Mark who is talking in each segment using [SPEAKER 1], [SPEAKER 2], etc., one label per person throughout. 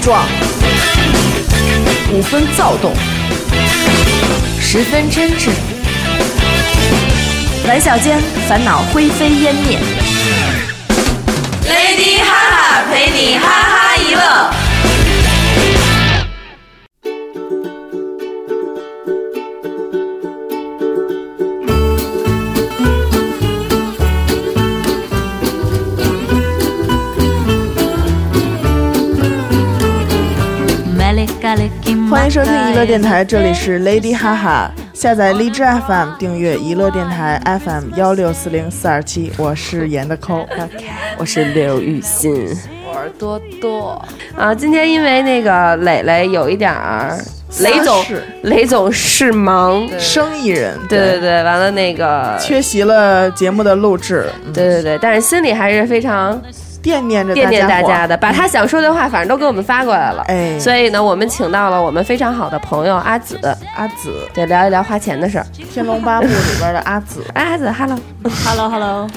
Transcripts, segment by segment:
[SPEAKER 1] 撞，五分躁动，十分真挚。玩笑间，烦恼灰飞烟灭。
[SPEAKER 2] Lady 哈哈陪你哈哈一乐。
[SPEAKER 3] 欢
[SPEAKER 4] 欢
[SPEAKER 3] 迎
[SPEAKER 4] 迎
[SPEAKER 3] 收
[SPEAKER 4] 收
[SPEAKER 3] 听
[SPEAKER 4] 听娱
[SPEAKER 3] 娱乐
[SPEAKER 4] 乐
[SPEAKER 3] 电
[SPEAKER 4] 电
[SPEAKER 3] 台，
[SPEAKER 4] 台，
[SPEAKER 3] 这
[SPEAKER 4] 这
[SPEAKER 3] 里
[SPEAKER 4] 里
[SPEAKER 3] 是
[SPEAKER 4] 是
[SPEAKER 3] Lady
[SPEAKER 4] Lady
[SPEAKER 3] 哈
[SPEAKER 4] 哈
[SPEAKER 3] 哈
[SPEAKER 4] 哈。。
[SPEAKER 3] 下载荔枝 FM，订阅娱乐电台 FM 幺六四零四二七，我是严 的抠。
[SPEAKER 5] 我是刘雨欣
[SPEAKER 6] 我是多多啊，今天因为那个磊磊有一点儿，雷总
[SPEAKER 3] 是
[SPEAKER 6] 雷总是忙，
[SPEAKER 3] 生意人，
[SPEAKER 6] 对对对，完了那个，
[SPEAKER 3] 缺席了节目的录制，嗯
[SPEAKER 6] 对对对，但是心里还是非常
[SPEAKER 3] 惦念着
[SPEAKER 6] 惦念大
[SPEAKER 3] 伙儿
[SPEAKER 6] 家的，把他想说的话反正都给我们发过来了，
[SPEAKER 3] 哎
[SPEAKER 6] 所以呢，我们请到了我们非常好的朋友阿紫，
[SPEAKER 3] 阿紫，
[SPEAKER 6] 对，聊一聊花钱的事儿。
[SPEAKER 3] 《天龙八部》里边的阿 紫，
[SPEAKER 6] 哎，阿紫，hello，
[SPEAKER 7] Hello Hello，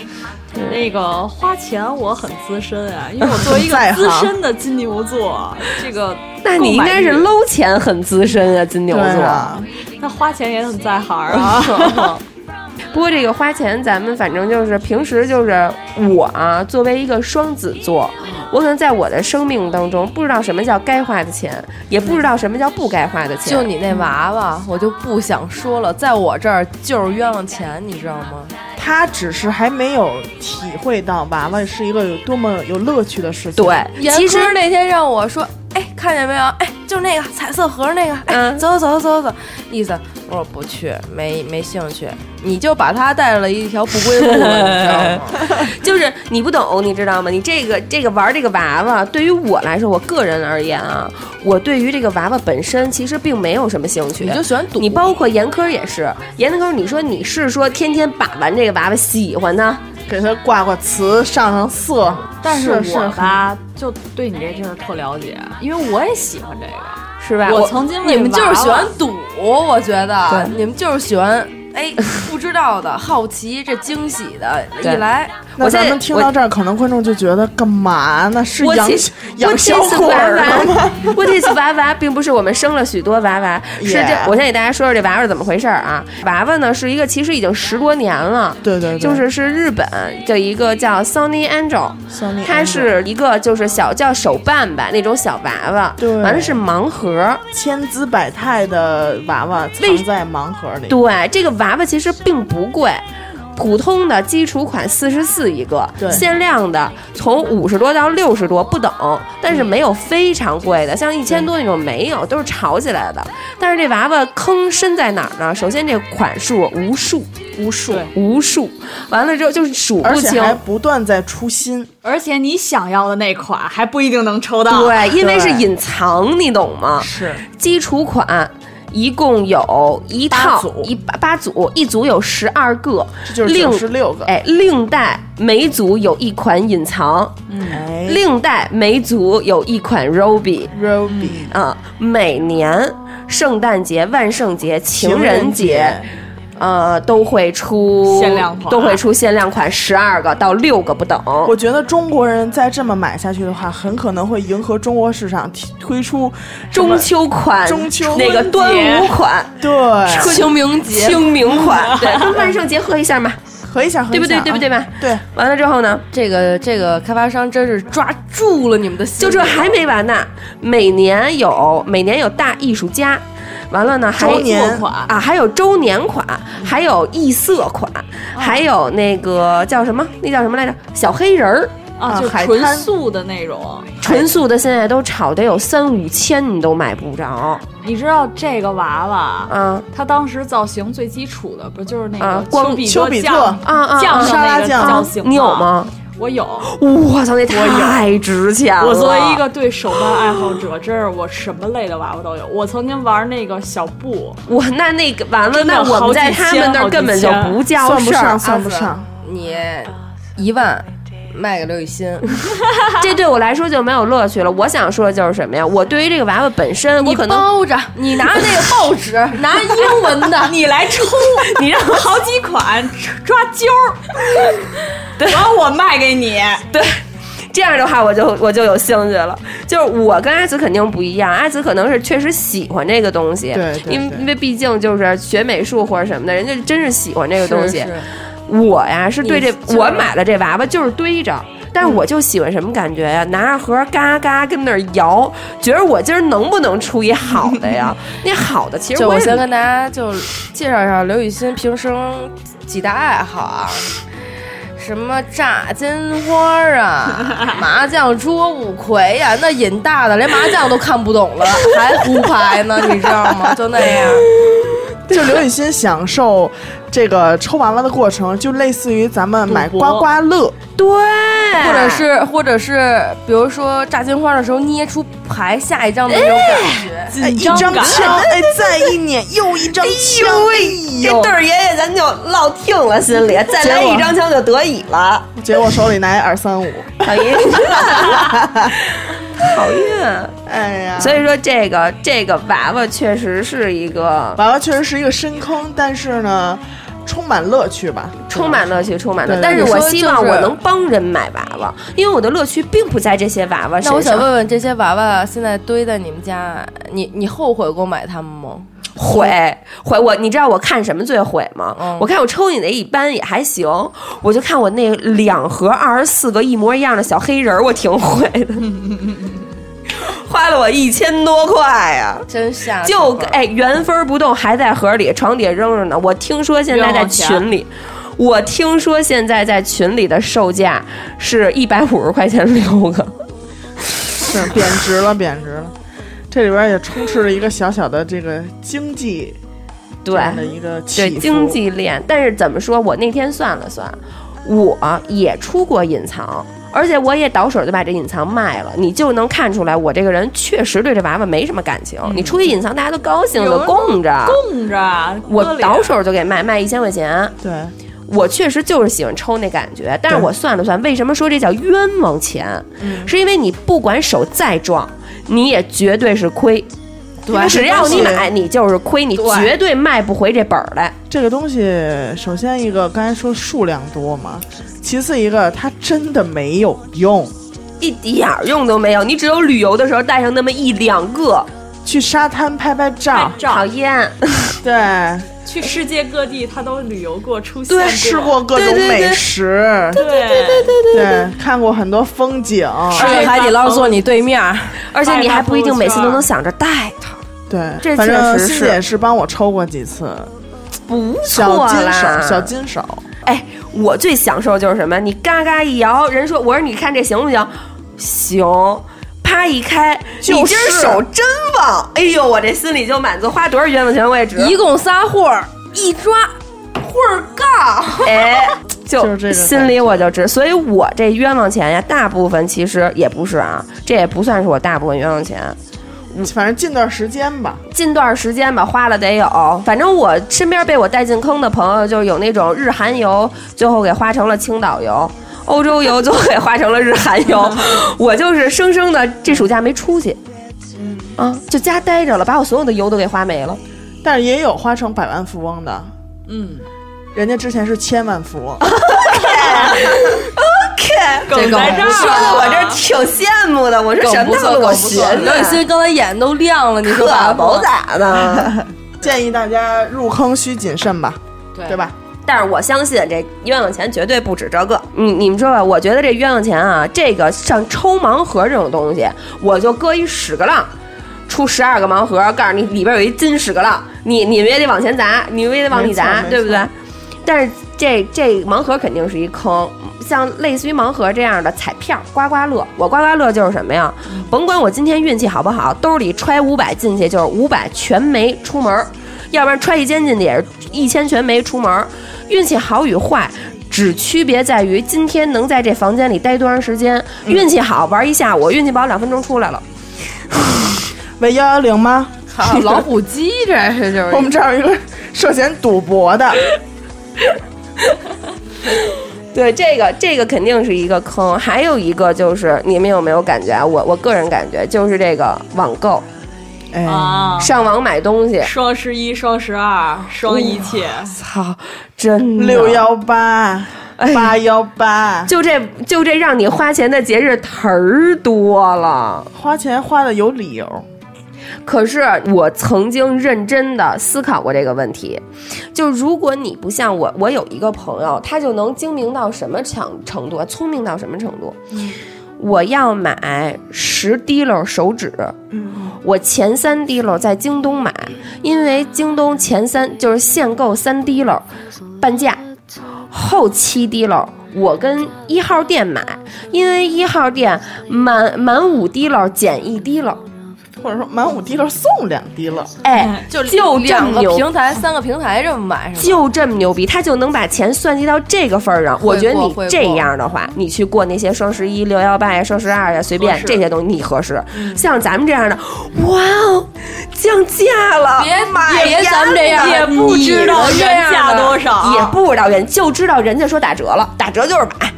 [SPEAKER 7] 那个花钱我很资深 啊，因为我作为一个
[SPEAKER 3] 在行
[SPEAKER 7] 资深的金牛座，这个
[SPEAKER 6] 那你应该是
[SPEAKER 7] 购买欲
[SPEAKER 6] 搂钱很资深啊，金牛
[SPEAKER 3] 对
[SPEAKER 6] 座。
[SPEAKER 3] 啊，
[SPEAKER 7] 那花钱也很在行 啊。
[SPEAKER 6] 不过这个花钱，咱们反正就是平时就是我啊，作为一个双子座，我可能在我的生命当中不知道什么叫该花的钱，也不知道什么叫不该花的钱。
[SPEAKER 8] 就你那娃娃，我就不想说了，在我这儿就是冤枉钱，你知道吗？
[SPEAKER 3] 她只是还没有体会到娃娃是一个有多么有乐趣的事情。
[SPEAKER 6] 对，
[SPEAKER 8] 其实那天让我说，哎，看见没有？哎，就那个彩色盒那个，哎，
[SPEAKER 6] 嗯
[SPEAKER 8] 走走走走走，意思我说不去，没没兴趣，你就把他带了一条不归路 了，你知道吗？
[SPEAKER 6] 就是你不懂，你知道吗？你这个这个玩这个娃娃，对于我来说，我个人而言啊，我对于这个娃娃本身其实并没有什么兴趣。
[SPEAKER 8] 你就喜欢赌，
[SPEAKER 6] 你包括严科也是，严科，你说你是说天天把玩这个娃娃，喜欢它，
[SPEAKER 3] 给她挂挂词，上上色。
[SPEAKER 7] 但是
[SPEAKER 3] 是
[SPEAKER 7] 我
[SPEAKER 3] 很
[SPEAKER 7] 吧，就对你这事儿特了解，因为我也喜欢这个。
[SPEAKER 6] 是吧？
[SPEAKER 7] 我曾经为
[SPEAKER 8] 你们就是喜
[SPEAKER 7] 娃娃
[SPEAKER 8] 欢赌，我觉得
[SPEAKER 6] 对
[SPEAKER 8] 你们就是喜欢。哎，不知道的、好奇、这惊喜的，一
[SPEAKER 6] 对
[SPEAKER 8] 来
[SPEAKER 3] 那
[SPEAKER 6] 我在
[SPEAKER 3] 咱们听到这儿，可能观众就觉得干嘛呢？是
[SPEAKER 6] 我
[SPEAKER 3] 养
[SPEAKER 6] 其实
[SPEAKER 3] 养小伙儿呢吗？
[SPEAKER 6] 娃，我这次娃娃并不是我们生了许多娃娃，是这
[SPEAKER 3] Yeah
[SPEAKER 6] 我先给大家说说这娃娃是怎么回事儿啊？娃娃呢是一个其实已经十多年了。
[SPEAKER 3] 对对对，
[SPEAKER 6] 就是是日本的一个叫 Sony Angel，
[SPEAKER 3] Sony
[SPEAKER 6] 它是一个就是小叫手办吧那种小娃娃，
[SPEAKER 3] 对
[SPEAKER 6] 完了是盲盒。
[SPEAKER 3] 嗯千姿百态的娃娃藏在盲盒里。
[SPEAKER 6] 对，这个娃娃其实并不贵，普通的基础款四十四一个
[SPEAKER 3] 对，
[SPEAKER 6] 限量的从五十多到六十多不等，但是没有非常贵的，像一千多那种没有，都是炒起来的。但是这娃娃坑深在哪儿呢？首先这款数无数，无数，无数，完了之后就是数
[SPEAKER 3] 而
[SPEAKER 6] 不
[SPEAKER 3] 且
[SPEAKER 6] 清。
[SPEAKER 3] 还不断在出新，
[SPEAKER 7] 而且你想要的那款还不一定能抽到。啊
[SPEAKER 6] 对，因为是隐藏，你懂吗？
[SPEAKER 3] 是
[SPEAKER 6] 基础款。一共有一套
[SPEAKER 3] 八组
[SPEAKER 6] 一八八组，一组有十二个，
[SPEAKER 3] 这就是
[SPEAKER 6] 另
[SPEAKER 3] 96个
[SPEAKER 6] 哎，另带每组有一款隐藏，
[SPEAKER 3] 哎
[SPEAKER 6] 另带每组有一款 Ruby。
[SPEAKER 3] ，Ruby
[SPEAKER 6] 啊，每年圣诞节、万圣节、情人节，呃，都会出
[SPEAKER 7] 限量款
[SPEAKER 6] 都会出限量款十二个到六个不等。
[SPEAKER 3] 我觉得中国人再这么买下去的话，很可能会迎合中国市场提推出什么
[SPEAKER 6] 中秋款、
[SPEAKER 3] 中秋
[SPEAKER 6] 那个端午款、
[SPEAKER 3] 对，
[SPEAKER 8] 清明节
[SPEAKER 6] 清明款，对，跟万圣节合一下嘛，
[SPEAKER 3] 合一下，合一下
[SPEAKER 6] 对不对？对不对？
[SPEAKER 3] 啊
[SPEAKER 6] 嘛？
[SPEAKER 3] 对，
[SPEAKER 6] 完了之后呢，
[SPEAKER 8] 这个这个开发商真是抓住了你们的心，
[SPEAKER 6] 就这还没完呢，每年有每年有大艺术家，完了呢还
[SPEAKER 3] 周年
[SPEAKER 7] 款
[SPEAKER 6] 啊，还有周年款，还有异色款，
[SPEAKER 8] 哦
[SPEAKER 6] 还有那个叫什么？那叫什么来着？小黑人儿。
[SPEAKER 7] 啊，就
[SPEAKER 3] 海
[SPEAKER 7] 纯
[SPEAKER 3] 滩
[SPEAKER 7] 素的那种。
[SPEAKER 6] 纯素的现在都炒得有三五千，你都买不着
[SPEAKER 7] 你知道这个娃娃，
[SPEAKER 6] 啊
[SPEAKER 7] 它当时造型最基础的不就是那个
[SPEAKER 6] 啊光
[SPEAKER 3] 丘比
[SPEAKER 7] 比
[SPEAKER 3] 特
[SPEAKER 7] 酱
[SPEAKER 6] 啊啊！
[SPEAKER 7] 酱
[SPEAKER 6] 啊
[SPEAKER 7] 上
[SPEAKER 3] 沙拉
[SPEAKER 7] 那个
[SPEAKER 3] 酱
[SPEAKER 7] 造型？
[SPEAKER 6] 你有？吗？啊
[SPEAKER 7] 我有。
[SPEAKER 6] 我操，那太值钱了！
[SPEAKER 7] 我作为一个对手办爱好者，真是我什么类的娃娃都有。我曾经玩那个小布，
[SPEAKER 6] 我那那个完了，
[SPEAKER 7] 真的
[SPEAKER 6] 那我们在他们那儿
[SPEAKER 7] 好几千
[SPEAKER 6] 根本就不叫
[SPEAKER 3] 算不
[SPEAKER 6] 事儿啊
[SPEAKER 3] 上，。算不上。
[SPEAKER 8] 你一万卖给刘雨欣，
[SPEAKER 6] 这对我来说就没有乐趣了。我想说的就是什么呀？我对于这个娃娃本身，我
[SPEAKER 8] 你
[SPEAKER 6] 可能
[SPEAKER 8] 包着，你拿那个报 纸，拿英文的，
[SPEAKER 7] 啊你来抽，你让好几款抓阄儿，然后我卖给你。
[SPEAKER 6] 对 这样的话我就我就有兴趣了。就是我跟阿紫肯定不一样，阿紫可能是确实喜欢这个东西，
[SPEAKER 3] 对对
[SPEAKER 6] 因为
[SPEAKER 3] 对
[SPEAKER 6] 因为毕竟就是学美术或者什么的，人家真是喜欢这个东西。
[SPEAKER 8] 是是
[SPEAKER 6] 我呀是嗯对这
[SPEAKER 8] 你，就是
[SPEAKER 6] 我买了这娃娃就是堆着。但我就喜欢什么感觉呀？拿着盒嘎嘎跟那儿摇，觉得我今儿能不能出一好的 呀？那好的其实
[SPEAKER 8] 就
[SPEAKER 6] 我
[SPEAKER 8] 我
[SPEAKER 6] 也
[SPEAKER 8] 先跟大家就介绍一下刘雨欣平生几大爱好啊，什么炸金花 啊，麻将捉五魁呀、那瘾大的连麻将都看不懂了，还胡牌呢，你知道吗？就那 样，
[SPEAKER 3] 就刘雨欣享受这个抽娃娃的过程，就类似于咱们买刮刮 乐，
[SPEAKER 6] 对，
[SPEAKER 8] 或者是或者是比如说炸金花的时候捏出牌下一张的那种感觉。
[SPEAKER 3] 哎，一张
[SPEAKER 6] 啊
[SPEAKER 3] 枪，哎，再一捻又一 张枪，哎
[SPEAKER 2] 这
[SPEAKER 3] 呦
[SPEAKER 2] 对儿爷爷咱就落听了，心里再来一张枪就得以了。
[SPEAKER 3] 结果手里拿一二三五，
[SPEAKER 6] 讨 厌，讨厌。
[SPEAKER 3] 哎呀，
[SPEAKER 6] 所以说，这个这个娃娃确实是一个
[SPEAKER 3] 娃娃确实是一个深坑，但是呢，充满乐趣吧，
[SPEAKER 6] 充满乐趣、充满乐。
[SPEAKER 3] 对
[SPEAKER 6] 但是
[SPEAKER 8] 你
[SPEAKER 6] 我
[SPEAKER 8] 说
[SPEAKER 6] 希
[SPEAKER 8] 就
[SPEAKER 6] 望我
[SPEAKER 8] 是
[SPEAKER 6] 能帮人买娃娃，因为我的乐趣并不在这些娃娃身
[SPEAKER 8] 那
[SPEAKER 6] 上。
[SPEAKER 8] 我想问问，这些娃娃现在堆在你们家，你你后悔过买它们吗？
[SPEAKER 6] 悔悔我，你知道我看什么最悔吗？
[SPEAKER 8] 嗯
[SPEAKER 6] 我看我抽你那一般也还行，我就看我那两盒二十四个一模一样的小黑人儿，我挺悔的，花了我一千多块呀、
[SPEAKER 8] 真吓死
[SPEAKER 6] 就
[SPEAKER 8] 我了
[SPEAKER 6] 哎原封不动还在盒里，床底下扔着呢。我听说现在在群里，我听说现在在群里的售价是一百五十块钱六个，
[SPEAKER 3] 是贬值了，贬值了。这里边也充斥着一个小小的这个经济这
[SPEAKER 6] 对，
[SPEAKER 3] 样的一个
[SPEAKER 6] 对
[SPEAKER 3] 起伏
[SPEAKER 6] 经济链。但是怎么说，我那天算了算，我也出过隐藏，而且我也倒手就把这隐藏卖了，你就能看出来我这个人确实对这娃娃没什么感情。你出去隐藏，大家都高兴
[SPEAKER 7] 有
[SPEAKER 6] 的
[SPEAKER 7] 人
[SPEAKER 6] 供着。
[SPEAKER 7] 供着，
[SPEAKER 6] 我
[SPEAKER 7] 搁里
[SPEAKER 6] 倒手就给卖，卖一千块钱。
[SPEAKER 3] 对。
[SPEAKER 6] 我确实就是喜欢抽那感觉，但是
[SPEAKER 3] 对
[SPEAKER 6] 我算了算，为什么说这叫冤枉钱？是因为你不管手再壮，你也绝对是亏。
[SPEAKER 3] 对
[SPEAKER 6] 只要你买，你就是亏，你
[SPEAKER 8] 对
[SPEAKER 6] 绝对卖不回这本儿来。
[SPEAKER 3] 这个东西，首先一个刚才说数量多嘛，其次一个它真的没有用。
[SPEAKER 6] 一点儿用都没有，你只有旅游的时候带上那么一两个，
[SPEAKER 3] 啊去沙滩拍拍照，
[SPEAKER 6] 讨
[SPEAKER 7] 照
[SPEAKER 6] 厌。
[SPEAKER 3] 对，
[SPEAKER 7] 去世界各地，他都旅游过，出现
[SPEAKER 3] 对，吃过各
[SPEAKER 6] 对
[SPEAKER 3] 种
[SPEAKER 6] 对对
[SPEAKER 3] 美食，
[SPEAKER 7] 对对对对，
[SPEAKER 3] 对，看过很多风景，
[SPEAKER 8] 吃个海底捞坐你对面儿，
[SPEAKER 6] 而且你还不一定每次都能想着带它，
[SPEAKER 3] 对，
[SPEAKER 6] 这
[SPEAKER 3] 反正
[SPEAKER 6] 确实
[SPEAKER 3] 欣
[SPEAKER 6] 是
[SPEAKER 3] 姐是帮我抽过几次，
[SPEAKER 6] 不
[SPEAKER 3] 小
[SPEAKER 6] 错
[SPEAKER 3] 金
[SPEAKER 6] 啦。
[SPEAKER 3] 手，小金手，
[SPEAKER 6] 哎，我最享受就是什么？你嘎嘎一摇，人说我说你看这行不行？行。啪一开，
[SPEAKER 3] 就是
[SPEAKER 6] 你今儿手真旺，哎呦，我这心里就满足，花多少冤枉钱我也值。
[SPEAKER 8] 一共仨货儿，一抓货儿杠，
[SPEAKER 6] 哎，
[SPEAKER 3] 就是这个
[SPEAKER 6] 心里我就知，所以我这冤枉钱呀，大部分其实也不是啊，这也不算是我大部分冤枉钱。嗯
[SPEAKER 3] 反正近段时间吧，
[SPEAKER 6] 近段时间吧，花了得有。反正我身边被我带进坑的朋友，就有那种日韩游，最后给花成了青岛游；欧洲游最后给花成了日韩 游。我就是生生的这暑假没出去，
[SPEAKER 2] 嗯
[SPEAKER 6] 啊，就家待着了，把我所有的油都给花没了。
[SPEAKER 3] 但是也有花成百万富翁的，
[SPEAKER 7] 嗯，
[SPEAKER 3] 人家之前是千万富翁，
[SPEAKER 7] 梗在这儿啊
[SPEAKER 8] 说
[SPEAKER 7] 了，
[SPEAKER 2] 我这挺羡慕的，我说什
[SPEAKER 8] 梗
[SPEAKER 2] 么
[SPEAKER 8] 不
[SPEAKER 2] 套
[SPEAKER 8] 错，
[SPEAKER 2] 路我
[SPEAKER 8] 梗不
[SPEAKER 2] 学
[SPEAKER 8] 错。刘雨
[SPEAKER 2] 的，
[SPEAKER 8] 欣刚才眼都亮了，你说
[SPEAKER 2] 可
[SPEAKER 8] 吧，
[SPEAKER 2] 不咋的。
[SPEAKER 3] 建议大家入坑需谨慎吧，
[SPEAKER 8] 对
[SPEAKER 3] 对？吧？
[SPEAKER 6] 但是我相信这冤枉钱绝对不止这个。你嗯你们说吧，我觉得这冤枉钱啊，这个像抽盲盒这种东西，我就搁一屎壳郎，出十二个盲盒，告诉你里边有一金屎壳郎，你你们也得往前砸，你们也得往里
[SPEAKER 3] 没
[SPEAKER 6] 砸，
[SPEAKER 3] 错
[SPEAKER 6] 对不对
[SPEAKER 3] 没错？
[SPEAKER 6] 但是这这盲盒肯定是一坑，像类似于盲盒这样的彩票、刮刮乐，我刮刮乐就是什么呀？甭管我今天运气好不好，兜里揣五百进去就是五百全没出门儿，要不然揣一千进去也是一千全没出门儿。运气好与坏，只区别在于今天能在这房间里待多长时间。运气好玩一下午，运气不好两分钟出来了。
[SPEAKER 3] 喂幺幺零吗？
[SPEAKER 8] 好， 老虎机这是就
[SPEAKER 3] 我们这儿有一个涉嫌赌博的，
[SPEAKER 6] 对，这个这个肯定是一个坑。还有一个就是，你们有没有感觉啊？我我个人感觉就是这个网购，
[SPEAKER 3] 哎，
[SPEAKER 7] 啊，
[SPEAKER 6] 上网买东西，
[SPEAKER 7] 双十一、双十二、双一切，
[SPEAKER 6] 操，真的
[SPEAKER 3] 六幺八，八幺八，
[SPEAKER 6] 就这就这让你花钱的节日忒儿多了。
[SPEAKER 3] 花钱花的有理由，
[SPEAKER 6] 可是我曾经认真的思考过这个问题，就如果你不像我，我有一个朋友，他就能精明到什么程程度，聪明到什么程度。我要买十滴溜手指，我前三滴溜在京东买，因为京东前三就是限购三滴溜，半价，后七滴溜。我跟一号店买，因为一号店满满五滴溜减一滴溜，
[SPEAKER 3] 或者说满五滴了送两滴了，
[SPEAKER 6] 哎，
[SPEAKER 8] 就
[SPEAKER 6] 就这
[SPEAKER 8] 两
[SPEAKER 6] 么
[SPEAKER 8] 个
[SPEAKER 6] 牛
[SPEAKER 8] 平台、三个平台这么买是吗？
[SPEAKER 6] 就这么牛逼，他就能把钱算计到这个份儿上。我觉得
[SPEAKER 8] 会
[SPEAKER 6] 你
[SPEAKER 8] 过
[SPEAKER 6] 这
[SPEAKER 8] 会过嗯
[SPEAKER 6] 样的话，你去过那些双十一、六幺八呀、双十二呀，随便这些东西你合适。
[SPEAKER 8] 嗯
[SPEAKER 6] 像咱们这样的，哇哦，降价了，
[SPEAKER 8] 别买别咱们这样
[SPEAKER 7] 也不知道
[SPEAKER 8] 你这
[SPEAKER 7] 原
[SPEAKER 8] 样
[SPEAKER 7] 价
[SPEAKER 8] 的
[SPEAKER 7] 多少，啊
[SPEAKER 6] 也不知道人就知道人家说打折了，打折就是买，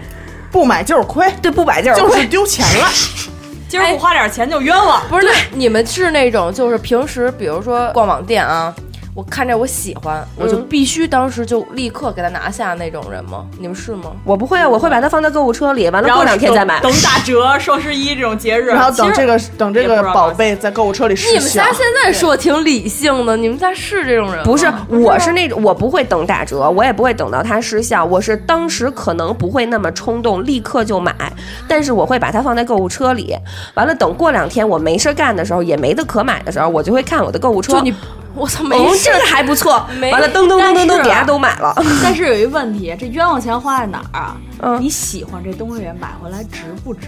[SPEAKER 3] 不买就是亏，
[SPEAKER 6] 对，不买就是
[SPEAKER 3] 就
[SPEAKER 6] 亏。
[SPEAKER 3] 是丢钱了。
[SPEAKER 7] 今儿不花点钱就冤枉。
[SPEAKER 8] 不是，那你们是那种就是平时，比如说逛网店啊，我看着我喜欢，我就必须当时就立刻给他拿下那种人吗？你们是吗？
[SPEAKER 6] 我不会啊，我会把它放到购物车里，完了
[SPEAKER 7] 然后
[SPEAKER 6] 过两天再买。
[SPEAKER 7] 等打折、双十一这种节日，
[SPEAKER 3] 然后等
[SPEAKER 7] 其实
[SPEAKER 3] 这个等这
[SPEAKER 7] 也不知
[SPEAKER 3] 个
[SPEAKER 7] 道
[SPEAKER 3] 宝贝在购物车里实
[SPEAKER 8] 你们
[SPEAKER 3] 现
[SPEAKER 8] 仨，现在说挺理性的，你们仨是这种人吗？
[SPEAKER 6] 不是，
[SPEAKER 8] 嗯
[SPEAKER 6] 我是那种我不会等打折，我也不会等到它失效，我是当时可能不会那么冲动，立刻就买，但是我会把它放在购物车里，完了等过两天我没事儿干的时候，也没得可买的时候，我就会看我的购物车，
[SPEAKER 8] 就你，我操，没
[SPEAKER 6] 哦，
[SPEAKER 8] 事
[SPEAKER 6] 这个还不错，
[SPEAKER 8] 没
[SPEAKER 6] 完了噔噔噔噔
[SPEAKER 7] 但是
[SPEAKER 6] 噔，
[SPEAKER 7] 啊
[SPEAKER 6] 给家都买了，
[SPEAKER 7] 但是有一问题，这冤枉钱花在哪儿啊？
[SPEAKER 6] 嗯
[SPEAKER 7] 你喜欢这东西，买回来值不值？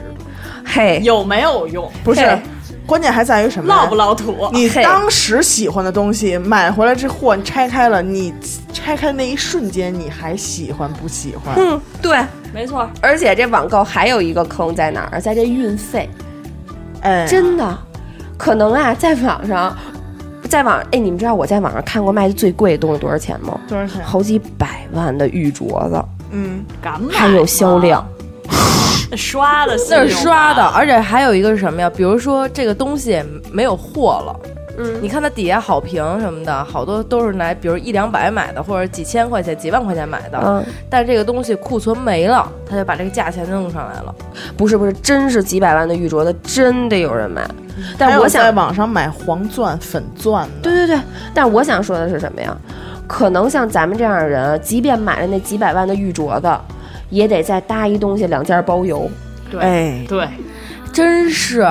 [SPEAKER 6] 嘿，
[SPEAKER 7] 有没有用？
[SPEAKER 3] 不是
[SPEAKER 6] 嘿，
[SPEAKER 3] 关键还在于什么呀？
[SPEAKER 7] 落不落土？
[SPEAKER 3] 你
[SPEAKER 6] 嘿
[SPEAKER 3] 当时喜欢的东西买回来之后，你拆开了，你拆开那一瞬间，你还喜欢不喜欢？
[SPEAKER 6] 嗯，对，
[SPEAKER 7] 没错，
[SPEAKER 6] 而且这网购还有一个坑在哪儿，在这运费。
[SPEAKER 3] 哎，
[SPEAKER 8] 嗯
[SPEAKER 6] 真的，可能啊，在网上，在网哎，你们知道我在网上看过卖的最贵的东西多少钱吗？
[SPEAKER 3] 多少钱？
[SPEAKER 6] 好几百万的玉镯子，
[SPEAKER 3] 嗯，
[SPEAKER 7] 敢买
[SPEAKER 6] 还有销量，
[SPEAKER 7] 刷的信
[SPEAKER 8] 那
[SPEAKER 7] 用卡
[SPEAKER 8] 是刷的，，而且还有一个是什么呀？比如说这个东西没有货了。
[SPEAKER 6] 嗯
[SPEAKER 8] 你看它底下好评什么的，好多都是拿比如一两百买的，或者几千块钱、几万块钱买的，
[SPEAKER 6] 嗯，
[SPEAKER 8] 但这个东西库存没了，他就把这个价钱弄上来了。
[SPEAKER 6] 不是不是，真是几百万的玉镯子，真的有人买。
[SPEAKER 3] 还
[SPEAKER 6] 但
[SPEAKER 3] 有
[SPEAKER 6] 我
[SPEAKER 3] 在
[SPEAKER 6] 想，
[SPEAKER 3] 网上买黄钻、粉钻的，
[SPEAKER 6] 对对对，但我想说的是什么呀？可能像咱们这样的人，即便买了那几百万的玉镯子，也得再搭一东西两件包邮。
[SPEAKER 3] 哎，
[SPEAKER 7] 对，
[SPEAKER 8] 真是，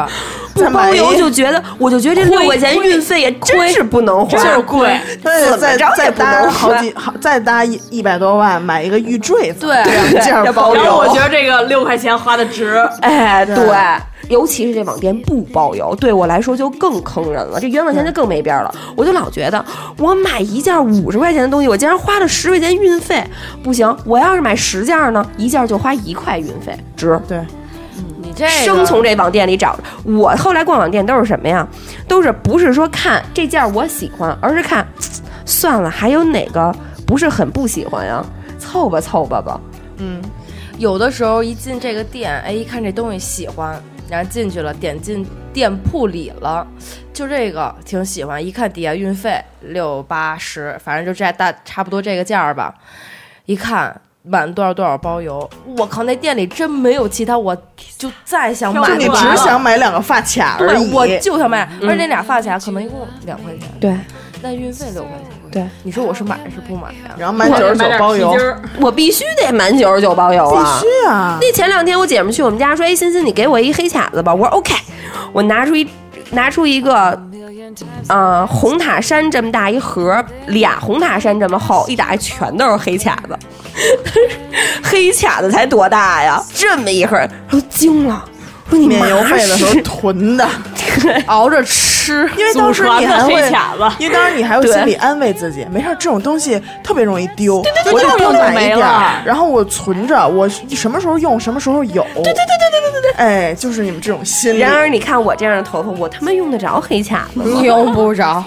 [SPEAKER 6] 不
[SPEAKER 3] 再
[SPEAKER 6] 包
[SPEAKER 3] 买一
[SPEAKER 6] 邮就觉得，我就觉得这六块钱运费也真是不能花，
[SPEAKER 7] 就是贵。
[SPEAKER 3] 对，
[SPEAKER 6] 怎么
[SPEAKER 3] 再
[SPEAKER 6] 着也
[SPEAKER 3] 再
[SPEAKER 6] 不能
[SPEAKER 3] 搭
[SPEAKER 6] 花
[SPEAKER 3] 好几，好再搭一一百多万买一个玉坠子，
[SPEAKER 8] 对
[SPEAKER 3] 两件包
[SPEAKER 7] 然后我觉
[SPEAKER 3] 邮。
[SPEAKER 7] 得这个六块钱花的值，
[SPEAKER 6] 哎，
[SPEAKER 3] 对
[SPEAKER 6] 对，尤其是这网店不包邮，对我来说就更坑人了。这冤枉钱就更没边儿了。我就老觉得，我买一件五十块钱的东西，我竟然花了十块钱运费，不行，我要是买十件呢，一件就花一块运费，值。
[SPEAKER 3] 对，
[SPEAKER 8] 你这个
[SPEAKER 6] 生从这网店里找的。我后来逛网店都是什么呀？都是不是说看这件我喜欢，而是看嘖算了，还有哪个不是很不喜欢呀？凑吧凑吧吧。
[SPEAKER 3] 嗯
[SPEAKER 8] 有的时候一进这个店，哎，一看这东西喜欢，然后进去了，点进店铺里了，就这个挺喜欢，一看底下运费六八十，反正就这大差不多这个价儿吧，一看。满多少多少包邮，我靠！那店里真没有其他，我就再想买
[SPEAKER 7] 就
[SPEAKER 3] 就
[SPEAKER 8] 了，
[SPEAKER 3] 你只想买两个发卡而
[SPEAKER 8] 对，
[SPEAKER 3] 已。
[SPEAKER 8] 我就想买，而且那俩发卡可能一共两块钱，
[SPEAKER 6] 对
[SPEAKER 8] 那运费六块钱。
[SPEAKER 6] 嗯对，
[SPEAKER 8] 你说我是买是不买啊呀？
[SPEAKER 3] 然后买九十九
[SPEAKER 7] 买点
[SPEAKER 3] 包邮
[SPEAKER 7] 皮，筋儿
[SPEAKER 6] 我必须得满九十九包邮
[SPEAKER 3] 必
[SPEAKER 6] 啊！
[SPEAKER 3] 须啊！
[SPEAKER 6] 那前两天我姐们去我们家说：“哎，欣欣，你给我一黑卡子吧。”我说：“OK。”我拿出一拿出一个，呃，红塔山这么大一盒，俩红塔山这么厚，一打开全都是黑卡子。 黑卡子才多大呀？这么一盒，我都惊了。我说你
[SPEAKER 3] 免
[SPEAKER 6] 妈
[SPEAKER 3] 邮费的时候
[SPEAKER 6] 是
[SPEAKER 3] 囤的，
[SPEAKER 8] 熬着吃，
[SPEAKER 3] 因为当
[SPEAKER 7] 祖
[SPEAKER 3] 时
[SPEAKER 7] 传
[SPEAKER 3] 你还
[SPEAKER 7] 的
[SPEAKER 3] 会
[SPEAKER 7] 黑卡子，
[SPEAKER 3] 因为当时你还会
[SPEAKER 6] 对
[SPEAKER 3] 心里安慰自己，没事儿，这种东西特别容易丢，
[SPEAKER 7] 对
[SPEAKER 3] 我就
[SPEAKER 7] 对
[SPEAKER 3] 多
[SPEAKER 7] 就
[SPEAKER 3] 买一
[SPEAKER 7] 没
[SPEAKER 3] 点儿
[SPEAKER 7] 了，
[SPEAKER 3] 然后我存着，我什么时候用什么时候有。对对对对对对对对，哎，就是你们这种心理
[SPEAKER 6] 然。而你看我这样的头发，我他妈用得着黑卡子吗
[SPEAKER 8] 你？用不着，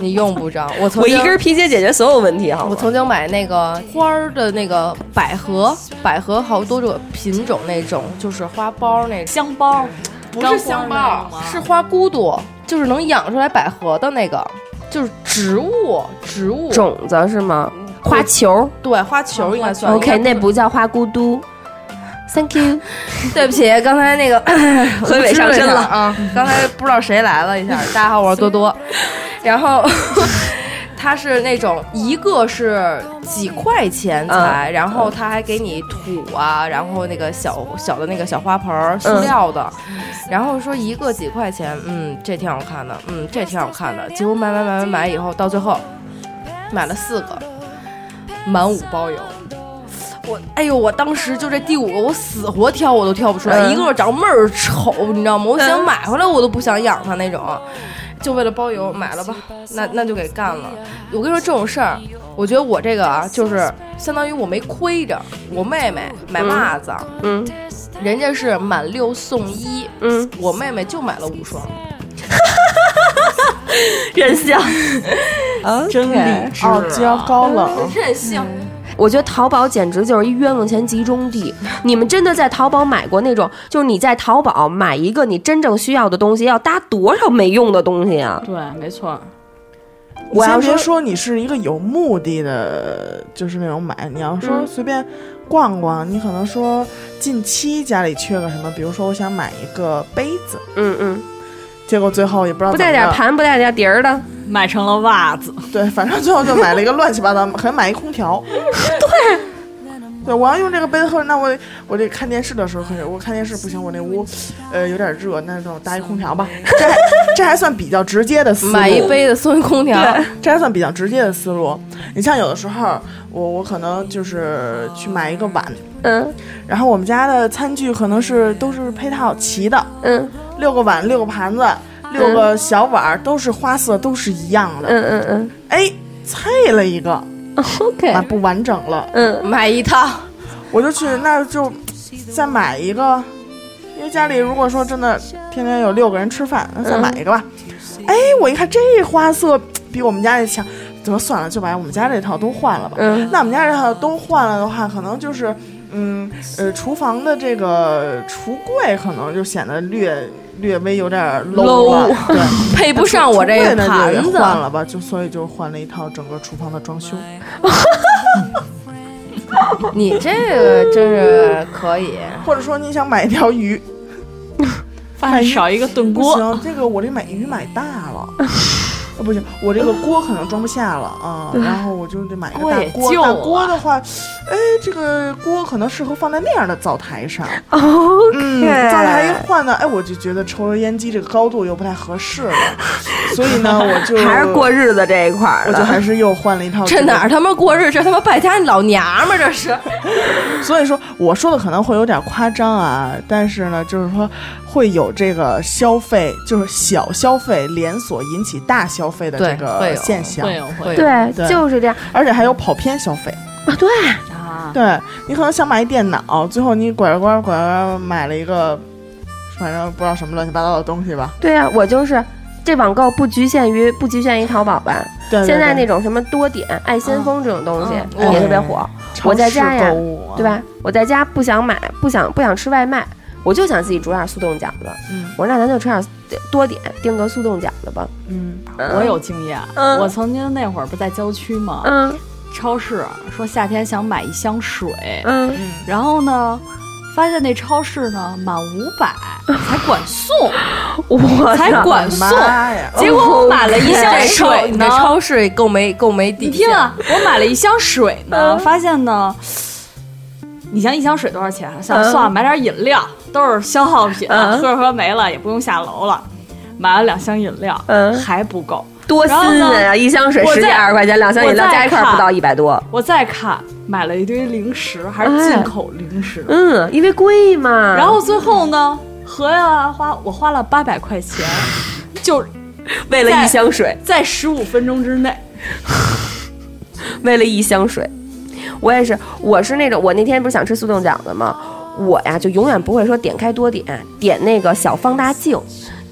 [SPEAKER 8] 你用不着。我曾
[SPEAKER 6] 我一
[SPEAKER 8] 经
[SPEAKER 6] 根皮鞋解决所有问题，好
[SPEAKER 8] 我
[SPEAKER 6] 吗？
[SPEAKER 8] 曾经买那个花儿的那个百合，百合好多种品种那种，就是花苞那种，
[SPEAKER 7] 香包，
[SPEAKER 8] 不是香包，是花骨朵，就是能养出来百合的那个，就是植物，植物
[SPEAKER 6] 种子是吗？花
[SPEAKER 3] 嗯
[SPEAKER 6] 球
[SPEAKER 8] 对，花球应该算。
[SPEAKER 6] ，OK，
[SPEAKER 8] 应该
[SPEAKER 6] 那不叫花咕嘟。Thank you，
[SPEAKER 8] 对不起，刚才那个
[SPEAKER 6] 河北上 身了嗯
[SPEAKER 8] 啊！刚才不知道谁来了一下，大家好，我是多多。 然后它是那种一个是几块钱才，然后它还给你土啊，然后那个小小的那个小花盆儿，塑料的。然后说一个几块钱，嗯，这挺好看的，嗯，这挺好看的。结果买买买买买以后，到最后买了四个，满五包邮。我哎呦！我当时就这第五个，我死活挑我都挑不出来，一个长得倍儿丑，你知道吗？我想买回来，我都不想养它那种，就为了包邮买了吧，那那就给干了。我跟你说这种事儿，我觉得我这个啊，就是相当于我没亏着。我妹妹买袜子，
[SPEAKER 6] 嗯，
[SPEAKER 8] 人家是满六送一，
[SPEAKER 6] 嗯，
[SPEAKER 8] 我妹妹就买了五双，
[SPEAKER 6] 任性。
[SPEAKER 3] 真理智，傲娇高
[SPEAKER 7] 嗯
[SPEAKER 3] 冷，
[SPEAKER 8] 任性。
[SPEAKER 6] 我觉得淘宝简直就是一冤枉钱集中地。你们真的在淘宝买过那种，就是你在淘宝买一个你真正需要的东西，要搭多少没用的东西啊？
[SPEAKER 7] 对，没错。
[SPEAKER 6] 我要
[SPEAKER 3] 你先别
[SPEAKER 6] 说
[SPEAKER 3] 说你是一个有目的的，就是那种买，你要说随便逛逛，你可能说近期家里缺个什么，比如说我想买一个杯子，
[SPEAKER 6] 嗯嗯，
[SPEAKER 3] 结果最后也不知道
[SPEAKER 6] 不
[SPEAKER 3] 怎么
[SPEAKER 6] 带点
[SPEAKER 3] 着，
[SPEAKER 6] 盘，不带点碟儿的，
[SPEAKER 7] 买成了袜子，
[SPEAKER 3] 对，反正最后就买了一个乱七八糟， 还买一空调。 对，对，我要用这个杯子喝，那我我这看电视的时候可以，我看电视不行，我那屋呃有点热，那就搭一空调吧。这还这还算比较直接的思路，
[SPEAKER 8] 买一杯子送一空调，
[SPEAKER 3] 这还算比较直接的思路。你像有的时候，我我可能就是去买一个碗，
[SPEAKER 6] 嗯
[SPEAKER 3] 然后我们家的餐具可能是都是配套齐的，
[SPEAKER 6] 嗯
[SPEAKER 3] 六个碗、六个盘子、六个小碗儿都是花色都是一样的，
[SPEAKER 6] 嗯嗯
[SPEAKER 3] 哎，菜了一个，
[SPEAKER 6] 嗯，OK，
[SPEAKER 3] 啊不完整了，
[SPEAKER 6] 嗯
[SPEAKER 8] 买一套。
[SPEAKER 3] 我就去那就再买一个，因为家里如果说真的天天有六个人吃饭，那
[SPEAKER 8] 嗯
[SPEAKER 3] 再买一个吧。哎，我一看这花色比我们家这强，得算了，就把我们家这套都换了吧。
[SPEAKER 6] 嗯
[SPEAKER 3] 那我们家这套都换了的话，可能就是嗯呃，厨房的这个呃橱柜可能就显得略略微有点 low 了
[SPEAKER 8] Low
[SPEAKER 3] 对，
[SPEAKER 8] 配不上 我这
[SPEAKER 3] 个
[SPEAKER 8] 个盘子。
[SPEAKER 3] 换了吧，就所以就换了一套整个厨房的装修。
[SPEAKER 8] 你这个真是可以，
[SPEAKER 3] 或者说你想买一条 鱼，
[SPEAKER 7] 发现少一个炖
[SPEAKER 3] 不
[SPEAKER 7] 锅，
[SPEAKER 3] 行，这个我这买鱼买大了。 呃不行，我这个锅可能装不下了 啊，然后我就得买一个
[SPEAKER 7] 锅
[SPEAKER 3] 大
[SPEAKER 7] 也
[SPEAKER 3] 锅。
[SPEAKER 7] 旧
[SPEAKER 6] 啊
[SPEAKER 3] 大
[SPEAKER 7] 了
[SPEAKER 3] 锅的话，哎，这个锅可能适合放在那样的灶台上。
[SPEAKER 6] 哦
[SPEAKER 3] 嗯，
[SPEAKER 6] ，OK，
[SPEAKER 3] 灶台一换呢，哎，我就觉得抽油烟机这个高度又不太合适了，所以呢，我就
[SPEAKER 6] 还是过，日子这一块儿
[SPEAKER 3] 我就
[SPEAKER 6] 的，
[SPEAKER 3] 还是又换了一套
[SPEAKER 8] 这
[SPEAKER 3] 个
[SPEAKER 8] 哪儿他妈过日？这他妈败家老娘们儿，这是。
[SPEAKER 3] 所以说，我说的可能会有点夸张啊，但是呢，就是说会有这个消费，就是小消费连锁引起大消费的
[SPEAKER 8] 对
[SPEAKER 3] 这
[SPEAKER 8] 会
[SPEAKER 3] 个
[SPEAKER 8] 有
[SPEAKER 3] 现象，
[SPEAKER 7] 会有会有
[SPEAKER 6] 对
[SPEAKER 3] 对
[SPEAKER 6] 就是这样
[SPEAKER 3] 而且还有跑偏消费。
[SPEAKER 6] 啊，对，
[SPEAKER 7] 啊，
[SPEAKER 3] 对你可能想买一电脑，最后你拐着弯儿拐着弯儿买了一个，反正不知道什么乱七八糟的东西吧。
[SPEAKER 6] 对呀、我就是。这网购不局限于不局限于淘宝吧？
[SPEAKER 3] 对对
[SPEAKER 6] 现在那
[SPEAKER 3] 对
[SPEAKER 6] 种什么多点、爱先锋这种东西
[SPEAKER 8] 嗯
[SPEAKER 3] 嗯
[SPEAKER 6] 也特别火。
[SPEAKER 3] 超
[SPEAKER 6] 我在家
[SPEAKER 3] 市
[SPEAKER 6] 呀
[SPEAKER 3] 购物啊
[SPEAKER 6] 对？吧？我在家不想买，不想不想吃外卖，我就想自己煮点速冻饺子。
[SPEAKER 3] 嗯
[SPEAKER 6] 我说那咱就吃点多点，订个速冻饺子吧。
[SPEAKER 3] 嗯，
[SPEAKER 7] 我有经验。
[SPEAKER 6] 嗯
[SPEAKER 7] 我曾经那会儿不在郊区吗？
[SPEAKER 6] 嗯
[SPEAKER 7] 超市说夏天想买一箱水，
[SPEAKER 6] 嗯，
[SPEAKER 7] 然后呢，发现那超市呢满五百才管送，
[SPEAKER 6] 我
[SPEAKER 7] 才
[SPEAKER 6] 操！
[SPEAKER 7] 管送。
[SPEAKER 3] 妈呀！
[SPEAKER 7] 结果我买了一箱
[SPEAKER 8] 这超
[SPEAKER 7] 水
[SPEAKER 8] 你
[SPEAKER 7] 呢
[SPEAKER 8] 这，超市够没够没底
[SPEAKER 7] 你
[SPEAKER 8] 线？
[SPEAKER 7] 听啊，我买了一箱水呢，发现呢，你像一箱水多少钱啊？算了算了，买点饮料，都是消耗品，喝着喝着没了，也不用下楼了。买了两箱饮料，
[SPEAKER 6] 嗯
[SPEAKER 7] 还不够。
[SPEAKER 6] 多新鲜
[SPEAKER 7] 然后
[SPEAKER 6] 啊！一箱水
[SPEAKER 7] 我
[SPEAKER 6] 十几
[SPEAKER 7] 再
[SPEAKER 6] 二十块钱，两箱饮料
[SPEAKER 7] 我再
[SPEAKER 6] 加一块儿
[SPEAKER 7] 看
[SPEAKER 6] 不到一百多。
[SPEAKER 7] 我再看，买了一堆零食，还是进口零食。
[SPEAKER 6] 嗯，因为贵嘛。
[SPEAKER 7] 然后最后呢，合下来花我花了八百块钱，就
[SPEAKER 6] 为了一
[SPEAKER 7] 在
[SPEAKER 6] 箱水，
[SPEAKER 7] 在十五分钟之内。
[SPEAKER 6] 为了一箱水，我也是，我是那种，我那天不是想吃速冻饺子吗？我呀就永远不会说点开多点，点那个小放大镜，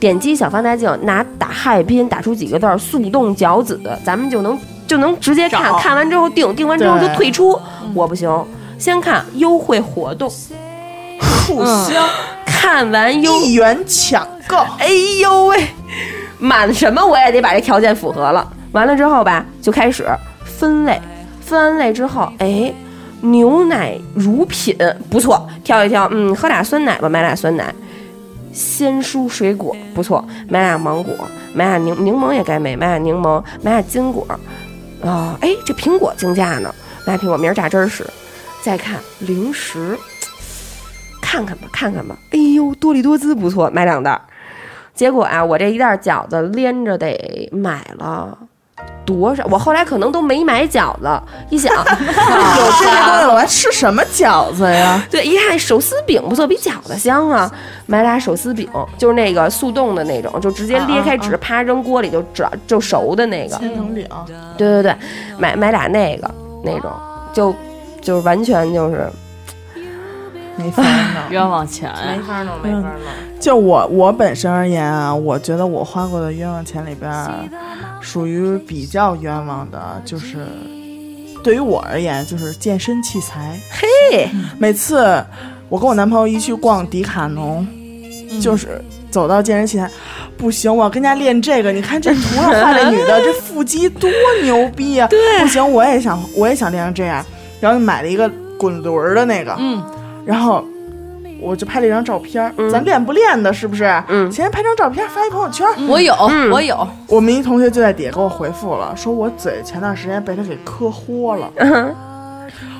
[SPEAKER 6] 点击小放大镜，拿打汉语拼音打出几个字儿“速冻饺子”，咱们就能就能直接看
[SPEAKER 7] 找
[SPEAKER 6] 看完之后定，定完之后就
[SPEAKER 3] 对
[SPEAKER 6] 退出。我不行，先看优惠活动，嗯
[SPEAKER 3] 促销
[SPEAKER 6] 看完优，
[SPEAKER 3] 一元抢购，
[SPEAKER 6] 哎呦喂，满什么我也得把这条件符合了。完了之后吧，就开始分类。分完类之后，哎，牛奶乳品不错，挑一挑，嗯，喝俩酸奶吧，买俩酸奶。鲜蔬水果不错，买俩芒果，买俩柠柠檬也该买，买俩柠檬，买俩金果。啊、哎，这苹果竞价呢，买苹果，明儿榨汁儿吃。再看零食，看看吧，看看吧。哎呦，多利多滋不错，买两袋儿。结果啊，我这一袋饺子连着得买了多少？我后来可能都没买饺子，一想，
[SPEAKER 3] 有这些东西哎我还嗯吃什么饺子呀？
[SPEAKER 6] 对，一看手撕饼不错，比饺子香啊，买俩手撕饼，就是那个速冻的那种，就直接裂开
[SPEAKER 3] 啊
[SPEAKER 6] 纸，啪扔锅里就炸就熟的那个。
[SPEAKER 3] 千层饼，
[SPEAKER 6] 对对对，买买俩那个那种，就就是完全就是
[SPEAKER 3] 没法弄。
[SPEAKER 7] 冤枉钱呀！
[SPEAKER 8] 法弄，没法弄。
[SPEAKER 3] 就我我本身而言啊，我觉得我花过的冤枉钱里边儿，属于比较冤枉的，就是对于我而言，就是健身器材。
[SPEAKER 6] 嘿，
[SPEAKER 3] 每次我跟我男朋友一去逛迪卡侬，就是走到健身器材，不行，我要跟家练这个。你看这图上画这女的，这腹肌多牛逼啊！不行，我也想，我也想练成这样。然后买了一个滚轮儿的那个，嗯，然后。我就拍了一张照片儿，
[SPEAKER 6] 嗯
[SPEAKER 3] 咱练不练的，是不是？嗯，先拍张照片儿发一朋友圈儿。
[SPEAKER 6] 嗯
[SPEAKER 8] 我有，我有，
[SPEAKER 3] 我们一同学就在底下给我回复了，说我嘴前段时间被他给磕豁了。
[SPEAKER 6] 嗯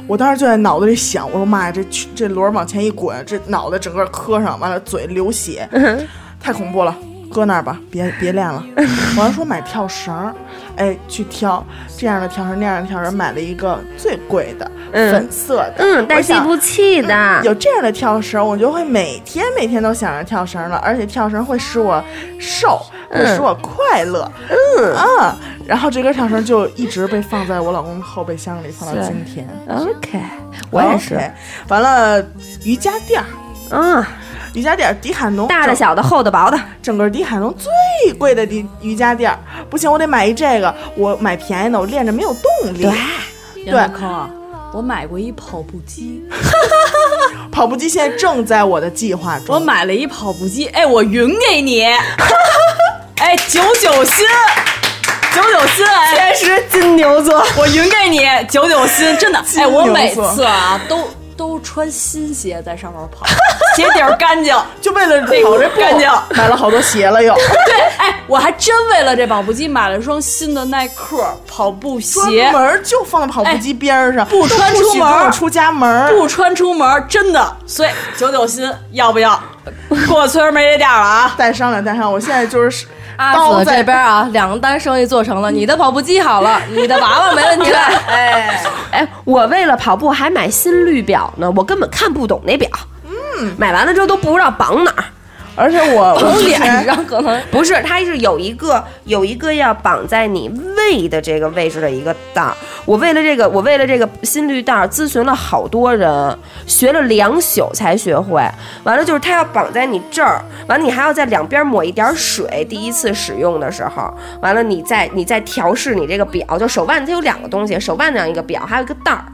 [SPEAKER 3] 我当时就在脑子里想，我说妈呀，这这轮儿往前一滚，这脑袋整个磕上，完了嘴流血，
[SPEAKER 6] 嗯
[SPEAKER 3] 太恐怖了。搁那儿吧，别别练了。
[SPEAKER 6] 嗯
[SPEAKER 3] 我还说买跳绳儿，哎，去挑这样的跳绳，那样的跳绳，买了一个最贵的、
[SPEAKER 6] 嗯
[SPEAKER 3] 粉色的。
[SPEAKER 6] 嗯，带
[SPEAKER 3] 我
[SPEAKER 6] 气
[SPEAKER 3] 想
[SPEAKER 6] 不气的。
[SPEAKER 3] 有这样的跳绳，我就会每天每天都想着跳绳了，而且跳绳会使我瘦，
[SPEAKER 6] 嗯
[SPEAKER 3] 会使我快乐。嗯啊，然后这根跳绳就一直被放在我老公的后备箱里，放到今天。
[SPEAKER 6] OK，我也是。
[SPEAKER 3] OK，完了，瑜伽垫儿，
[SPEAKER 6] 嗯，
[SPEAKER 3] 瑜伽垫儿，迪卡侬
[SPEAKER 6] 大的、
[SPEAKER 3] 整
[SPEAKER 6] 小的、厚的、薄的，
[SPEAKER 3] 整个迪卡侬最贵的迪瑜伽垫儿，不行，我得买一这个，我买便宜的，我练着没有动力。
[SPEAKER 7] 严大抠啊，我买过一跑步机，
[SPEAKER 3] 跑步机现在正在我的计划中。
[SPEAKER 7] 我买了一跑步机，哎，我匀给你， 哎，九九新，九九新，哎，
[SPEAKER 6] 但是金牛座。
[SPEAKER 7] 我匀给你九九新，真的，哎，我
[SPEAKER 3] 金牛座
[SPEAKER 7] 每次啊都都穿新鞋在上面跑，鞋底儿干净，
[SPEAKER 3] 就为了
[SPEAKER 7] 那
[SPEAKER 3] 跑这步，
[SPEAKER 7] 干净。
[SPEAKER 3] 买了好多鞋了又。
[SPEAKER 7] 对，哎，我还真为了这跑步机买了双新的耐克跑步鞋
[SPEAKER 3] 专，门儿就放在跑步机边儿上，
[SPEAKER 7] 不穿
[SPEAKER 3] 都不许
[SPEAKER 7] 出门儿
[SPEAKER 3] 跟我出家门儿。
[SPEAKER 7] 不穿出门，真的。所以九九新要不要？过村儿没这店儿了啊！
[SPEAKER 3] 带上了，带上了，我现在就是
[SPEAKER 8] 阿
[SPEAKER 3] 刀
[SPEAKER 8] 紫
[SPEAKER 3] 在
[SPEAKER 8] 这边啊，两单生意做成了，你的跑步机好了，你的娃娃没问题了。哎，
[SPEAKER 6] 哎，我为了跑步还买新绿表呢，我根本看不懂那表。嗯，买完了之后都不知道绑哪儿。
[SPEAKER 3] 而且我我之前
[SPEAKER 8] 然后可能
[SPEAKER 6] 不是，它是有一个有一个要绑在你胃的这个位置的一个带儿。我为了这个，我为了这个心率带儿咨询了好多人，学了两宿才学会。完了就是它要绑在你这儿，完了你还要在两边抹一点儿水，第一次使用的时候，完了你再你再调试你这个表，就手腕它有两个东西，手腕那样一个表，还有一个带儿。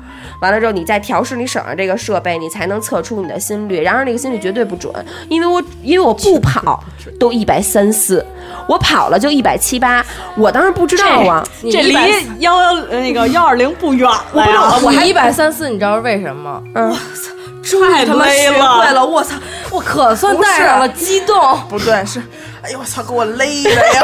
[SPEAKER 6] 完了之后，你再调试你手上这个设备，你才能测出你的心率。然而那个心率绝对不准，因为我因为我不跑都一百三四，我跑了就一百七八，我当时不知道
[SPEAKER 7] 哎
[SPEAKER 6] 啊。
[SPEAKER 7] 这离幺幺那个幺二零不远了哎呀，
[SPEAKER 8] 我一百三四，你知道是为什么？
[SPEAKER 7] 太
[SPEAKER 8] 他妈
[SPEAKER 7] 累
[SPEAKER 8] 学会了，我操，我可算带上了，激动。
[SPEAKER 3] 不对是，哎呦我操，给我勒的呀！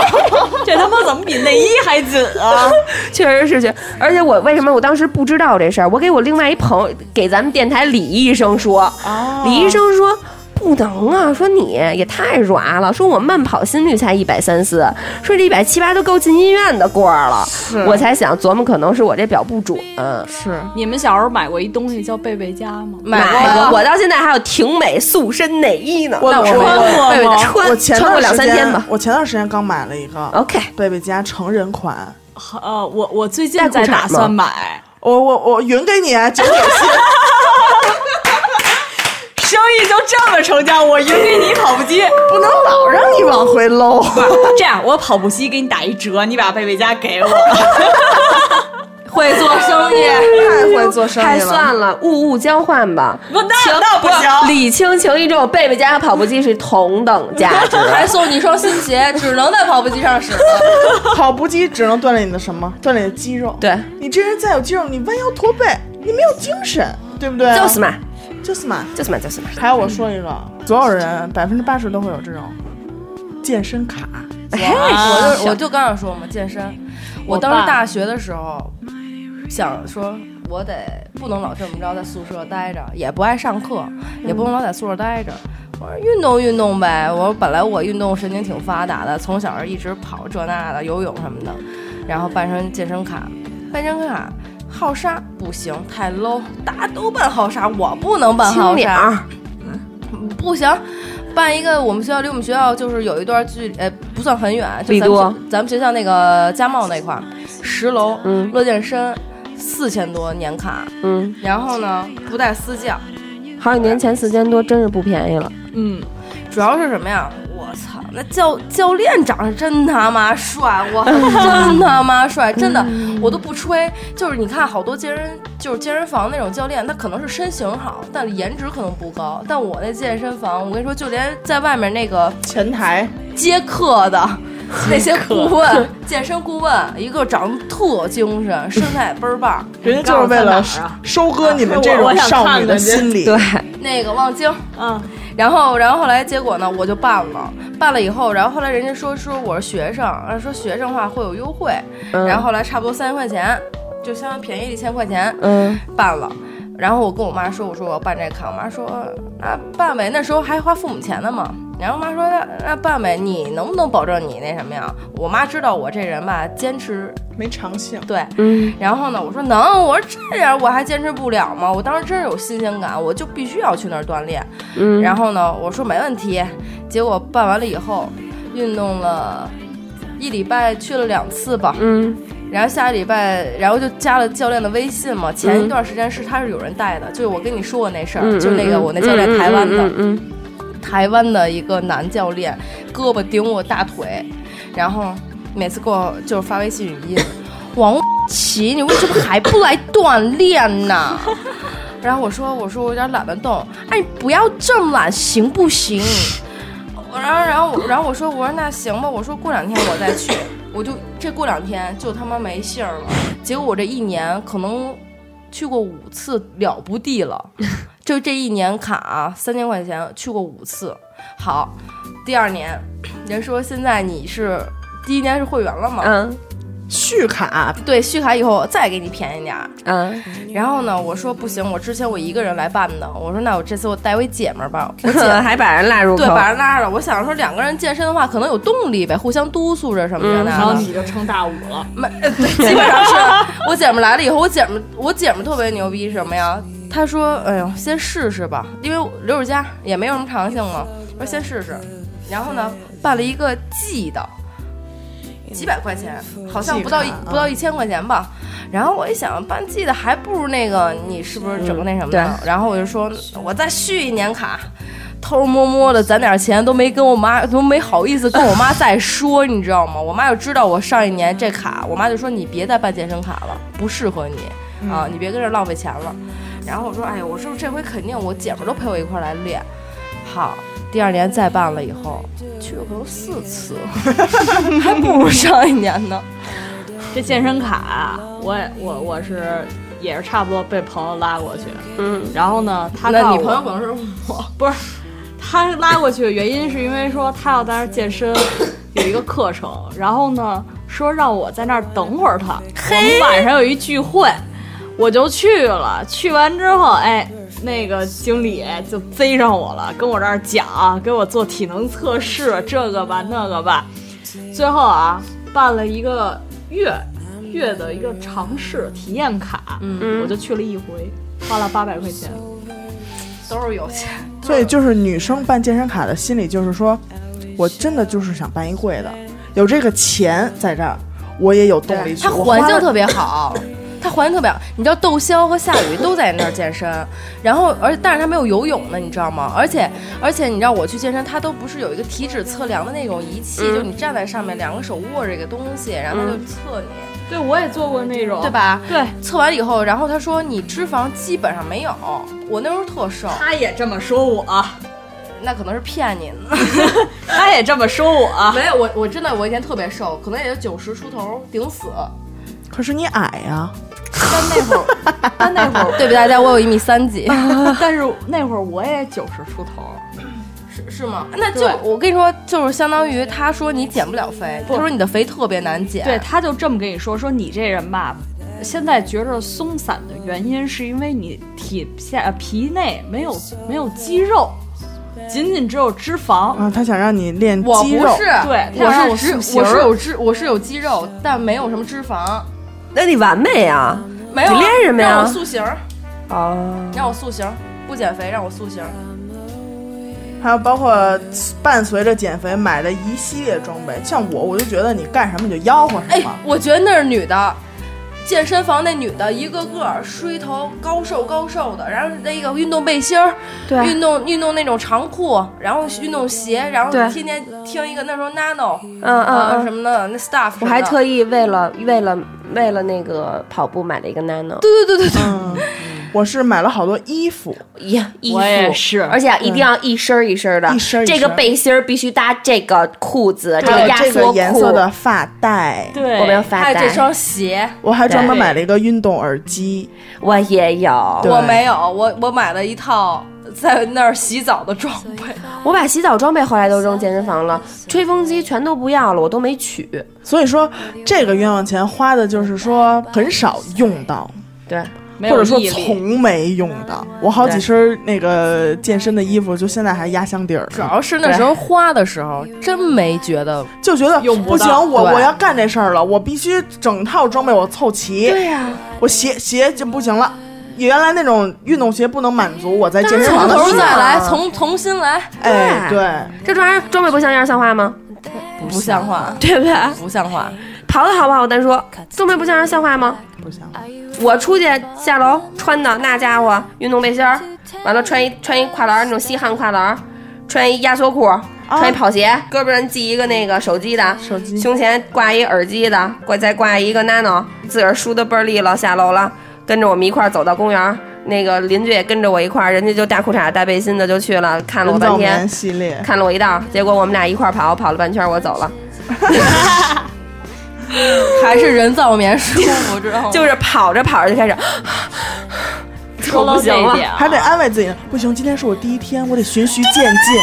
[SPEAKER 7] 这他妈怎么比内衣还紧啊？
[SPEAKER 6] 确实是确，而且我为什么我当时不知道这事儿？我给我另外一朋友，给咱们电台李医生说，李医生说。不能啊！说你也太软了。说我慢跑心率才一百三四，说这一百七八都够进医院的棍儿了。我才想琢磨，可能是我这表不准。啊
[SPEAKER 3] 是
[SPEAKER 7] 你们小时候买过一东西叫贝贝佳吗？
[SPEAKER 8] 买
[SPEAKER 6] 买
[SPEAKER 8] 过
[SPEAKER 6] 过，我到现在还有婷美塑身内衣呢。
[SPEAKER 3] 我
[SPEAKER 8] 那我
[SPEAKER 3] 我
[SPEAKER 8] 穿
[SPEAKER 7] 过
[SPEAKER 6] 贝贝
[SPEAKER 7] 吗
[SPEAKER 6] 的穿
[SPEAKER 3] 我前段
[SPEAKER 6] 穿过
[SPEAKER 3] 时
[SPEAKER 6] 两三
[SPEAKER 3] 间
[SPEAKER 6] 天吧。
[SPEAKER 3] 我前段时间刚买了一个
[SPEAKER 6] OK，
[SPEAKER 3] 贝贝佳成人款，
[SPEAKER 7] 呃，我我最近
[SPEAKER 6] 带裤
[SPEAKER 7] 在
[SPEAKER 6] 衩
[SPEAKER 7] 打
[SPEAKER 6] 吗
[SPEAKER 7] 算买，
[SPEAKER 3] 我我我匀给你啊九九新，
[SPEAKER 7] 生意就这么成交，我赢给你跑步机。
[SPEAKER 3] 不能老让你往回搂。
[SPEAKER 7] 这样，我跑步机给你打一折，你把贝贝佳给我。
[SPEAKER 8] 会做生意，
[SPEAKER 3] 太会做生
[SPEAKER 6] 太
[SPEAKER 3] 意了。
[SPEAKER 6] 哎算了，物物交换吧。
[SPEAKER 7] 不，那那不行。
[SPEAKER 6] 礼轻情意重，贝贝家和跑步机是同等价值。
[SPEAKER 8] 还送你一双新鞋，只能在跑步机上使了。
[SPEAKER 3] 跑步机只能锻炼你的什么？锻炼你的肌肉。
[SPEAKER 6] 对，
[SPEAKER 3] 你这人再有肌肉，你弯腰驼背，你没有精神，对不对？
[SPEAKER 6] 就是嘛，
[SPEAKER 3] 就是嘛。
[SPEAKER 6] 就是嘛，就是嘛。
[SPEAKER 3] 还有我说一个，所有人百分之八十都会有这种健身卡，
[SPEAKER 8] 我就我就刚想说嘛，健身。我当
[SPEAKER 7] 啊我
[SPEAKER 8] 时
[SPEAKER 7] 爸
[SPEAKER 8] 大学的时候，想说我得不能老这么着在宿舍待着，也不爱上课，也不能老在宿舍待着。我说运动运动呗。我说本来我运动神经挺发达的，从小一直跑这那的，游泳什么的，然后办张健身卡，办健身卡。号杀不行，太 low，大家都办号杀，我不能办
[SPEAKER 6] 轻
[SPEAKER 8] 号
[SPEAKER 6] 点
[SPEAKER 8] 杀。
[SPEAKER 6] 儿，
[SPEAKER 8] 不行，办一个我们学校离我们学校就是有一段距离，呃，不算很远，就
[SPEAKER 6] 丽
[SPEAKER 8] 咱们
[SPEAKER 6] 都
[SPEAKER 8] 学咱们学校那个家贸那块儿，十楼，
[SPEAKER 6] 嗯
[SPEAKER 8] 乐健身四千多年卡，
[SPEAKER 6] 嗯，
[SPEAKER 8] 然后呢不带私教，
[SPEAKER 6] 好几年前四千多，真是不便宜了。
[SPEAKER 7] 嗯，
[SPEAKER 8] 主要是什么呀？我操，那教教练长得真他妈帅，我 真他妈帅，真的，我都不吹。就是你看好多健身，就是健身房那种教练，他可能是身形好，但颜值可能不高。但我那健身房，我跟你说，就连在外面那个
[SPEAKER 3] 前台
[SPEAKER 8] 接客的那些顾问， 健身顾问，一个长得特精神，身材也倍儿棒儿，
[SPEAKER 3] 人家就是为了收割你们这
[SPEAKER 7] 我
[SPEAKER 3] 种
[SPEAKER 7] 我想
[SPEAKER 3] 少女
[SPEAKER 7] 看
[SPEAKER 3] 的
[SPEAKER 7] 看
[SPEAKER 3] 心理。
[SPEAKER 6] 对，
[SPEAKER 8] 那个望京。
[SPEAKER 7] 嗯，
[SPEAKER 8] 然后，然后后来结果呢，我就办了，办了以后，然后后来人家说说我是学生，啊说学生的话会有优惠，
[SPEAKER 6] 嗯
[SPEAKER 8] 然后后来差不多三千块钱，就相当于便宜了一千块钱，
[SPEAKER 6] 嗯，
[SPEAKER 8] 办了。然后我跟我妈说，我说我要办这卡，我妈说那办呗，那时候还花父母钱呢嘛。然后我妈说那那办呗，你能不能保证你那什么呀？我妈知道我这人吧，坚持
[SPEAKER 3] 没长性，
[SPEAKER 8] 对，
[SPEAKER 6] 嗯，
[SPEAKER 8] 然后呢，我说能，我说这样我还坚持不了吗？我当时真是有新鲜感，我就必须要去那儿锻炼。
[SPEAKER 6] 嗯
[SPEAKER 8] 然后呢，我说没问题，结果办完了以后，运动了一礼拜，去了两次吧。
[SPEAKER 6] 嗯
[SPEAKER 8] 然后下个礼拜，然后就加了教练的微信嘛。前一段时间是他是有人带的，就是我跟你说过那事儿，
[SPEAKER 6] 嗯，
[SPEAKER 8] 就是那个
[SPEAKER 6] 嗯
[SPEAKER 8] 我那教练
[SPEAKER 6] 嗯
[SPEAKER 8] 台湾的。
[SPEAKER 6] 嗯嗯
[SPEAKER 8] 台湾的一个男教练，胳膊顶我大腿，然后每次给我就是发微信语音，王琦，你为什么还不来锻炼呢？然后我说我说我有点懒得动，哎，你不要这么懒行不行？然后然后我然后我说我说那行吧，我说过两天我再去，我就这过两天就他妈没信儿了。结果我这一年可能去过五次了不地了，就这一年卡啊三千块钱去过五次。好，第二年人说现在你是第一年是会员了嘛？
[SPEAKER 6] 嗯
[SPEAKER 3] 续卡啊
[SPEAKER 8] 对，续卡以后我再给你便宜点儿。
[SPEAKER 6] 嗯
[SPEAKER 8] 然后呢，我说不行，我之前我一个人来办的，我说那我这次我带我一姐们儿吧，我姐
[SPEAKER 6] 嗯，还把人拉入
[SPEAKER 8] 对
[SPEAKER 6] 坑，
[SPEAKER 8] 把人拉着，我想说两个人健身的话可能有动力呗，互相督促着什么
[SPEAKER 3] 嗯
[SPEAKER 8] 的。
[SPEAKER 7] 然后你就成大五了，
[SPEAKER 8] 没，呃对，基本上是。我姐们儿来了以后，我姐们儿我姐们儿特别牛逼，什么呀？她说：“哎呦，先试试吧，因为刘志佳也没有什么长性嘛。”我说先试试，然后呢，办了一个季的，几百块钱，好像不到一
[SPEAKER 3] 季卡啊
[SPEAKER 8] 不到一千块钱吧。然后我一想，办季的还不如那个，你是不是整个那什
[SPEAKER 7] 嗯
[SPEAKER 8] 么的？然后我就说，我再续一年卡。偷偷摸摸的攒点钱，都没跟我妈，都没好意思跟我妈再说，你知道吗？我妈就知道我上一年这卡，我妈就说你别再办健身卡了，不适合你、
[SPEAKER 7] 嗯
[SPEAKER 8] 啊，你别跟这儿浪费钱了。然后我说，哎呀，我是不是这回肯定我姐们儿都陪我一块儿来练？好，第二年再办了以后，去了可能四次，还不如上一年呢。
[SPEAKER 7] 这健身卡啊，我也我我是也是差不多被朋友拉过去，嗯，然后呢， 他
[SPEAKER 8] 那
[SPEAKER 7] 告
[SPEAKER 8] 你
[SPEAKER 7] 我
[SPEAKER 8] 朋友可能是我，
[SPEAKER 7] 不是，他拉过去的原因是因为说他要在那儿健身，有一个课程，然后呢说让我在那儿等会儿他，我们晚上有一聚会，我就去了。去完之后，哎，那个经理就贼上我了，跟我这儿讲，给我做体能测试，这个吧那个吧，最后啊办了一个月月的一个尝试体验卡，嗯，我就去了一回，花了八百块钱。
[SPEAKER 8] 都是有钱。
[SPEAKER 3] 所以就是女生办健身卡的心理就是说，我真的就是想办一贵的，有这个钱在这儿，我也有动力去。
[SPEAKER 8] 他
[SPEAKER 3] 我花
[SPEAKER 8] 环境
[SPEAKER 3] 了
[SPEAKER 8] 特别好，他还原特别好。你知道窦骁和夏雨都在那儿健身，然后而但是他没有游泳呢，你知道吗？而且而且你知道我去健身，他都不是有一个体脂测量的那种仪器，就你站在上面，两个手握着一个东西，然后他就测你。
[SPEAKER 7] 对，我也做过那种，
[SPEAKER 8] 嗯哦对？吧？
[SPEAKER 7] 对，
[SPEAKER 8] 测完了以后，然后他说你脂肪基本上没有，我那时候特 瘦，
[SPEAKER 7] 他也这么说我，
[SPEAKER 8] 那可能是骗你呢。
[SPEAKER 7] 他也这么说 我。
[SPEAKER 8] 啊没有，我我真的我以前特别瘦，可能也就九十出头，顶死。
[SPEAKER 3] 可是你矮啊呀、
[SPEAKER 8] 但那会 儿，但那会儿，对不起大家，我有一米三 几，
[SPEAKER 7] 但是那会儿我也九十出头，
[SPEAKER 8] 是是吗？那就
[SPEAKER 7] 对
[SPEAKER 8] 我跟你说，就是相当于他说你减不了肥，他说你的肥特别难减，
[SPEAKER 7] 对，，他就这么跟你说，说你这人吧，现在觉着松散的原因是因为你体下呃皮内没有没有肌肉，仅仅只有脂肪。
[SPEAKER 3] 啊，他想让你练
[SPEAKER 8] 我
[SPEAKER 3] 肌
[SPEAKER 8] 不
[SPEAKER 3] 肉，
[SPEAKER 8] 是，
[SPEAKER 7] 对他想
[SPEAKER 8] 我
[SPEAKER 7] 让我
[SPEAKER 8] 是
[SPEAKER 7] 塑
[SPEAKER 8] 脂，
[SPEAKER 7] 形
[SPEAKER 8] 我是有脂，我是有肌肉，但没有什么脂肪，
[SPEAKER 6] 那你完美啊！
[SPEAKER 8] 没有啊
[SPEAKER 6] 你练什么呀
[SPEAKER 8] 让我塑形儿，
[SPEAKER 6] 哦，
[SPEAKER 8] 让我塑形儿，不减肥让我塑形儿，
[SPEAKER 3] 还有包括伴随着减肥买了一系列装备。像我，我就觉得你干什么你就吆喝什
[SPEAKER 8] 哎
[SPEAKER 3] 么。，
[SPEAKER 8] 我觉得那是女的，健身房那女的一个个儿梳头，高瘦高瘦的，然后那个运动背心儿，
[SPEAKER 7] 对
[SPEAKER 8] 运动运动那种长裤，然后运动鞋，然后
[SPEAKER 6] 对
[SPEAKER 8] 天天听一个那时候 Nano，嗯
[SPEAKER 6] 嗯嗯
[SPEAKER 8] 什
[SPEAKER 6] 嗯，
[SPEAKER 8] 么的那 Stuff，
[SPEAKER 6] 我还特
[SPEAKER 8] 意
[SPEAKER 6] 意为了为了为了那个跑步买了一个 Nano
[SPEAKER 8] 对对对对对，
[SPEAKER 3] 嗯，
[SPEAKER 7] 哎
[SPEAKER 3] 我是买了好多衣服，
[SPEAKER 6] 呀衣服，
[SPEAKER 7] 我也是
[SPEAKER 6] 而且一定要一身儿一身儿的，
[SPEAKER 3] 一身儿一身
[SPEAKER 6] 这
[SPEAKER 3] 儿
[SPEAKER 6] 个背心儿必须搭这个裤子，
[SPEAKER 3] 还有
[SPEAKER 6] 压
[SPEAKER 3] 这
[SPEAKER 6] 缩
[SPEAKER 3] 个
[SPEAKER 6] 裤，
[SPEAKER 3] 颜色的发带，
[SPEAKER 7] 对
[SPEAKER 6] 我没有发
[SPEAKER 8] 还有这
[SPEAKER 6] 呆，
[SPEAKER 8] 双鞋。
[SPEAKER 3] 我还专门买了一个运动耳机。
[SPEAKER 6] 我也有，
[SPEAKER 3] 对
[SPEAKER 8] 我没有，我我买了一套在那儿洗澡的装备，
[SPEAKER 6] 我把洗澡装备后来都扔健身房了，吹风机全都不要了，我都没取。
[SPEAKER 3] 所以说，这个冤枉钱花的就是说很少用到，
[SPEAKER 6] 对，
[SPEAKER 7] 没
[SPEAKER 3] 或
[SPEAKER 7] 有
[SPEAKER 3] 者说
[SPEAKER 7] 毅力。
[SPEAKER 3] 从没用到。我好几
[SPEAKER 6] 对
[SPEAKER 3] 身那个健身的衣服，就现在还压箱底儿，
[SPEAKER 8] 主要是那时候花的时候真没觉得
[SPEAKER 3] 就觉得
[SPEAKER 7] 用
[SPEAKER 3] 不
[SPEAKER 7] 不
[SPEAKER 3] 行，
[SPEAKER 7] 到
[SPEAKER 3] 我
[SPEAKER 8] 对
[SPEAKER 3] 我要干这事儿了，我必须整套装备我凑齐。对呀、我鞋鞋就不行了。原来那种运动鞋不能满足我在健身
[SPEAKER 8] 从
[SPEAKER 3] 房的
[SPEAKER 8] 头
[SPEAKER 3] 需
[SPEAKER 8] 再
[SPEAKER 3] 要，
[SPEAKER 8] 来，从重新来，
[SPEAKER 3] 哎，对，
[SPEAKER 6] 这玩意儿装备不像样，像话吗？
[SPEAKER 8] 不像话，
[SPEAKER 6] 对不对？
[SPEAKER 8] 不像话。
[SPEAKER 6] 跑的好不好？我单说，装备不像样，像话吗？
[SPEAKER 3] 不行，
[SPEAKER 6] 我出去下楼穿的那家伙，运动背心儿，完了穿一穿一跨栏儿那种吸汗跨栏儿，穿一压缩裤，穿一跑鞋，胳膊上系一个那个手机的，
[SPEAKER 3] 手机
[SPEAKER 6] 胸前挂一耳机的，挂再挂一个 nano，自个儿梳的倍儿利落，下楼了，跟着我们一块儿走到公园儿。那个邻居也跟着我一块儿，人家就大裤衩、大背心的就去了，看了我
[SPEAKER 3] 人
[SPEAKER 6] 半
[SPEAKER 3] 造
[SPEAKER 6] 天
[SPEAKER 3] 棉，系列，
[SPEAKER 6] 看了我一道，结果我们俩一块儿跑，跑了半圈儿，我走了。
[SPEAKER 8] 还是人造棉舒服，知道吗？
[SPEAKER 6] 就是跑着跑着就开始，
[SPEAKER 7] 说到这一点啊，
[SPEAKER 3] 还得安慰自己，不行，今天是我第一天，我得循序渐进。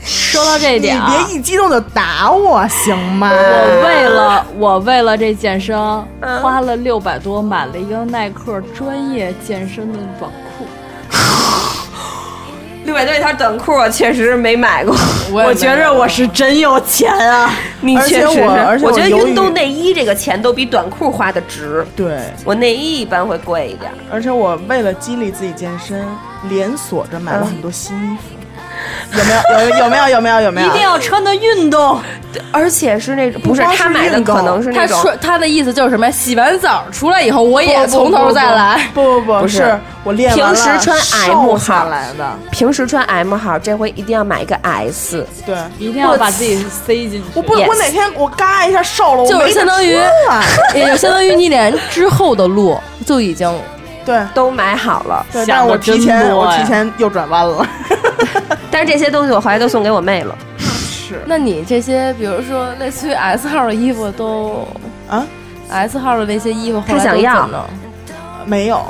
[SPEAKER 7] 说到这一
[SPEAKER 3] 你
[SPEAKER 7] 点啊，
[SPEAKER 3] 别一激动就打我，行吗？
[SPEAKER 7] 我为了我为了这健身，
[SPEAKER 3] 嗯
[SPEAKER 7] 花了六百多买了一个耐克专业健身的短裤。
[SPEAKER 6] 六百多一条短裤，我确实没买过。
[SPEAKER 8] 我也没有
[SPEAKER 7] 我是真有钱啊！
[SPEAKER 6] 你
[SPEAKER 3] 而且
[SPEAKER 6] 确实是，
[SPEAKER 3] 我而且我
[SPEAKER 6] 觉得
[SPEAKER 3] 由于
[SPEAKER 6] 运动内衣这个钱都比短裤花的值。
[SPEAKER 3] 对，
[SPEAKER 6] 我内衣一般会贵一点，
[SPEAKER 3] 而且我为了激励自己健身，连锁着买了很多新衣服。有没有？有有没有？有没有？有没有？
[SPEAKER 7] 一定要穿的运动，
[SPEAKER 6] 而且是那种不是
[SPEAKER 3] 光是
[SPEAKER 6] 他买的，
[SPEAKER 3] 运动
[SPEAKER 6] 可能是那
[SPEAKER 8] 他
[SPEAKER 6] 种
[SPEAKER 8] 说他的意思就是什么呀？洗完澡出来以后，我也
[SPEAKER 3] 不
[SPEAKER 8] 哎从头再来。。
[SPEAKER 3] 不不不，
[SPEAKER 6] 不是
[SPEAKER 3] 是我练完了
[SPEAKER 6] 平时穿 M
[SPEAKER 3] 瘦下
[SPEAKER 6] 号
[SPEAKER 3] 来的。
[SPEAKER 6] 平时穿 M 号，这回一定要买一个 S。
[SPEAKER 3] 对，
[SPEAKER 7] 一定要把自己塞进去。
[SPEAKER 3] 我不，我
[SPEAKER 6] Yes
[SPEAKER 3] 哪天我嘎一下瘦了，我
[SPEAKER 8] 就是
[SPEAKER 3] 没得
[SPEAKER 8] 相当于
[SPEAKER 3] 穿啊
[SPEAKER 8] 也就相当于你连之后的路就已经
[SPEAKER 3] 对
[SPEAKER 6] 都买好了，
[SPEAKER 3] 对，但
[SPEAKER 7] 想
[SPEAKER 3] 是
[SPEAKER 7] 得
[SPEAKER 3] 我提
[SPEAKER 7] 真
[SPEAKER 3] 前
[SPEAKER 7] 多
[SPEAKER 3] 我
[SPEAKER 7] 呀
[SPEAKER 3] 提前又转弯了。
[SPEAKER 6] 但是这些东西我后来都送给我妹了。
[SPEAKER 3] 是
[SPEAKER 8] 那你这些，比如说类似于 S 号的衣服都
[SPEAKER 3] 啊，
[SPEAKER 8] S 号的那些衣服，
[SPEAKER 6] 他想要
[SPEAKER 3] 没有，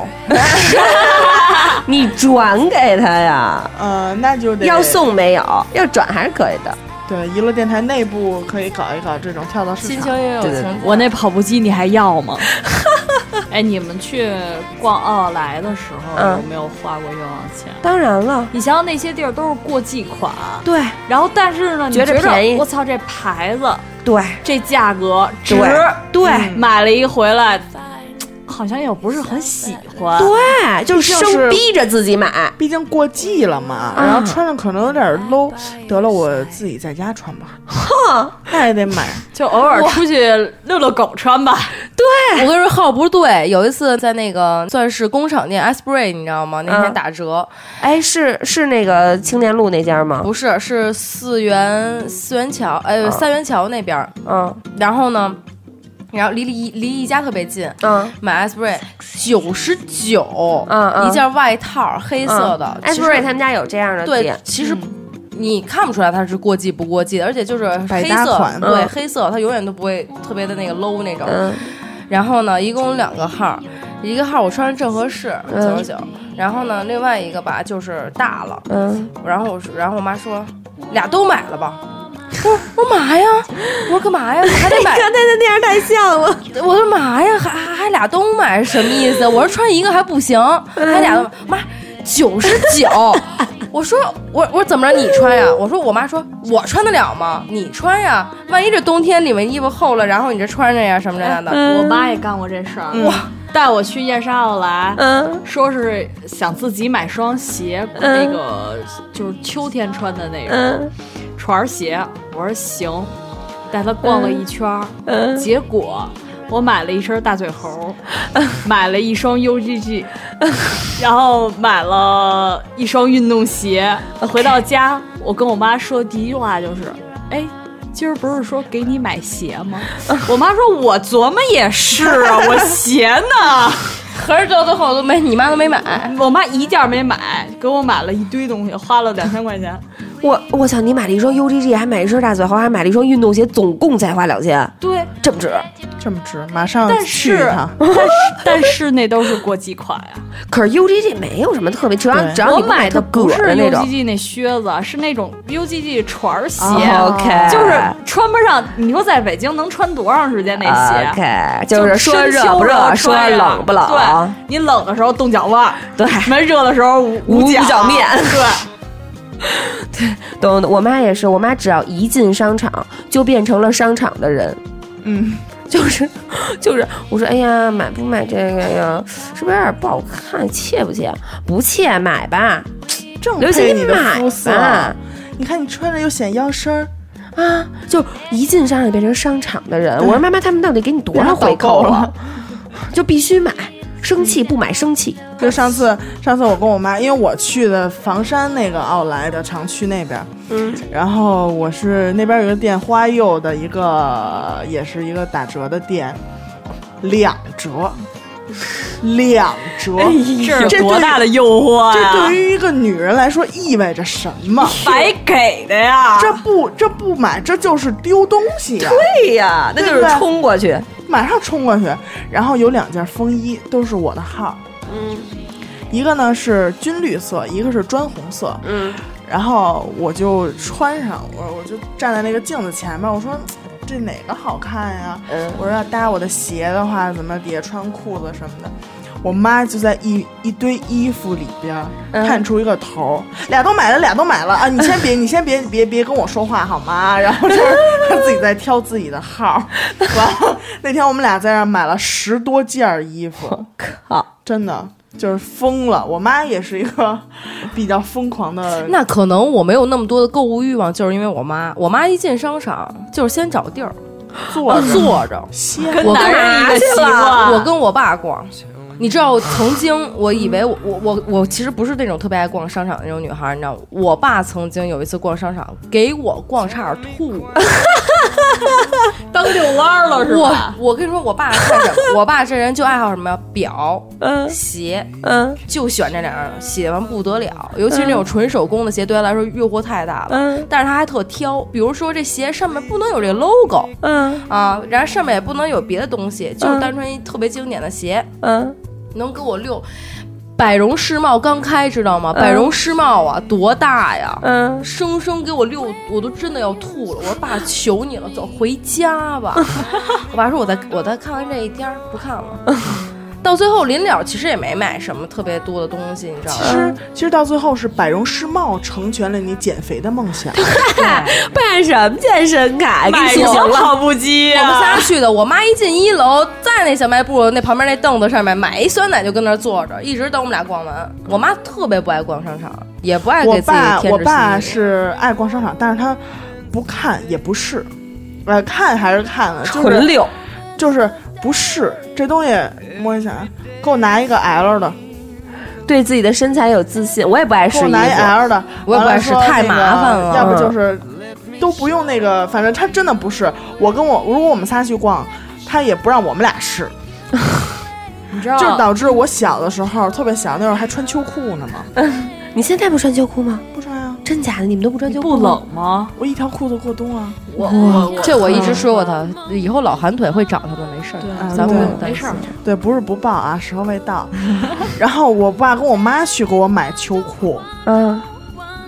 [SPEAKER 6] 你转给她呀？
[SPEAKER 3] 呃，那就得
[SPEAKER 6] 要送没有，要转还是可以的。
[SPEAKER 3] 对娱乐电台内部可以搞一搞这种跳蚤市
[SPEAKER 8] 心
[SPEAKER 3] 场
[SPEAKER 8] 情。也有
[SPEAKER 6] 对对
[SPEAKER 8] 情。
[SPEAKER 7] 我那跑步机你还要吗？ 哎，你们去逛奥莱的时候
[SPEAKER 6] 嗯
[SPEAKER 7] 有没有花过冤枉钱？
[SPEAKER 6] 当然了，
[SPEAKER 7] 你想想那些地儿都是过季款，
[SPEAKER 6] 对
[SPEAKER 7] 然后但是呢，你
[SPEAKER 6] 觉着便宜
[SPEAKER 7] 我操，这牌子
[SPEAKER 6] 对
[SPEAKER 7] 这价格值，
[SPEAKER 8] 嗯
[SPEAKER 6] 对对，
[SPEAKER 7] 买了一回来，好像又不是很喜欢。
[SPEAKER 6] 对，就是
[SPEAKER 3] 毕竟是
[SPEAKER 6] 生逼着自己买。
[SPEAKER 3] 毕竟过季了嘛，然后穿上可能有点 low，得了，我自己在家穿吧。那也得买，
[SPEAKER 7] 就偶尔出去遛遛狗穿 吧。
[SPEAKER 8] 我跟你说号不是对，有一次在那个算是工厂店 Asprey，你知道吗？那天
[SPEAKER 6] 嗯
[SPEAKER 8] 打折，
[SPEAKER 6] 哎，是是那个青年路那家吗？
[SPEAKER 8] 不是是四元四元桥，呃、
[SPEAKER 6] 嗯
[SPEAKER 8] 三元桥那边儿，
[SPEAKER 6] 嗯
[SPEAKER 8] 然后呢，然后离离离宜家特别近，
[SPEAKER 6] 嗯
[SPEAKER 8] 买 Asprey 九十九，
[SPEAKER 6] 嗯嗯
[SPEAKER 8] 一件外套黑色的，
[SPEAKER 6] 艾
[SPEAKER 8] 其
[SPEAKER 6] 斯
[SPEAKER 8] 实
[SPEAKER 6] 瑞他们家有这样的
[SPEAKER 8] 对
[SPEAKER 6] 店，，
[SPEAKER 8] 其实。你看不出来它是过季不过季的，而且就是
[SPEAKER 3] 百
[SPEAKER 8] 黑
[SPEAKER 3] 搭
[SPEAKER 8] 色，
[SPEAKER 3] 款
[SPEAKER 8] 对、
[SPEAKER 6] 嗯
[SPEAKER 8] 黑色，它永远都不会特别的那个 low 那种。
[SPEAKER 6] 嗯
[SPEAKER 8] 然后呢，一共两个号，一个号我穿着正合适九十九，然后呢，另外一个吧就是大了，
[SPEAKER 6] 嗯，
[SPEAKER 8] 然后我说，然后我妈说，俩都买了吧。我说我嘛呀？我说干嘛呀？还 得买？
[SPEAKER 6] 那那样太像了。
[SPEAKER 8] 我说嘛呀？还还还俩都买什么意思？我说穿一个还不行，还俩都买妈九十九。我说我我说怎么着你穿呀？我说我妈说我穿得了吗？你穿呀，万一这冬天里面衣服厚了，然后你这穿着呀什么这样的。
[SPEAKER 7] 我妈也干过这事儿，哇！带我去燕莎奥莱，
[SPEAKER 6] 嗯
[SPEAKER 7] 说是想自己买双鞋，那个就是秋天穿的那种
[SPEAKER 6] 嗯
[SPEAKER 7] 船儿鞋。我说行，带她逛了一圈儿，
[SPEAKER 6] 嗯，
[SPEAKER 7] 结果我买了一身大嘴猴，
[SPEAKER 6] 嗯
[SPEAKER 7] 买了一双 UGG，然后买了一双运动鞋。回到家，我跟我妈说第一句话就是：“哎。”今儿不是说给你买鞋吗？
[SPEAKER 6] 嗯
[SPEAKER 7] 我妈说，我琢磨也是啊，我鞋呢？
[SPEAKER 8] 合着到最后都没你妈都没买。
[SPEAKER 7] 我妈一件儿没买，给我买了一堆东西，花了两千块 钱。
[SPEAKER 6] 我我操，你买了一双 UGG，还买一身大嘴猴，还买了一双运动鞋，总共才花两千，
[SPEAKER 7] 对，
[SPEAKER 6] 这么值？
[SPEAKER 3] 这么值，马上
[SPEAKER 7] 但
[SPEAKER 3] 去一
[SPEAKER 7] 是
[SPEAKER 3] 趟。
[SPEAKER 7] 但是但是那都是过季款呀、
[SPEAKER 6] 可是 UGG 没有什么特别，只要
[SPEAKER 3] 对
[SPEAKER 6] 只要
[SPEAKER 7] 我
[SPEAKER 6] 你不
[SPEAKER 7] 买
[SPEAKER 6] 特
[SPEAKER 7] 的不
[SPEAKER 6] 葛
[SPEAKER 7] 是
[SPEAKER 6] 的那种。
[SPEAKER 7] UGG 那靴子，是那种 UGG 船儿鞋。
[SPEAKER 6] 哦 OK，
[SPEAKER 7] 就是穿不上，你说在北京能穿多长时间那鞋
[SPEAKER 6] 啊
[SPEAKER 7] 啊
[SPEAKER 6] OK，就是说
[SPEAKER 7] 深秋
[SPEAKER 6] 热不热，
[SPEAKER 7] 了
[SPEAKER 6] 说
[SPEAKER 7] 穿呀
[SPEAKER 6] 冷不啊冷，
[SPEAKER 7] 对，你冷的时候冻脚腕儿，
[SPEAKER 6] 对
[SPEAKER 7] 没热的时候捂
[SPEAKER 6] 捂
[SPEAKER 7] 脚
[SPEAKER 6] 脚面
[SPEAKER 7] 对，
[SPEAKER 6] 懂的。我妈也是，我妈只要一进商场，就变成了商场的人。
[SPEAKER 3] 嗯，
[SPEAKER 6] 就是就是，我说哎呀，买不买这个呀？是不是有点不好看？切不切？不切，买吧。
[SPEAKER 3] 正
[SPEAKER 6] 刘
[SPEAKER 3] 配
[SPEAKER 6] 姐，
[SPEAKER 3] 你的
[SPEAKER 6] 买
[SPEAKER 3] 肤色。
[SPEAKER 6] 吧。
[SPEAKER 3] 你看你穿着又显腰身儿，
[SPEAKER 6] 啊，就一进商场变成商场的人。我说妈妈，他们到底给你多少回扣
[SPEAKER 3] 然后
[SPEAKER 6] 了？就必须买，生气不买生气。
[SPEAKER 3] 就上次，上次我跟我妈，因为我去的房山那个奥莱的厂区那边，嗯，然后我是那边有一个店花釉的一个，也是一个打折的店，两 折，两折，
[SPEAKER 6] 哎
[SPEAKER 7] 这
[SPEAKER 3] 这
[SPEAKER 7] 是多
[SPEAKER 3] 对
[SPEAKER 7] 大的诱惑
[SPEAKER 3] 这
[SPEAKER 7] 呀！
[SPEAKER 3] 对于一个女人来说意味着什么？
[SPEAKER 7] 白给的呀，
[SPEAKER 3] 这不这不买，这就是丢东西呀、
[SPEAKER 6] 对呀，那
[SPEAKER 3] 对吧
[SPEAKER 6] 冲过去。
[SPEAKER 3] 马上冲过去，然后有两件风衣都是我的号，嗯，一个呢是军绿色，一个是砖红色，
[SPEAKER 6] 嗯，
[SPEAKER 3] 然后我就穿上，我我就站在那个镜子前面，我说这哪个好看呀？
[SPEAKER 6] 嗯
[SPEAKER 3] 我说要搭我的鞋的话，怎么底下穿裤子什么的。我妈就在一一堆衣服里边儿探出一个头儿，俩都买了，俩都买了啊！你先别，你先别，别别跟我说话好吗？然后就是她自己在挑自己的号儿。完了那天我们俩在那儿买了十多件儿衣服，
[SPEAKER 6] 好，
[SPEAKER 3] 真的就是疯了。我妈也是一个比较疯狂的
[SPEAKER 8] 那可能我没有那么多的购物欲望，就是因为我妈，我妈一进商场就是先找地儿
[SPEAKER 7] 啊
[SPEAKER 3] 坐着
[SPEAKER 8] 坐着。
[SPEAKER 3] 歇
[SPEAKER 7] 跟
[SPEAKER 8] 我
[SPEAKER 7] 男
[SPEAKER 8] 跟
[SPEAKER 7] 人一个习惯。
[SPEAKER 8] 我跟我爸逛，你知道，曾经我以为我我我我其实不是那种特别爱逛商场的那种女孩，你知道吗，我爸曾经有一次逛商场给我逛差点吐。
[SPEAKER 7] 当遛弯儿了是
[SPEAKER 8] 我
[SPEAKER 7] 吧？
[SPEAKER 8] 我跟你说，我爸看 着我爸这人就爱好什么呀？表、
[SPEAKER 6] 嗯
[SPEAKER 8] 鞋，
[SPEAKER 6] 嗯
[SPEAKER 8] 就喜欢这两样，喜欢不得了。尤其是那种纯手工的鞋，对他来说诱惑太大了。
[SPEAKER 6] 嗯
[SPEAKER 8] 但是他还特挑，比如说这鞋上面不能有这 logo
[SPEAKER 6] 嗯
[SPEAKER 8] 啊，然后上面也不能有别的东西，就是
[SPEAKER 6] 嗯
[SPEAKER 8] 单纯一特别经典的鞋。
[SPEAKER 6] 嗯，
[SPEAKER 8] 能给我六。百荣世贸刚开，知道吗？百荣世贸啊，多大呀！
[SPEAKER 6] 嗯
[SPEAKER 8] 生生给我六，我都真的要吐了。我说爸，求你了，走回家吧。 我爸说我再我再看看这一天儿，不看了。到最后临了，其实也没买什么特别多的东西，你知道
[SPEAKER 3] 其
[SPEAKER 8] 吗？
[SPEAKER 3] 实，其实到最后是百荣世贸成全了你减肥的梦想。
[SPEAKER 6] 办什么健身卡？给
[SPEAKER 7] 买
[SPEAKER 6] 哎你说
[SPEAKER 7] 什
[SPEAKER 6] 行
[SPEAKER 7] 么
[SPEAKER 6] 了，
[SPEAKER 7] 跑步机
[SPEAKER 8] 我们
[SPEAKER 7] 呀？
[SPEAKER 8] 仨去的，我妈一进一楼，再在那小卖部那旁边那凳子上面买一酸奶就跟那儿坐着，一直等我们俩逛完。我妈特别不爱逛商场，也不爱给
[SPEAKER 3] 我
[SPEAKER 8] 自己
[SPEAKER 3] 爸
[SPEAKER 8] 添置
[SPEAKER 3] 我爸
[SPEAKER 8] 新衣
[SPEAKER 3] 是爱逛商场，但是他不看也不是，呃，看还是看了，就
[SPEAKER 6] 纯
[SPEAKER 3] 是
[SPEAKER 6] 溜，
[SPEAKER 3] 就是不是这东西摸一下，啊给我拿一个 L 的，
[SPEAKER 6] 对自己的身材有自信。我也不爱试
[SPEAKER 3] 给
[SPEAKER 6] 衣
[SPEAKER 3] 我拿一
[SPEAKER 6] 服，
[SPEAKER 3] L 的，
[SPEAKER 8] 我也不
[SPEAKER 3] 完
[SPEAKER 8] 爱
[SPEAKER 3] 了
[SPEAKER 8] 试
[SPEAKER 3] 说
[SPEAKER 8] 太
[SPEAKER 3] 那个
[SPEAKER 8] 麻烦了嗯
[SPEAKER 3] 要不就是都不用那个，反正他真的不是。我跟我如果我们仨去逛，他也不让我们俩试，
[SPEAKER 7] 你知道
[SPEAKER 8] 哦
[SPEAKER 3] 就导致我小的时候特别小，那会儿还穿秋裤呢嘛，
[SPEAKER 6] 你现在不穿秋裤吗？
[SPEAKER 3] 不穿啊，
[SPEAKER 6] 真假的？你们都不穿秋裤？
[SPEAKER 7] 不。冷吗？
[SPEAKER 3] 我一条裤子过冬啊。
[SPEAKER 8] 服。这我一直说过他，以后老寒腿会找他的，没事儿，
[SPEAKER 3] 嗯对
[SPEAKER 8] 咱不用担
[SPEAKER 7] 没
[SPEAKER 8] 心
[SPEAKER 7] 事儿。
[SPEAKER 3] 对，不是不报啊，时候未到。 然后我爸跟我妈去给我买秋裤，
[SPEAKER 6] 嗯，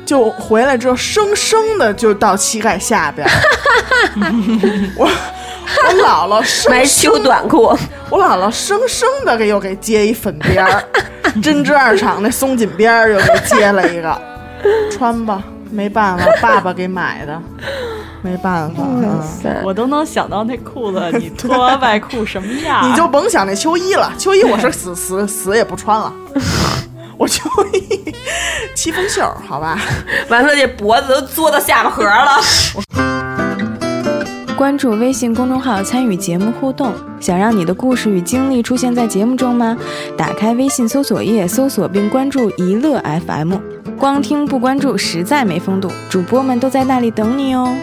[SPEAKER 3] 就回来之后生生的就到膝盖下边儿。 我我姥姥生
[SPEAKER 6] 买秋短 裤，
[SPEAKER 3] 我姥姥生生的给又给接一粉边儿，针织二厂那松紧边儿又给接了一个，穿吧，没办法，爸爸给买的，没办法，嗯？
[SPEAKER 7] 我都能想到那裤子，你脱外裤什么样
[SPEAKER 8] 啊
[SPEAKER 3] 你就甭想那秋衣 了，秋衣我是死 死死也不穿了， 我秋衣七分袖儿，好吧，
[SPEAKER 2] 完了这脖子都作到下巴颏儿了。
[SPEAKER 4] 关注微信公众号，参与节目互动。想让你的故事与经历出现在节目中吗？打开微信搜索页，搜索并关注“一乐 FM”。光听不关注，实在没风度。主播们都在那里等你哦。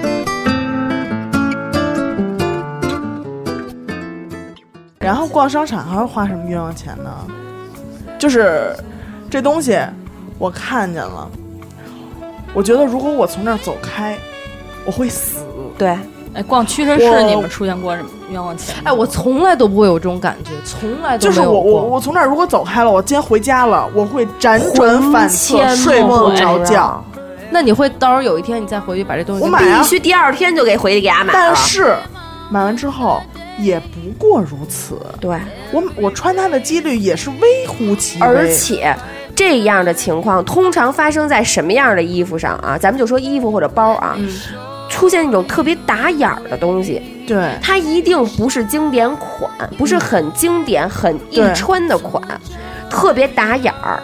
[SPEAKER 3] 然后逛商场还会花什么冤枉钱呢？就是这东西我看见了，我觉得如果我从那儿走开，我会死。
[SPEAKER 6] 对，
[SPEAKER 7] 哎，逛屈臣
[SPEAKER 3] 我
[SPEAKER 7] 氏你们出现过什么冤枉钱？
[SPEAKER 8] 哎，我从来都不会有这种感觉，从来都
[SPEAKER 3] 就是
[SPEAKER 8] 没有
[SPEAKER 3] 我我
[SPEAKER 8] 过
[SPEAKER 3] 我从那儿如果走开了，我今天回家了，我会辗转反侧，睡不着觉。
[SPEAKER 8] 那你会到时候有一天你再回去把这东西
[SPEAKER 3] 我
[SPEAKER 8] 给
[SPEAKER 7] 哎
[SPEAKER 3] 买啊
[SPEAKER 2] 必，须第二天就给回去给俺买了
[SPEAKER 3] 但。是买完之后也不过如此。
[SPEAKER 7] 啊
[SPEAKER 6] 对，
[SPEAKER 3] 我我穿它的几率也是微乎其微，
[SPEAKER 6] 而且这样的情况通常发生在什么样的衣服上啊？咱们就说衣服或者包啊，
[SPEAKER 7] 嗯
[SPEAKER 6] 出现那种特别打眼儿的东西，
[SPEAKER 3] 对
[SPEAKER 6] 它一定不是经典款，不是很经典、很易
[SPEAKER 3] 对
[SPEAKER 6] 穿的款，特别打眼儿，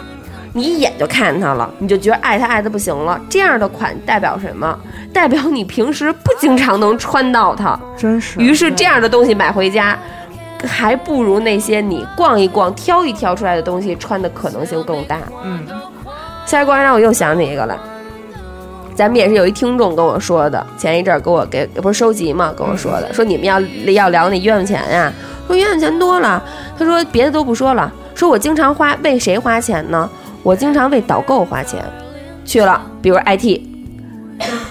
[SPEAKER 6] 你一眼就看见它了，你就觉得爱它爱的不行了。这样的款代表什么？代表你平时不经常能穿到它，
[SPEAKER 3] 真是
[SPEAKER 6] 于是这样的东西买回家。还不如那些你逛一逛、挑一挑出来的东西穿的可能性更大。
[SPEAKER 3] 嗯，
[SPEAKER 6] 下一关让我又想起一个来，咱们也是有一听众跟我说的，前一阵儿给我给不是收集嘛，跟我说
[SPEAKER 3] 嗯
[SPEAKER 6] 的，说你们要要聊那冤枉钱呀、说冤枉钱多了，他说别的都不说了，说我经常花为谁花钱呢？我经常为导购花钱，去了，比如 IT。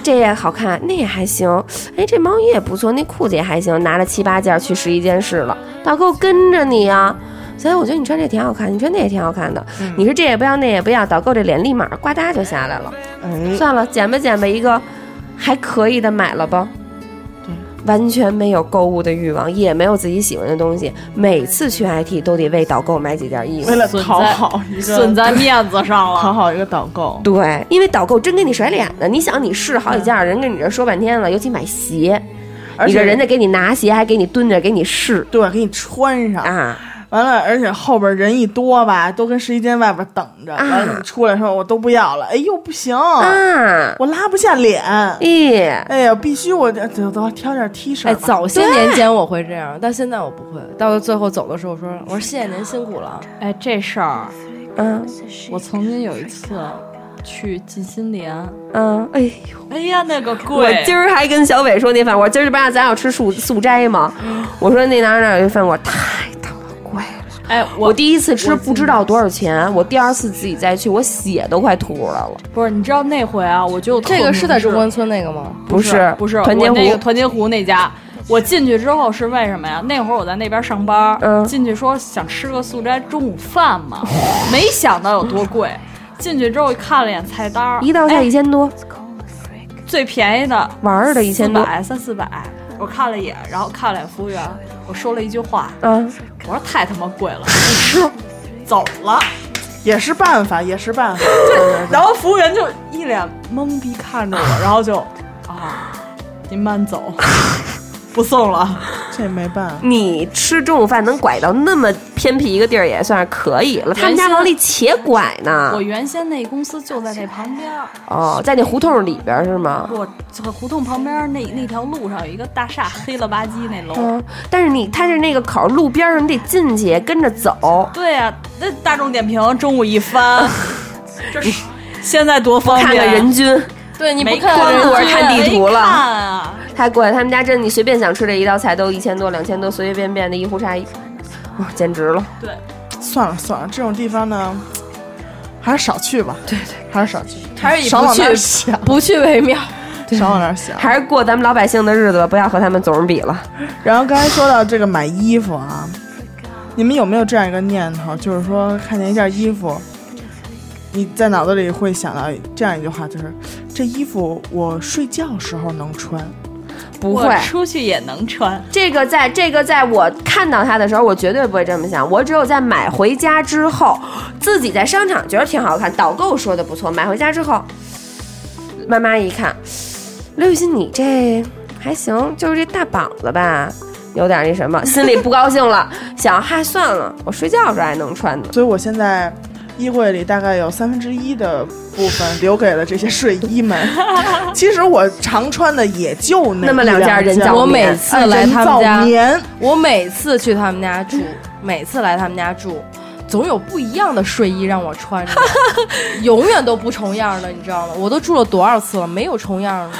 [SPEAKER 6] 这也好看，那也还行，哎，这毛衣也不错，那裤子也还行，拿了七八件儿去十一件事了，导购跟着你啊，所以我觉得你穿这挺好看，你穿那也挺好看的，你是这也不要那也不要，导购这脸立马呱嗒就下来了。
[SPEAKER 8] 嗯
[SPEAKER 3] 哎，
[SPEAKER 6] 算了，捡吧捡吧，一个还可以的买了吧。完全没有购物的欲望，也没有自己喜欢的东西。每次去 IT 都得为导购买几件衣服
[SPEAKER 3] 为。了
[SPEAKER 7] 损
[SPEAKER 3] 讨
[SPEAKER 7] 在
[SPEAKER 3] 好一
[SPEAKER 7] 损
[SPEAKER 3] 个
[SPEAKER 7] 在面子上
[SPEAKER 3] 讨
[SPEAKER 7] 了。
[SPEAKER 3] 好一个导购，
[SPEAKER 6] 对，因为导购真给你甩脸呢。你想，你试好几
[SPEAKER 8] 嗯
[SPEAKER 6] 件，人跟你这说半天了，尤其买鞋，
[SPEAKER 3] 而
[SPEAKER 6] 你
[SPEAKER 3] 且
[SPEAKER 6] 这人家给你拿鞋，还给你蹲着给你试
[SPEAKER 3] 对给你穿上。
[SPEAKER 6] 啊。
[SPEAKER 3] 完了，而且后边人一多吧，都跟试衣间外边等着。
[SPEAKER 6] 啊
[SPEAKER 3] 完了，你出来的时候我都不要了，哎呦不行，
[SPEAKER 8] 哦
[SPEAKER 6] 啊，
[SPEAKER 3] 我拉不下脸，
[SPEAKER 6] 咦、
[SPEAKER 3] 哎呀，必须我得走走挑点 T 恤吧。
[SPEAKER 8] 哎，早些年间我会这样，但现在我不会。到最后走的时候，我说：“我说谢谢您辛苦了。
[SPEAKER 7] 哎，这事儿
[SPEAKER 6] 嗯
[SPEAKER 7] 我曾经有一次去进心莲，
[SPEAKER 6] 嗯，哎，
[SPEAKER 7] 哎呀，那个
[SPEAKER 6] 我
[SPEAKER 7] 贵，
[SPEAKER 6] 今儿还跟小伟说那饭馆，今儿不是咱要吃素素斋吗？
[SPEAKER 7] 嗯
[SPEAKER 6] 我说那哪儿哪儿有一饭馆太他妈贵了，
[SPEAKER 7] 哎，
[SPEAKER 6] 我
[SPEAKER 7] 我
[SPEAKER 6] 第一次吃不知道多少钱，我第二次自己再去，我血都快吐出来了。
[SPEAKER 7] 不是你知道那回啊，我就”
[SPEAKER 8] 这个是在中
[SPEAKER 7] 关。
[SPEAKER 8] 关村那个吗？
[SPEAKER 6] 不是
[SPEAKER 7] 不是
[SPEAKER 6] 团结
[SPEAKER 7] 我那
[SPEAKER 6] 湖
[SPEAKER 7] 个团结湖那家。我进去之后是为什么呀？那会儿我在那边上班，
[SPEAKER 6] 嗯
[SPEAKER 7] 进去说想吃个素斋中午饭嘛，没想到有多贵。进去之后看了眼菜单儿，
[SPEAKER 6] 一道菜
[SPEAKER 7] 哎
[SPEAKER 6] 一千多，
[SPEAKER 7] 最便宜的
[SPEAKER 6] 玩儿的一千多
[SPEAKER 7] 四百三四百。我看了一眼，然后看了眼服务员，我说了一句话，
[SPEAKER 6] 嗯，
[SPEAKER 7] 我说太他妈贵了，不吃，走了。
[SPEAKER 3] 也是办法，也是办法。
[SPEAKER 7] 然后服务员就一脸懵逼 看着我，然后就啊，您慢走，不送了。
[SPEAKER 3] 这没办法。
[SPEAKER 6] 你吃中午饭能拐到那么偏僻一个地儿，也算是可以了。他们家
[SPEAKER 7] 原先
[SPEAKER 6] 楼里且拐呢
[SPEAKER 7] 我。原先那公司就在那旁边儿，
[SPEAKER 6] 哦，在那胡同里边是吗？
[SPEAKER 7] 我这个胡同旁边儿那那条路上有一个大厦，黑了吧唧那楼。
[SPEAKER 6] 嗯，但是你他是那个口儿路边儿，你得进去跟着走。
[SPEAKER 7] 对呀、那大众点评中午一 翻，这是 现在多方
[SPEAKER 6] 看看
[SPEAKER 7] 便，
[SPEAKER 6] 人均，
[SPEAKER 8] 对，你不
[SPEAKER 7] 没
[SPEAKER 8] 看
[SPEAKER 6] 光
[SPEAKER 8] 人
[SPEAKER 6] 顾着
[SPEAKER 8] 家
[SPEAKER 6] 看地图了
[SPEAKER 7] 没看啊
[SPEAKER 6] 太贵了。他们家真的，你随便想吃这一道菜都一千多、两千多，随随便便的一壶茶，一哇，简直了！
[SPEAKER 7] 对，
[SPEAKER 3] 算了算了，这种地方呢，还是少去吧。对对，还是少去，
[SPEAKER 8] 还是以
[SPEAKER 3] 少
[SPEAKER 8] 不
[SPEAKER 3] 往那儿
[SPEAKER 8] 去
[SPEAKER 3] 想，
[SPEAKER 8] 不去为 妙。
[SPEAKER 3] 少往那儿想。
[SPEAKER 6] 还是过咱们老百姓的日子吧，不要和他们总人比了。
[SPEAKER 3] 然后刚才说到这个买衣服啊，你们有没有这样一个念头，就是说看见一件衣服，你在脑子里会想到这样一句话，就是这衣服我睡觉时候能穿，
[SPEAKER 6] 不
[SPEAKER 7] 我
[SPEAKER 6] 会，
[SPEAKER 7] 出去也能穿。
[SPEAKER 6] 这个在这个在我看到它的时候，我绝对不会这么想。我只有在买回家之后，自己在商场觉得挺好看，导购说的不错，买回家之后，妈妈一看，刘雨欣你这还行，就是这大膀子吧，有点那什么，心里不高兴了，想嗨算了，我睡觉时候还能穿呢。
[SPEAKER 3] 所以我现在。衣柜里大概有三分之一的部分留给了这些睡衣们。 其实我常穿的也就那
[SPEAKER 6] 那么
[SPEAKER 3] 一
[SPEAKER 6] 两件
[SPEAKER 3] 两
[SPEAKER 6] 人
[SPEAKER 3] 件
[SPEAKER 6] 造
[SPEAKER 8] 我
[SPEAKER 6] 棉
[SPEAKER 8] 每次来他
[SPEAKER 3] 造
[SPEAKER 8] 们家，
[SPEAKER 3] 棉，
[SPEAKER 8] 我每次去他们家住，每次来他们家住，总有不一样的睡衣让我穿 着，永远都不重样的，你知道吗？我都住了多少次了，没有重样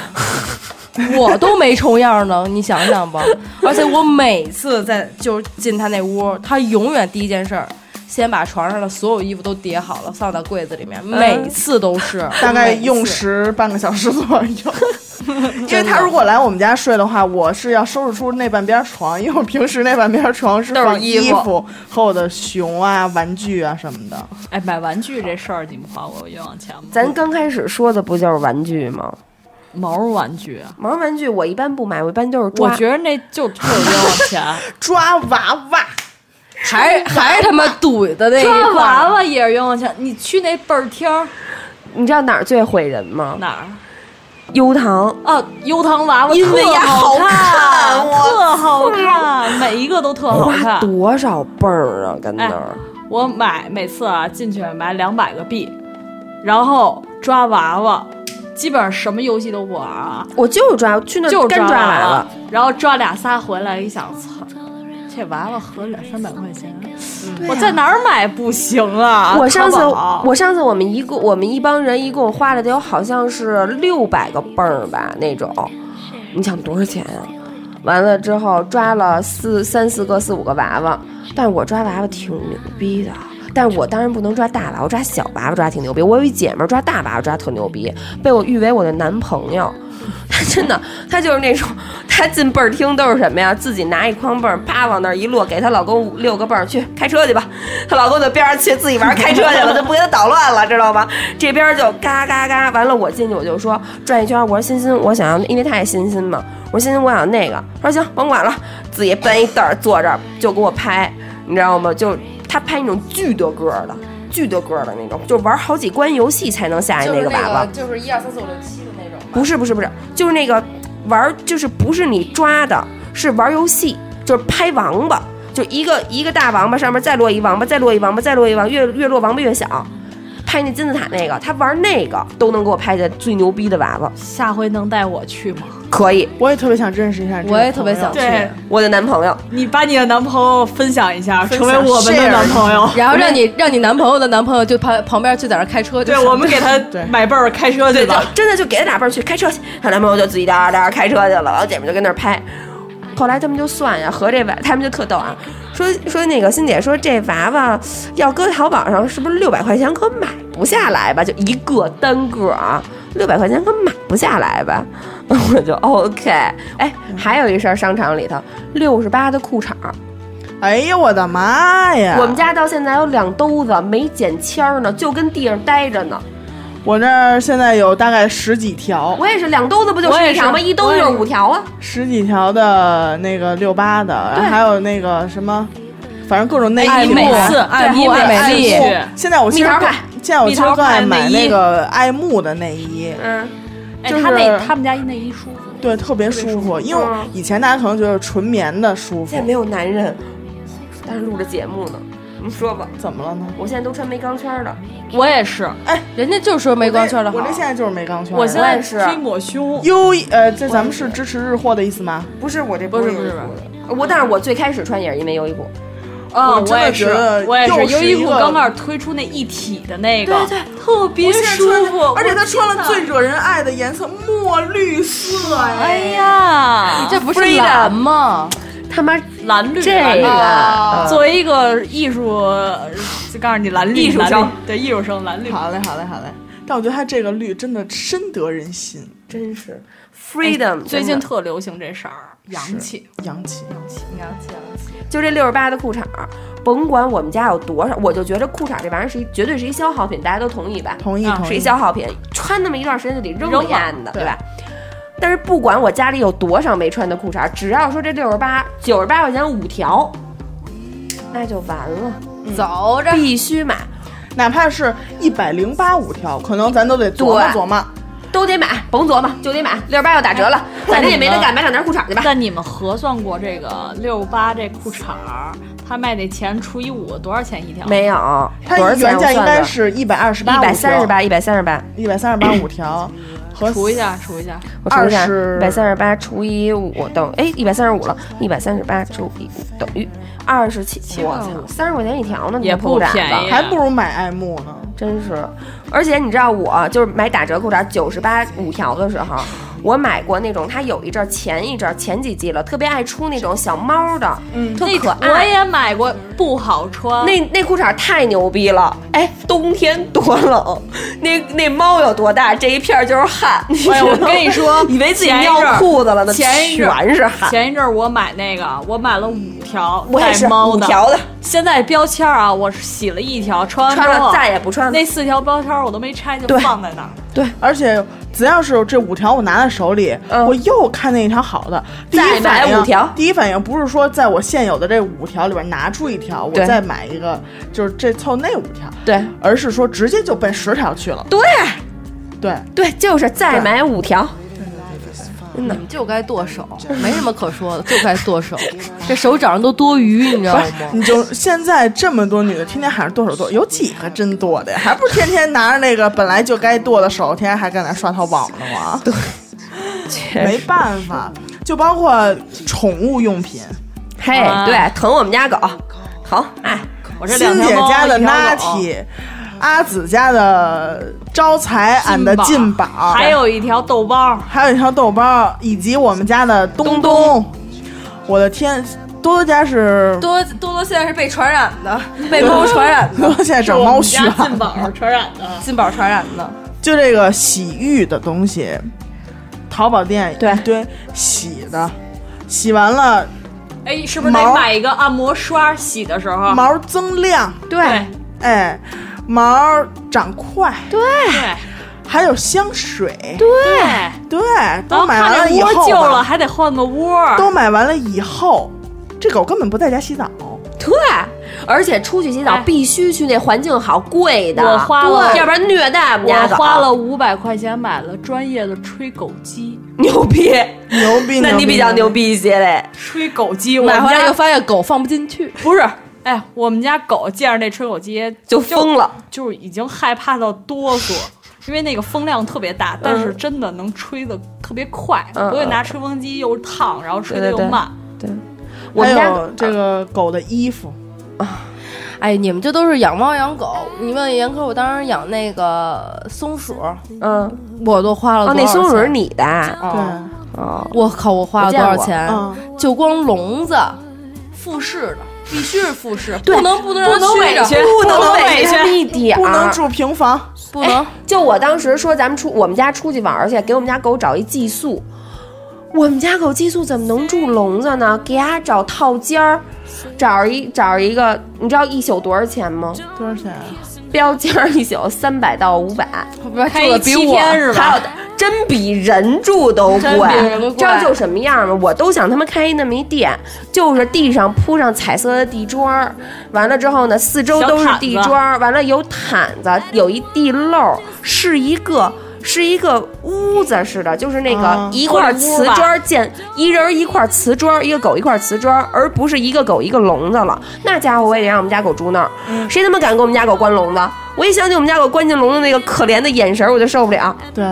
[SPEAKER 8] 的， 我都没重样的，你想想吧。而且我每次在就是进他那屋，他永远第一件事儿。先把床上的所有衣服都叠好了，放到柜子里面，每次都是，
[SPEAKER 3] 大概
[SPEAKER 8] 每次
[SPEAKER 3] 用时半个小时左 右。因为他如果来我们家睡的话，我是要收拾出那半边床，因为我平时那半边床是放衣服和我的熊啊、玩具啊什么的。
[SPEAKER 7] 哎，买玩具这事儿，你们花过冤枉钱吗？
[SPEAKER 6] 咱刚开始说的不就是玩具吗？
[SPEAKER 7] 毛玩具啊，
[SPEAKER 6] 毛绒玩具我一般不买，我一般都是抓。
[SPEAKER 7] 我觉得那就就是冤枉钱。
[SPEAKER 3] 抓娃娃，
[SPEAKER 8] 还是还是他妈怼的那一
[SPEAKER 7] 抓
[SPEAKER 8] 块
[SPEAKER 7] 娃娃也是冤枉钱，你去那倍儿厅儿
[SPEAKER 6] 你知道哪儿最毁人吗？
[SPEAKER 7] 哪儿？
[SPEAKER 6] 悠糖。
[SPEAKER 7] 啊，油糖娃娃，
[SPEAKER 6] 因为
[SPEAKER 7] 特
[SPEAKER 6] 呀
[SPEAKER 7] 好看，特好看，每一个都特好
[SPEAKER 6] 花
[SPEAKER 7] 看。哎
[SPEAKER 6] 多少泵儿啊，跟那儿、
[SPEAKER 7] 我买每次啊进去买两百个币，然后抓娃娃，基本上什么游戏都不玩啊，
[SPEAKER 6] 我就是抓去那儿
[SPEAKER 7] 就是
[SPEAKER 6] 干抓
[SPEAKER 7] 娃
[SPEAKER 6] 来了。，
[SPEAKER 7] 然后抓俩仨回来，一想，操，这娃娃合两三百块钱，我在哪儿买不行啊？
[SPEAKER 6] 我上次
[SPEAKER 7] 淘宝
[SPEAKER 6] 我上次我们一共我们一帮人一共花了得有好像是六百个泵儿吧那种，你想多少钱啊？完了之后抓了四三四个四五个娃娃，但是我抓娃娃挺牛逼的。但是我当然不能抓大娃，我抓小娃娃抓挺牛逼。我有一姐们儿抓大娃娃抓特牛逼，被我誉为我的男朋友。他 真的，他就是那种，他进倍儿厅都是什么呀？自己拿一筐泵儿，啪往那儿一落，给她老公五六个泵儿，去开车去吧。她老公就边上去自己玩儿开车去了，就不给她捣乱了，知道吗？这边儿就嘎嘎嘎，完了我进去我就说转一圈儿，我说欣欣，我想要，因为她也欣欣嘛，我说欣欣我想要那个，她说行，甭管了，自己搬一凳儿坐这儿就给我拍，你知道吗？就她拍那种巨多个儿的。巨多个儿的那种，就玩儿好几关游戏才能下来
[SPEAKER 8] 就是
[SPEAKER 6] 那个娃娃，
[SPEAKER 8] 就是一二三四五六七的那种吧。
[SPEAKER 6] 不是不是不是，就是那个玩儿，就是不是你抓的，是玩儿游戏，就是拍王八，就一个一个大王八上面再落一王八，再落一王八，再落一王八，越越落王八越小。拍那金字塔那个，他玩儿那个都能给我拍下最牛逼的娃娃，
[SPEAKER 7] 下回能带我去吗？
[SPEAKER 6] 可以。
[SPEAKER 3] 我也特别想认识一下这个
[SPEAKER 8] 我也特别想
[SPEAKER 3] 朋
[SPEAKER 8] 去
[SPEAKER 3] 友，
[SPEAKER 7] 对
[SPEAKER 6] 我的男朋友，
[SPEAKER 7] 你把你的男朋友分享一下，
[SPEAKER 3] 分
[SPEAKER 7] 成
[SPEAKER 3] 享
[SPEAKER 7] 为我们的
[SPEAKER 3] share
[SPEAKER 7] 男朋友。
[SPEAKER 8] 然后让你让你男朋友的男朋友就旁旁边就在那开车 就
[SPEAKER 7] 对，
[SPEAKER 8] 行，
[SPEAKER 7] 我们给他
[SPEAKER 3] 对
[SPEAKER 7] 买倍儿开车去
[SPEAKER 6] 就
[SPEAKER 7] 吧。
[SPEAKER 6] 真的就给他俩伴儿去开车去，她男朋友就自己哒哒开车去了，然后姐们就跟那儿拍。后来他们就算呀，合这娃，他们就特逗啊，说说那个欣姐说这娃娃要搁淘宝上是不是六百块钱可买不下来吧？就一个单个啊，六百块钱可买不下来吧？ 我就 OK。哎，还有一事儿，商场里头六十八的裤衩儿，
[SPEAKER 3] 哎呀，我的妈呀！
[SPEAKER 6] 我们家到现在有两兜子没剪签儿呢，就跟地上待着呢。
[SPEAKER 3] 我这儿现在有大概十几条，
[SPEAKER 6] 我也是两兜子不就
[SPEAKER 7] 我也
[SPEAKER 6] 一条吗？
[SPEAKER 7] 是
[SPEAKER 6] 一兜
[SPEAKER 7] 我
[SPEAKER 6] 子
[SPEAKER 7] 也
[SPEAKER 6] 就是
[SPEAKER 7] 是
[SPEAKER 6] 五条啊。
[SPEAKER 3] 十几条的那个六八的，然后还有那个什么，反正各种内衣。
[SPEAKER 8] 哎
[SPEAKER 3] 啊
[SPEAKER 7] 爱 美
[SPEAKER 3] 对
[SPEAKER 7] 四爱
[SPEAKER 8] 对
[SPEAKER 7] 慕
[SPEAKER 8] 爱
[SPEAKER 7] 爱
[SPEAKER 8] 美丽
[SPEAKER 7] 慕
[SPEAKER 3] 现在我其实
[SPEAKER 6] 蜜桃
[SPEAKER 3] 更
[SPEAKER 6] 派
[SPEAKER 3] 现在我其实
[SPEAKER 7] 蜜桃
[SPEAKER 3] 更爱
[SPEAKER 7] 派
[SPEAKER 3] 买
[SPEAKER 7] 内衣
[SPEAKER 3] 那个爱慕的内衣，
[SPEAKER 6] 嗯，
[SPEAKER 7] 哎，
[SPEAKER 3] 就是
[SPEAKER 7] 他那他们家那一舒服，
[SPEAKER 3] 对，特别舒服。因为以前大家可能觉得纯棉的舒服
[SPEAKER 6] 现在，没有男人，但是录着节目呢。你说吧，
[SPEAKER 3] 怎么了呢？
[SPEAKER 6] 我现在都穿没钢圈的，
[SPEAKER 7] 我也是，
[SPEAKER 8] 人家就说没光圈的好
[SPEAKER 3] 我这，现在就是没钢圈的。
[SPEAKER 7] 我现在
[SPEAKER 6] 也是
[SPEAKER 7] 推抹胸，
[SPEAKER 3] 优呃，这咱们是支持日货的意思吗？
[SPEAKER 6] 不是我这
[SPEAKER 7] 不是不
[SPEAKER 6] 优衣
[SPEAKER 7] 是
[SPEAKER 6] 库的我但是我最开始穿也是因为优衣库，
[SPEAKER 7] 啊，
[SPEAKER 3] 真
[SPEAKER 7] 我
[SPEAKER 3] 的
[SPEAKER 7] 也
[SPEAKER 3] 觉
[SPEAKER 7] 是
[SPEAKER 3] 得，
[SPEAKER 7] 我也
[SPEAKER 3] 又
[SPEAKER 7] 是优
[SPEAKER 3] 是
[SPEAKER 7] 衣
[SPEAKER 3] 一
[SPEAKER 7] 库
[SPEAKER 3] 个
[SPEAKER 7] 刚开始推出那一体的那个，
[SPEAKER 3] 对
[SPEAKER 7] 特别舒服，
[SPEAKER 3] 而且他
[SPEAKER 7] 我
[SPEAKER 3] 穿了
[SPEAKER 7] 天哪
[SPEAKER 3] 最惹人爱的颜色墨绿色，
[SPEAKER 7] 哎呀，
[SPEAKER 8] 这不是蓝吗？
[SPEAKER 6] 他妈
[SPEAKER 7] 蓝绿
[SPEAKER 6] 这
[SPEAKER 7] 蓝绿
[SPEAKER 6] 个
[SPEAKER 7] 作为一个艺术，呃就告诉你蓝绿
[SPEAKER 6] 艺术生，
[SPEAKER 7] 蓝绿对艺术生蓝绿，
[SPEAKER 3] 好嘞，好嘞，好嘞。但我觉得他这个绿真的深得人心，
[SPEAKER 6] 真是 freedom 真的。
[SPEAKER 7] 最近特流行这色儿，洋气，
[SPEAKER 3] 洋气。
[SPEAKER 7] 洋气，洋气，
[SPEAKER 6] 就这六十八的裤衩儿，甭管我们家有多少，我就觉着裤衩这玩意儿是一绝对是一消耗品，大家都同意吧？
[SPEAKER 3] 同意，
[SPEAKER 7] 啊
[SPEAKER 3] 同
[SPEAKER 6] 是一
[SPEAKER 3] 意。
[SPEAKER 6] 消耗品，穿那么一段时间就得扔
[SPEAKER 7] 扔
[SPEAKER 6] 了
[SPEAKER 7] 了
[SPEAKER 6] 丫的，
[SPEAKER 3] 对
[SPEAKER 6] 对吧？但是不管我家里有多少没穿的裤衩儿，只要说这六十八、九十八块钱五条，那就完了，
[SPEAKER 8] 走着，
[SPEAKER 6] 必须买，
[SPEAKER 3] 哪怕是一百零八五条，可能咱都得琢磨
[SPEAKER 6] 对
[SPEAKER 3] 琢磨。
[SPEAKER 6] 都得买，甭琢磨，就得买。六十八要打折了，反正也
[SPEAKER 3] 嗯
[SPEAKER 6] 没得干，买两条裤衩儿去吧。
[SPEAKER 7] 但你们核算过这个六八这裤衩儿，他卖那钱除以五多少钱一条？
[SPEAKER 6] 没有，
[SPEAKER 3] 它
[SPEAKER 6] 多少钱
[SPEAKER 3] 原
[SPEAKER 6] 我
[SPEAKER 3] 价
[SPEAKER 6] 算
[SPEAKER 3] 应该
[SPEAKER 6] 算。
[SPEAKER 3] 是一百二十八，
[SPEAKER 6] 一百三十，八，嗯一百三十八，
[SPEAKER 3] 一百三十八五条，和
[SPEAKER 7] 除一下，除一下，
[SPEAKER 6] 我除一下，
[SPEAKER 3] 20
[SPEAKER 6] 一百三十八除以五等于哎一百三十五了，一百三十八除以五等于二十七，我操，三十块钱一条呢，
[SPEAKER 7] 也不
[SPEAKER 6] 不
[SPEAKER 7] 便宜
[SPEAKER 3] 还不如买爱慕呢。
[SPEAKER 6] 真是，而且你知道我就是买打折裤衩九十八五条的时候，我买过那种，它有一阵儿前一阵儿前几季了，特别爱出那种小猫的，嗯，特
[SPEAKER 7] 那
[SPEAKER 6] 可
[SPEAKER 7] 我
[SPEAKER 6] 爱。
[SPEAKER 7] 也买过，不好穿。
[SPEAKER 6] 那那裤衩太牛逼了！哎，冬天多冷， 那那猫有多大？这一片儿就是汗。你知道
[SPEAKER 7] 哎，
[SPEAKER 6] 吗，
[SPEAKER 7] 我跟你说
[SPEAKER 6] 以为自己
[SPEAKER 7] 前一阵
[SPEAKER 6] 尿
[SPEAKER 7] 儿
[SPEAKER 6] 裤子了，那
[SPEAKER 7] 前一阵儿
[SPEAKER 6] 全是汗。
[SPEAKER 7] 前一阵儿我买那个，我买了五条
[SPEAKER 6] 我也
[SPEAKER 7] 带
[SPEAKER 6] 是
[SPEAKER 7] 猫
[SPEAKER 6] 五条的，
[SPEAKER 7] 现在标签儿啊，我是洗了一条，穿完
[SPEAKER 6] 穿
[SPEAKER 7] 之后
[SPEAKER 6] 了再也不穿了
[SPEAKER 7] 啊那。四条标签儿我都没拆，就
[SPEAKER 6] 对
[SPEAKER 7] 放在那儿。
[SPEAKER 3] 而且只要是这五条我拿在手里，
[SPEAKER 6] 嗯
[SPEAKER 3] 我又看见一条好的，第一
[SPEAKER 6] 再买
[SPEAKER 3] 反应
[SPEAKER 6] 五条
[SPEAKER 3] 第一反应不是说在我现有的这五条里边拿出一条，我
[SPEAKER 6] 对
[SPEAKER 3] 再买一个，就是这凑那五条，
[SPEAKER 6] 对
[SPEAKER 3] 而是说直接就奔十条去了。
[SPEAKER 6] 对
[SPEAKER 3] 对，
[SPEAKER 6] 对，就是再买五条。
[SPEAKER 8] 你们就该剁手，没什么可说的，就该剁手。这手掌上都多余，你知道
[SPEAKER 3] 不
[SPEAKER 8] 吗
[SPEAKER 3] 是？，你就现在这么多女的天天喊着剁手剁，有几个真剁的呀？还不是天天拿着那个本来就该剁的手，天天还敢来刷淘宝呢吗？对，没办法，就包括宠物用品，
[SPEAKER 6] 嘿，
[SPEAKER 7] 啊
[SPEAKER 6] 对，疼我们家狗，疼，哎，
[SPEAKER 7] 我这两
[SPEAKER 3] 欣
[SPEAKER 7] 条
[SPEAKER 3] 姐
[SPEAKER 7] 猫
[SPEAKER 3] 家的
[SPEAKER 7] 一条狗
[SPEAKER 3] Natty，阿紫家的招财俺的进宝，
[SPEAKER 7] 还有一条豆包，
[SPEAKER 3] 还有一条豆包，以及我们家的东
[SPEAKER 6] 东东
[SPEAKER 3] 我的天，多多家是
[SPEAKER 8] 多多多现在是被传染的，被猫传染
[SPEAKER 3] 多
[SPEAKER 8] 的，
[SPEAKER 3] 多 现在
[SPEAKER 7] 是
[SPEAKER 3] 长
[SPEAKER 7] 我
[SPEAKER 3] 猫
[SPEAKER 7] 们
[SPEAKER 3] 血
[SPEAKER 7] 家
[SPEAKER 3] 了
[SPEAKER 7] 进宝传染的。
[SPEAKER 8] 金宝传染的。
[SPEAKER 3] 就这个洗浴的东西，淘宝店
[SPEAKER 6] 对
[SPEAKER 3] 一堆洗的，洗完了
[SPEAKER 7] 哎，是不是得
[SPEAKER 3] 毛
[SPEAKER 7] 买一个按摩刷洗的时候？
[SPEAKER 3] 毛增亮，
[SPEAKER 7] 对
[SPEAKER 3] 哎，毛长快，
[SPEAKER 7] 对
[SPEAKER 3] 还有香水，
[SPEAKER 7] 对，
[SPEAKER 3] 对，
[SPEAKER 7] 然
[SPEAKER 3] 哎都
[SPEAKER 7] 后
[SPEAKER 3] 买完
[SPEAKER 7] 看
[SPEAKER 3] 了
[SPEAKER 7] 这
[SPEAKER 3] 以
[SPEAKER 7] 窝
[SPEAKER 3] 后
[SPEAKER 7] 旧了，
[SPEAKER 3] 吧，
[SPEAKER 7] 还得换个窝。
[SPEAKER 3] 都买完了以后，这狗根本不在家洗澡，
[SPEAKER 6] 对，而且出去洗澡
[SPEAKER 7] 哎
[SPEAKER 6] 必须去那环境好、贵的，
[SPEAKER 7] 我花了
[SPEAKER 6] 对要不然虐待我们家
[SPEAKER 7] 我
[SPEAKER 6] 狗，
[SPEAKER 7] 花了五百块钱买了专业的吹狗机，
[SPEAKER 6] 牛逼，
[SPEAKER 3] 牛逼，
[SPEAKER 6] 那你比较牛
[SPEAKER 3] 逼。
[SPEAKER 6] 逼一些嘞，
[SPEAKER 7] 吹狗机，我
[SPEAKER 8] 买
[SPEAKER 7] 们
[SPEAKER 8] 回来
[SPEAKER 7] 家
[SPEAKER 8] 又发现狗放不进去，
[SPEAKER 7] 不是，哎，我们家狗见着那吹狗机
[SPEAKER 6] 就疯了。
[SPEAKER 7] 就是已经害怕到哆嗦，因为那个风量特别大，但是真的能吹的特别快，
[SPEAKER 6] 嗯
[SPEAKER 7] 所以拿吹风机又烫，然后吹的
[SPEAKER 6] 对对
[SPEAKER 7] 又
[SPEAKER 6] 对
[SPEAKER 7] 慢。
[SPEAKER 6] 我
[SPEAKER 3] 还
[SPEAKER 6] 们家
[SPEAKER 3] 有这个狗的衣服，
[SPEAKER 8] 哎，你们这都是养猫养狗。你问严科，我当时养那个松鼠，
[SPEAKER 6] 嗯，
[SPEAKER 8] 我都花了
[SPEAKER 6] 哦，
[SPEAKER 8] 多
[SPEAKER 6] 那
[SPEAKER 8] 少钱
[SPEAKER 6] 松鼠是你的啊？
[SPEAKER 3] 对，
[SPEAKER 8] 哦，我靠，我花了多少钱？
[SPEAKER 3] 嗯，
[SPEAKER 8] 就光笼子，复式的，必须是复式，不能不能
[SPEAKER 6] 不
[SPEAKER 8] 让
[SPEAKER 6] 能委屈，
[SPEAKER 8] 虚着，
[SPEAKER 6] 不能
[SPEAKER 7] 委
[SPEAKER 6] 委
[SPEAKER 7] 屈
[SPEAKER 6] 屈他们一点啊
[SPEAKER 3] 不能
[SPEAKER 6] 儿。
[SPEAKER 3] 住平房，
[SPEAKER 8] 不能。
[SPEAKER 6] 就我当时说，咱们出我们家出去玩儿去，给我们家狗找一寄宿。我们家狗寄宿怎么能住笼子呢？给它找套间儿，找一找一个，你知道一宿多少钱吗？
[SPEAKER 3] 多少钱啊？
[SPEAKER 6] 标间儿一宿三百到五百，
[SPEAKER 8] 不是
[SPEAKER 7] 开
[SPEAKER 8] 住的
[SPEAKER 7] 一
[SPEAKER 8] 比
[SPEAKER 7] 七
[SPEAKER 8] 我
[SPEAKER 7] 天是
[SPEAKER 6] 还
[SPEAKER 7] 吧
[SPEAKER 6] 有？真比人住都
[SPEAKER 8] 真比人
[SPEAKER 6] 贵
[SPEAKER 8] 贵，
[SPEAKER 6] 知道就什么样吗？我都想他妈开一那么一店，就是地上铺上彩色的地砖儿，完了之后呢，四周都是地砖儿，完了有毯子，有一地漏儿，是一个是一个屋子似的，就是那个
[SPEAKER 3] 啊
[SPEAKER 6] 一块瓷砖建，一人一块瓷砖，一个狗一块瓷砖，而不是一个狗一个笼子了。那家伙我也得让我们家狗住那儿，谁他妈敢给我们家狗关笼子？我一想起我们家狗关进笼子那个可怜的眼神儿，我就受不了。
[SPEAKER 3] 对，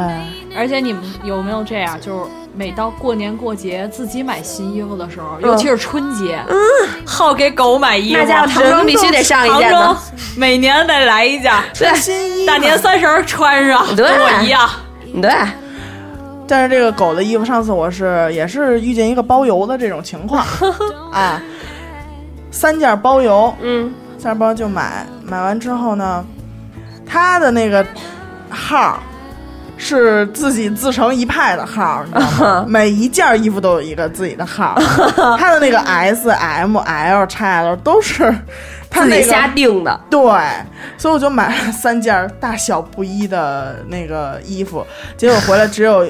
[SPEAKER 7] 而且你们有没有这样，就是每到过年过节自己买新衣服的时候，尤其是春节，嗯，好给狗买衣服，
[SPEAKER 6] 那家伙唐装必须得上一件呢
[SPEAKER 7] 唐装每年得来一件，
[SPEAKER 6] 对
[SPEAKER 3] 新衣
[SPEAKER 7] 大年三十儿穿上，
[SPEAKER 6] 对
[SPEAKER 7] 跟我一样。
[SPEAKER 6] 对，
[SPEAKER 3] 但是这个狗的衣服，上次我是也是遇见一个包邮的这种情 况啊，三件包邮，
[SPEAKER 6] 嗯，
[SPEAKER 3] 三件包邮就买，买完之后呢，他的那个号儿是自己自成一派的号儿，你知道 吗？每一件衣服都有一个自己的号儿，他的那个 S、M、L、XL 都是他
[SPEAKER 6] 自
[SPEAKER 3] 那
[SPEAKER 6] 己
[SPEAKER 3] 个
[SPEAKER 6] 瞎定的。
[SPEAKER 3] 对，所以我就买了三件大小不一的那个衣服，结果回来只有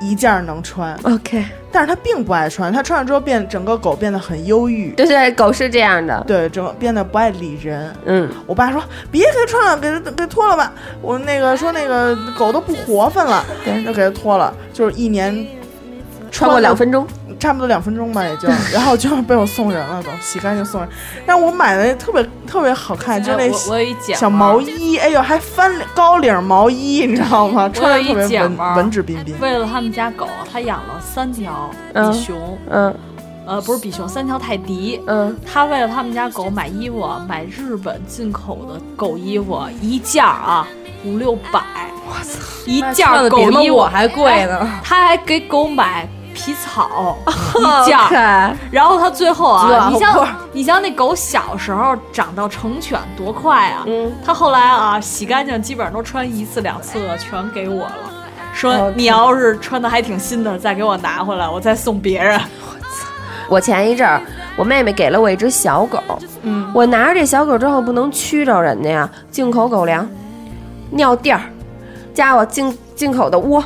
[SPEAKER 3] 一件能穿，
[SPEAKER 6] OK，
[SPEAKER 3] 但是他并不爱穿，他穿上之后变整个狗变得很忧郁，
[SPEAKER 6] 对对，狗是这样的。
[SPEAKER 3] 对，整个变得不爱理人。
[SPEAKER 6] 嗯，
[SPEAKER 3] 我爸说别给它穿了，给它给它脱了吧。我那个说那个狗都不活泛了，
[SPEAKER 6] 对
[SPEAKER 3] 就给它脱了，就是一年。
[SPEAKER 6] 穿过两分钟，
[SPEAKER 3] 差不多两分钟吧，也 就，然后就被我送人了，都洗干净送人。但我买的特别特别好看，就那
[SPEAKER 7] 我我有一姐
[SPEAKER 3] 小
[SPEAKER 7] 们儿
[SPEAKER 3] 毛衣，哎呦，还翻领高领毛衣，你知道吗？穿
[SPEAKER 7] 有
[SPEAKER 3] 着
[SPEAKER 7] 一
[SPEAKER 3] 特别
[SPEAKER 7] 姐
[SPEAKER 3] 文
[SPEAKER 7] 们儿
[SPEAKER 3] 文质彬彬。
[SPEAKER 7] 为了他们家狗，他养了三条
[SPEAKER 6] 嗯
[SPEAKER 7] 比熊，
[SPEAKER 6] 嗯
[SPEAKER 7] 呃，不是比熊，三条泰迪。
[SPEAKER 6] 嗯，
[SPEAKER 7] 他为了他们家狗买衣服，啊，买日本进口的狗衣服，一件儿啊五六百，我操，一件
[SPEAKER 8] 那
[SPEAKER 7] 儿
[SPEAKER 8] 穿得比
[SPEAKER 7] 啊狗
[SPEAKER 8] 他妈
[SPEAKER 7] 衣服
[SPEAKER 8] 我还贵呢
[SPEAKER 7] 哎他还给狗买皮草一件儿，
[SPEAKER 6] 看，
[SPEAKER 7] 然后他最后啊，
[SPEAKER 6] 暖
[SPEAKER 7] 你
[SPEAKER 6] 和
[SPEAKER 7] 像 你像那狗小时候长到成犬多快啊！
[SPEAKER 6] 嗯
[SPEAKER 7] 它后来啊洗干净，基本上都穿一次两次了，全给我了。说
[SPEAKER 6] OK
[SPEAKER 7] 你要是穿的还挺新的，再给我拿回来，我再送别人。
[SPEAKER 6] 我前一阵儿，我妹妹给了我一只小狗，嗯，我拿着这小狗之后不能屈着人家呀，进口狗粮、尿垫儿，加我进进口的窝。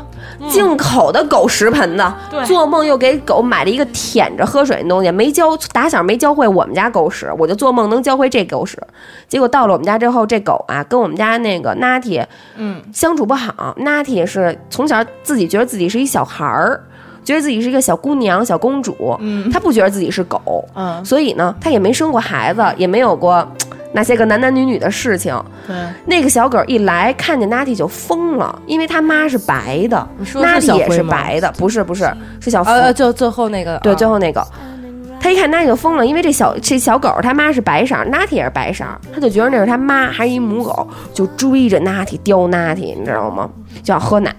[SPEAKER 6] 进口的狗食盆子，
[SPEAKER 7] 对
[SPEAKER 6] 做梦又给狗买了一个舔着喝水的东西，没教打小没教会我们家狗屎，我就做梦能教会这狗屎。结果到了我们家之后，这狗啊跟我们家那个 Natty，嗯，相处不好。Natty 是从小自己觉得自己是一小孩儿，觉得自己是一个小姑娘、小公主，嗯，她不觉得自己是狗，
[SPEAKER 3] 嗯，
[SPEAKER 6] 所以呢，她也没生过孩子，也没有过嗯那些个男男女女的事情。
[SPEAKER 3] 对，
[SPEAKER 6] 那个小狗一来看见 Natty 就疯了，因为他妈是白的
[SPEAKER 8] 说的是小
[SPEAKER 6] ，Natty 也
[SPEAKER 8] 灰
[SPEAKER 6] 是
[SPEAKER 8] 吗
[SPEAKER 6] 白的，不是不是是小福，
[SPEAKER 8] 呃，就最后那个，啊
[SPEAKER 3] 啊
[SPEAKER 6] 对，最
[SPEAKER 8] 后
[SPEAKER 6] 后那个。他一看 Natty 就疯了，因为这小这小狗他妈是白色，Natty 也是白色，他就觉得那是他妈，还是一母狗，就追着 Natty 叼 Natty，你知道吗？就要喝奶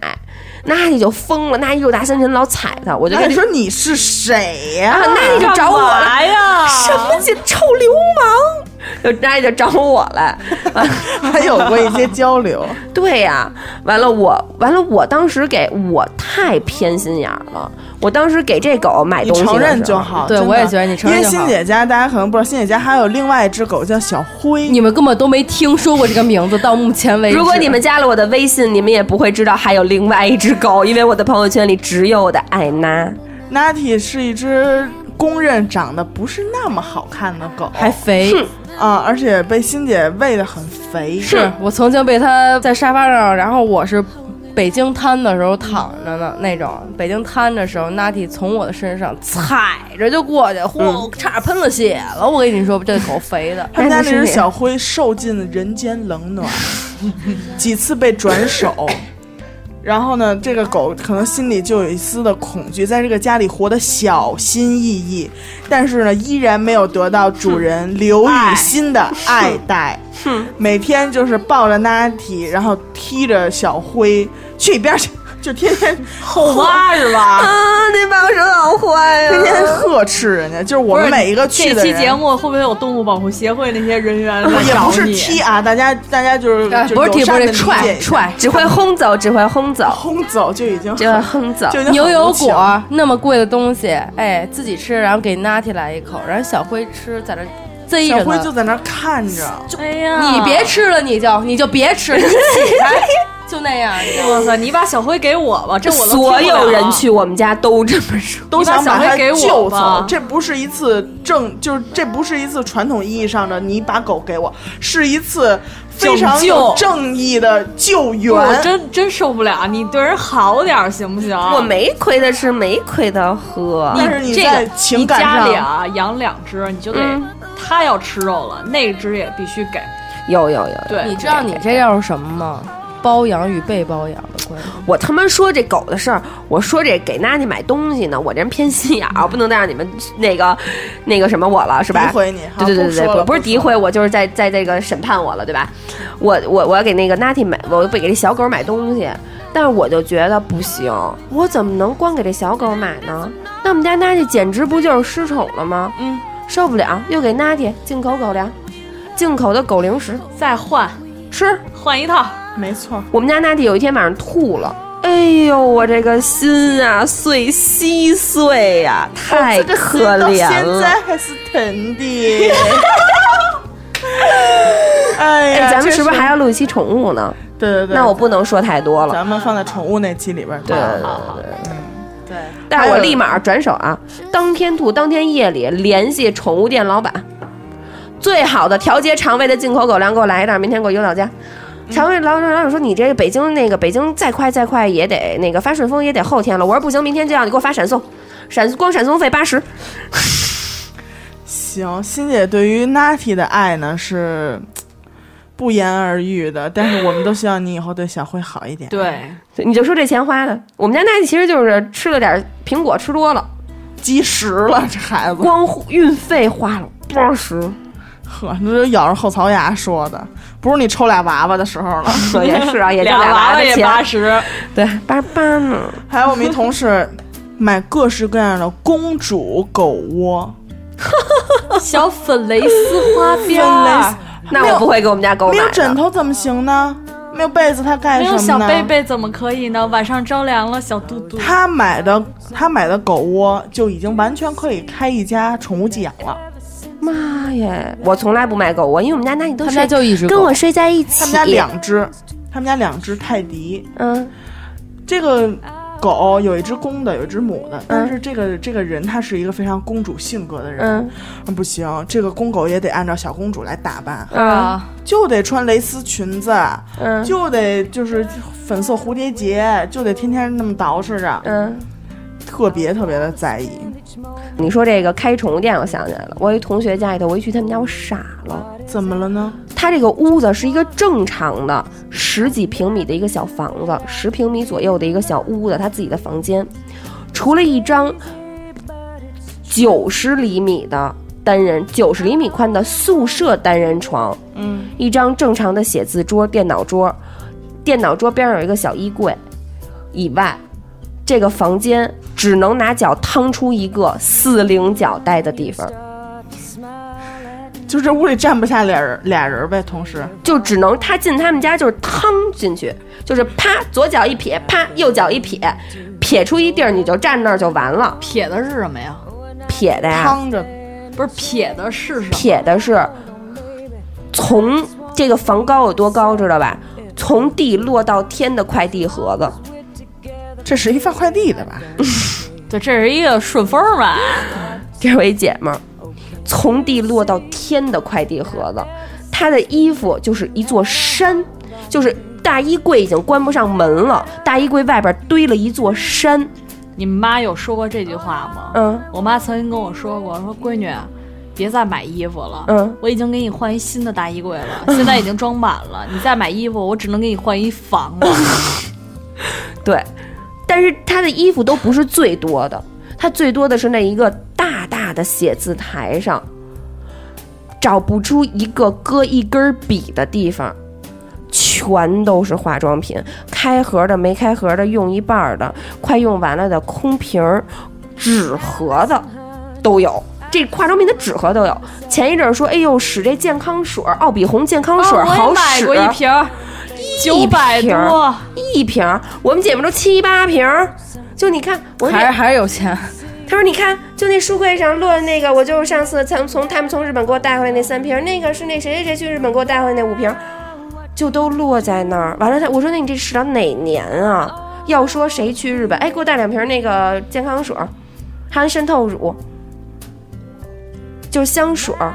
[SPEAKER 6] ，Natty 就疯了，Natty 又大三沉，老踩他，我就
[SPEAKER 3] 那
[SPEAKER 6] 跟
[SPEAKER 3] 你说你是谁呀、
[SPEAKER 6] Natty 就找我了，
[SPEAKER 7] 来呀！
[SPEAKER 6] 什么姐臭流氓，就 Natty 就找我来，
[SPEAKER 3] 还有过一些交流，
[SPEAKER 6] 对呀、完了我完了，我当时给我太偏心眼儿了，我当时给这狗买
[SPEAKER 3] 你
[SPEAKER 6] 哎东西的
[SPEAKER 3] 承认
[SPEAKER 6] 时
[SPEAKER 3] 就
[SPEAKER 6] 候，
[SPEAKER 3] 好。
[SPEAKER 8] 对
[SPEAKER 3] 真的
[SPEAKER 8] 我也觉得你承认
[SPEAKER 3] 因
[SPEAKER 8] 就
[SPEAKER 3] 为
[SPEAKER 8] 好
[SPEAKER 3] 欣姐家大家可能不知道，欣姐家还有另外一只狗叫小灰，
[SPEAKER 8] 你们根本都没听说过这个名字，到目前为止，
[SPEAKER 6] 如果你们加了我的微信，你们也不会知道还有另外一只狗，因为我的朋友圈里只有我的艾娜，
[SPEAKER 3] Natty 是一只公认长得不是那么好看的狗，
[SPEAKER 8] 还肥，
[SPEAKER 3] 啊、而且被欣姐喂得很肥。，
[SPEAKER 8] 是我曾经被他在沙发上，然后我是北京瘫的时候躺着呢那种，北京瘫的时候，Natty 从我的身上踩着就过去，嚯，差点喷了血了。我跟你说，这狗肥的
[SPEAKER 3] 他们家那只小灰受尽人间冷暖， 几次被转 手，然后呢，这个狗可能心里就有一丝的恐惧，在这个家里活得小心翼翼，但是呢，依然没有得到主人刘雨欣的爱戴。每天就是抱着 Natty，然后踢着小灰去一边儿去，就天天
[SPEAKER 7] 后妈是 吧？
[SPEAKER 6] 啊，那把手好坏啊 呀、
[SPEAKER 3] 天天呵斥人家，就是我
[SPEAKER 7] 不是
[SPEAKER 3] 们每一个去
[SPEAKER 7] 这
[SPEAKER 3] 的
[SPEAKER 7] 期
[SPEAKER 3] 人
[SPEAKER 7] 节。目会不会有动物保护协会那些人员来
[SPEAKER 3] 也
[SPEAKER 7] 找
[SPEAKER 3] 不是
[SPEAKER 7] 你
[SPEAKER 3] 踢啊，大家大家就是、
[SPEAKER 8] 哎
[SPEAKER 3] 就
[SPEAKER 8] 不是踢，
[SPEAKER 3] 友
[SPEAKER 8] 不
[SPEAKER 3] 善
[SPEAKER 8] 是
[SPEAKER 3] 地理
[SPEAKER 8] 踢
[SPEAKER 3] 解
[SPEAKER 8] 踹
[SPEAKER 3] 一下
[SPEAKER 8] 踹。
[SPEAKER 6] 只会轰走，只会轰走，
[SPEAKER 3] 轰走就已经
[SPEAKER 6] 只会轰走。
[SPEAKER 3] 就已经
[SPEAKER 8] 牛
[SPEAKER 3] 很
[SPEAKER 8] 油
[SPEAKER 3] 无情
[SPEAKER 8] 果儿那么贵的东西，哎，自己吃，然后给 Natty 来一口，然后小灰吃，在那儿贼着
[SPEAKER 3] 小
[SPEAKER 8] 呢
[SPEAKER 3] 辉就在那儿看着，
[SPEAKER 7] 哎呀，
[SPEAKER 8] 你别吃了，你就你就别吃了，你起来就那样，你知道吗
[SPEAKER 7] 我操，你把小辉给我吧，这我都
[SPEAKER 6] 所
[SPEAKER 7] 听不
[SPEAKER 6] 有
[SPEAKER 7] 了
[SPEAKER 6] 人去我们家都这么说。
[SPEAKER 3] 都想把
[SPEAKER 7] 你把小
[SPEAKER 3] 它
[SPEAKER 7] 黑给我
[SPEAKER 3] 救
[SPEAKER 7] 吧
[SPEAKER 3] 走，这不是一次正，就是这不是一次传统意义上的你把狗给我，是一次非常有
[SPEAKER 7] 拯救
[SPEAKER 3] 正义的救
[SPEAKER 7] 我
[SPEAKER 3] 援。
[SPEAKER 7] 真真受不了，你对人好点儿行不行？
[SPEAKER 6] 我没亏的吃，没亏的喝。
[SPEAKER 3] 但是你
[SPEAKER 7] 这
[SPEAKER 3] 在
[SPEAKER 7] 个
[SPEAKER 3] 情感
[SPEAKER 7] 你家里
[SPEAKER 3] 上，
[SPEAKER 7] 啊养两只，你就得、
[SPEAKER 6] 嗯
[SPEAKER 7] 它要吃肉了，那只也必须给。
[SPEAKER 6] 有有有，
[SPEAKER 7] 对，
[SPEAKER 8] 你知道你这叫什么吗？包养与被包养的关系。
[SPEAKER 6] 我他妈说这狗的事儿，我说这给娜妮买东西呢，我这人偏心眼儿，不能再让你们那个那个什么我了，是吧？
[SPEAKER 3] 诋毁你好
[SPEAKER 6] 对对对
[SPEAKER 3] 不
[SPEAKER 6] 对
[SPEAKER 3] 说
[SPEAKER 6] 对，
[SPEAKER 3] 了
[SPEAKER 6] 不不是
[SPEAKER 3] 不说
[SPEAKER 6] 诋
[SPEAKER 3] 了
[SPEAKER 6] 毁我，就是在在这个审判我了，对吧？我我我要给那个 Natty 买，我不给这小狗买东西，但是我就觉得不行，我怎么能光给这小狗买呢？那我们家 Natty 简直不就是失宠了吗？
[SPEAKER 3] 嗯，
[SPEAKER 6] 受不了，又给 Natty 进口狗粮，进口的狗零食
[SPEAKER 7] 再换
[SPEAKER 6] 吃。
[SPEAKER 7] 换一套，
[SPEAKER 3] 没错，
[SPEAKER 6] 我们家 Natty 有一天晚上吐了。哎呦，我这个心啊，碎稀碎呀、太可
[SPEAKER 3] 到
[SPEAKER 6] 怜
[SPEAKER 3] 现
[SPEAKER 6] 了。
[SPEAKER 3] 在还是疼的。哎
[SPEAKER 6] 哎，
[SPEAKER 3] 呀，
[SPEAKER 6] 咱们是不是
[SPEAKER 3] 真
[SPEAKER 6] 还要录一期宠物呢？
[SPEAKER 3] 对对对？
[SPEAKER 6] 那我不能说太多了。
[SPEAKER 3] 咱们放在宠物那期里边儿。
[SPEAKER 6] 对对对
[SPEAKER 7] 好
[SPEAKER 6] 对对。
[SPEAKER 3] 对，
[SPEAKER 6] 但是我立马转手啊，当天吐，当天夜里联系宠物店老板，最好的调节肠胃的进口狗粮给我来一袋，明天给我邮到家。
[SPEAKER 3] 嗯
[SPEAKER 6] 肠胃老老板说：“你这北京那个北京再快再快也得那个发顺丰也得后天了。”我说：“不行，明天就要你给我发闪送，闪光闪送费八十。
[SPEAKER 3] 行，欣姐对于 Natty 的爱呢是不言而喻的，但是我们都希望你以后对小慧好一点。
[SPEAKER 7] 对，
[SPEAKER 6] 你就说这钱花的，我们家娜姐其实就是吃了点苹果，吃多了，
[SPEAKER 3] 积食了，这孩子，
[SPEAKER 6] 光运费花了八十，
[SPEAKER 3] 呵，那是咬着后槽牙说的，不是你抽俩娃娃的时候了。
[SPEAKER 6] 说 也是啊，也就
[SPEAKER 7] 俩
[SPEAKER 6] 娃
[SPEAKER 7] 娃
[SPEAKER 6] 的
[SPEAKER 7] 娃也
[SPEAKER 6] 钱，
[SPEAKER 7] 八十，
[SPEAKER 6] 对，八十八呢。
[SPEAKER 3] 还有我们一同事买各式各样的公主狗窝，
[SPEAKER 7] 小粉蕾丝花 边儿，
[SPEAKER 6] 那我不会给我们家狗
[SPEAKER 3] 没
[SPEAKER 6] 买
[SPEAKER 3] 有
[SPEAKER 6] 的。
[SPEAKER 3] 枕头怎么行呢？没有被子它干
[SPEAKER 7] 没
[SPEAKER 3] 什么
[SPEAKER 7] 有
[SPEAKER 3] 呢？
[SPEAKER 7] 小贝贝怎么可以呢？晚上着凉了，小肚肚。
[SPEAKER 3] 他买的他买的狗窝就已经完全可以开一家宠物寄养了。
[SPEAKER 6] 妈耶！我从来不买狗窝，因为我们家那里都
[SPEAKER 8] 他
[SPEAKER 6] 睡
[SPEAKER 8] 们家就一只
[SPEAKER 6] 跟
[SPEAKER 8] 狗
[SPEAKER 6] 我，睡在一起。
[SPEAKER 3] 他们家两只，他们家两只泰迪。
[SPEAKER 6] 嗯，
[SPEAKER 3] 这个狗有一只公的，有一只母的。但是这个这个人他是一个非常公主性格的人。嗯，不行，这个公狗也得按照小公主来打扮，
[SPEAKER 6] 嗯
[SPEAKER 7] 啊，
[SPEAKER 3] 就得穿蕾丝裙子，嗯，就得就是粉色蝴蝶结，就得天天那么捯饬着，
[SPEAKER 6] 嗯，
[SPEAKER 3] 特别特别的在意。
[SPEAKER 6] 你说这个开宠物店，我想起来了，我有一同学家里头，我一去他们家，我傻了。
[SPEAKER 3] 怎么了呢？
[SPEAKER 6] 他这个屋子是一个正常的十几平米的一个小房子，十平米左右的一个小屋子，他自己的房间，除了一张九十厘米的单人、九十厘米宽的宿舍单人床，
[SPEAKER 3] 嗯，
[SPEAKER 6] 一张正常的写字桌、电脑桌，电脑桌边上有一个小衣柜，以外，这个房间只能拿脚趟出一个四零脚待的地方，
[SPEAKER 3] 就这屋里站不下俩人，俩人呗，同时。
[SPEAKER 6] 就只能他进他们家就是趟进去，就是啪左脚一撇，啪右脚一撇，撇出一地儿你就站那儿就完了，
[SPEAKER 7] 撇的是什么呀？
[SPEAKER 6] 撇的呀，
[SPEAKER 3] 趟着，
[SPEAKER 7] 不是撇的是什么？
[SPEAKER 6] 撇的是从这个房高有多高知道吧？从地落到天的快递盒子。
[SPEAKER 3] 这是一发快递的吧？
[SPEAKER 7] 对，这是一个顺丰吧？
[SPEAKER 6] 这位姐们儿，从地落到天的快递盒子，她的衣服就是一座山，就是大衣柜已经关不上门了，大衣柜外边堆了一座山。
[SPEAKER 7] 你们妈有说过这句话吗？
[SPEAKER 6] 嗯，
[SPEAKER 7] 我妈曾经跟我说过，说闺女，别再买衣服了，
[SPEAKER 6] 嗯，
[SPEAKER 7] 我已经给你换一新的大衣柜了， 现在已经装满了，你再买衣服，我只能给你换一房 了。
[SPEAKER 6] 对，但是她的衣服都不是最多的，她最多的是那一个大大的写字台上，找不出一个搁一根笔的地方。全都是化妆品，开盒的、没开盒的、用一半儿的、快用完了的、空瓶儿、纸盒子都有。这化妆品的纸盒都有。前一阵儿说，哎呦，使这健康水儿，奥比红健康水儿、
[SPEAKER 7] 啊我
[SPEAKER 6] 好
[SPEAKER 7] 也买
[SPEAKER 6] 使，
[SPEAKER 7] 过一瓶儿，九百
[SPEAKER 6] 瓶儿
[SPEAKER 7] 多，
[SPEAKER 6] 一瓶儿，我们姐妹都七八瓶儿。就你看，我说
[SPEAKER 8] 还是还是有钱。
[SPEAKER 6] 他说你看，就那书柜上落的那个，我就是上次从从他们从日本给我带回来那三瓶儿，那个是那谁谁谁去日本给我带回来那五瓶儿。就都落在那儿。完了他，我说那你这市场哪年啊？要说谁去日本，哎，给我带两瓶那个健康水儿，含渗透乳，就是香水儿。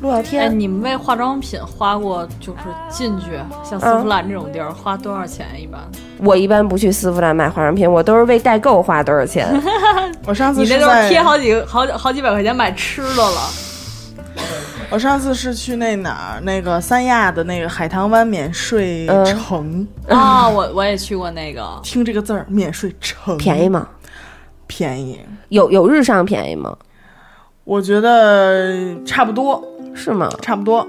[SPEAKER 6] 陆小
[SPEAKER 7] 哎，
[SPEAKER 6] 天，
[SPEAKER 7] 你们为化妆品花过就是进去像丝芙兰这种地儿花多少钱啊一般？
[SPEAKER 6] 我一般不去丝芙兰买化妆品，我都是为代购花多少钱。
[SPEAKER 3] 我上次
[SPEAKER 7] 你
[SPEAKER 3] 是
[SPEAKER 7] 那都是
[SPEAKER 3] 在
[SPEAKER 7] 贴好几个好好几百块钱买吃的了，
[SPEAKER 3] 我上次是去那哪儿，那个三亚的那个海棠湾免税
[SPEAKER 6] 嗯
[SPEAKER 3] 城，
[SPEAKER 7] 啊，我我也去过那个，
[SPEAKER 3] 听这个字儿，免税城
[SPEAKER 6] 便宜吗？
[SPEAKER 3] 便宜，
[SPEAKER 6] 有有日上便宜吗？
[SPEAKER 3] 我觉得差不多，
[SPEAKER 6] 是吗？
[SPEAKER 3] 差不多。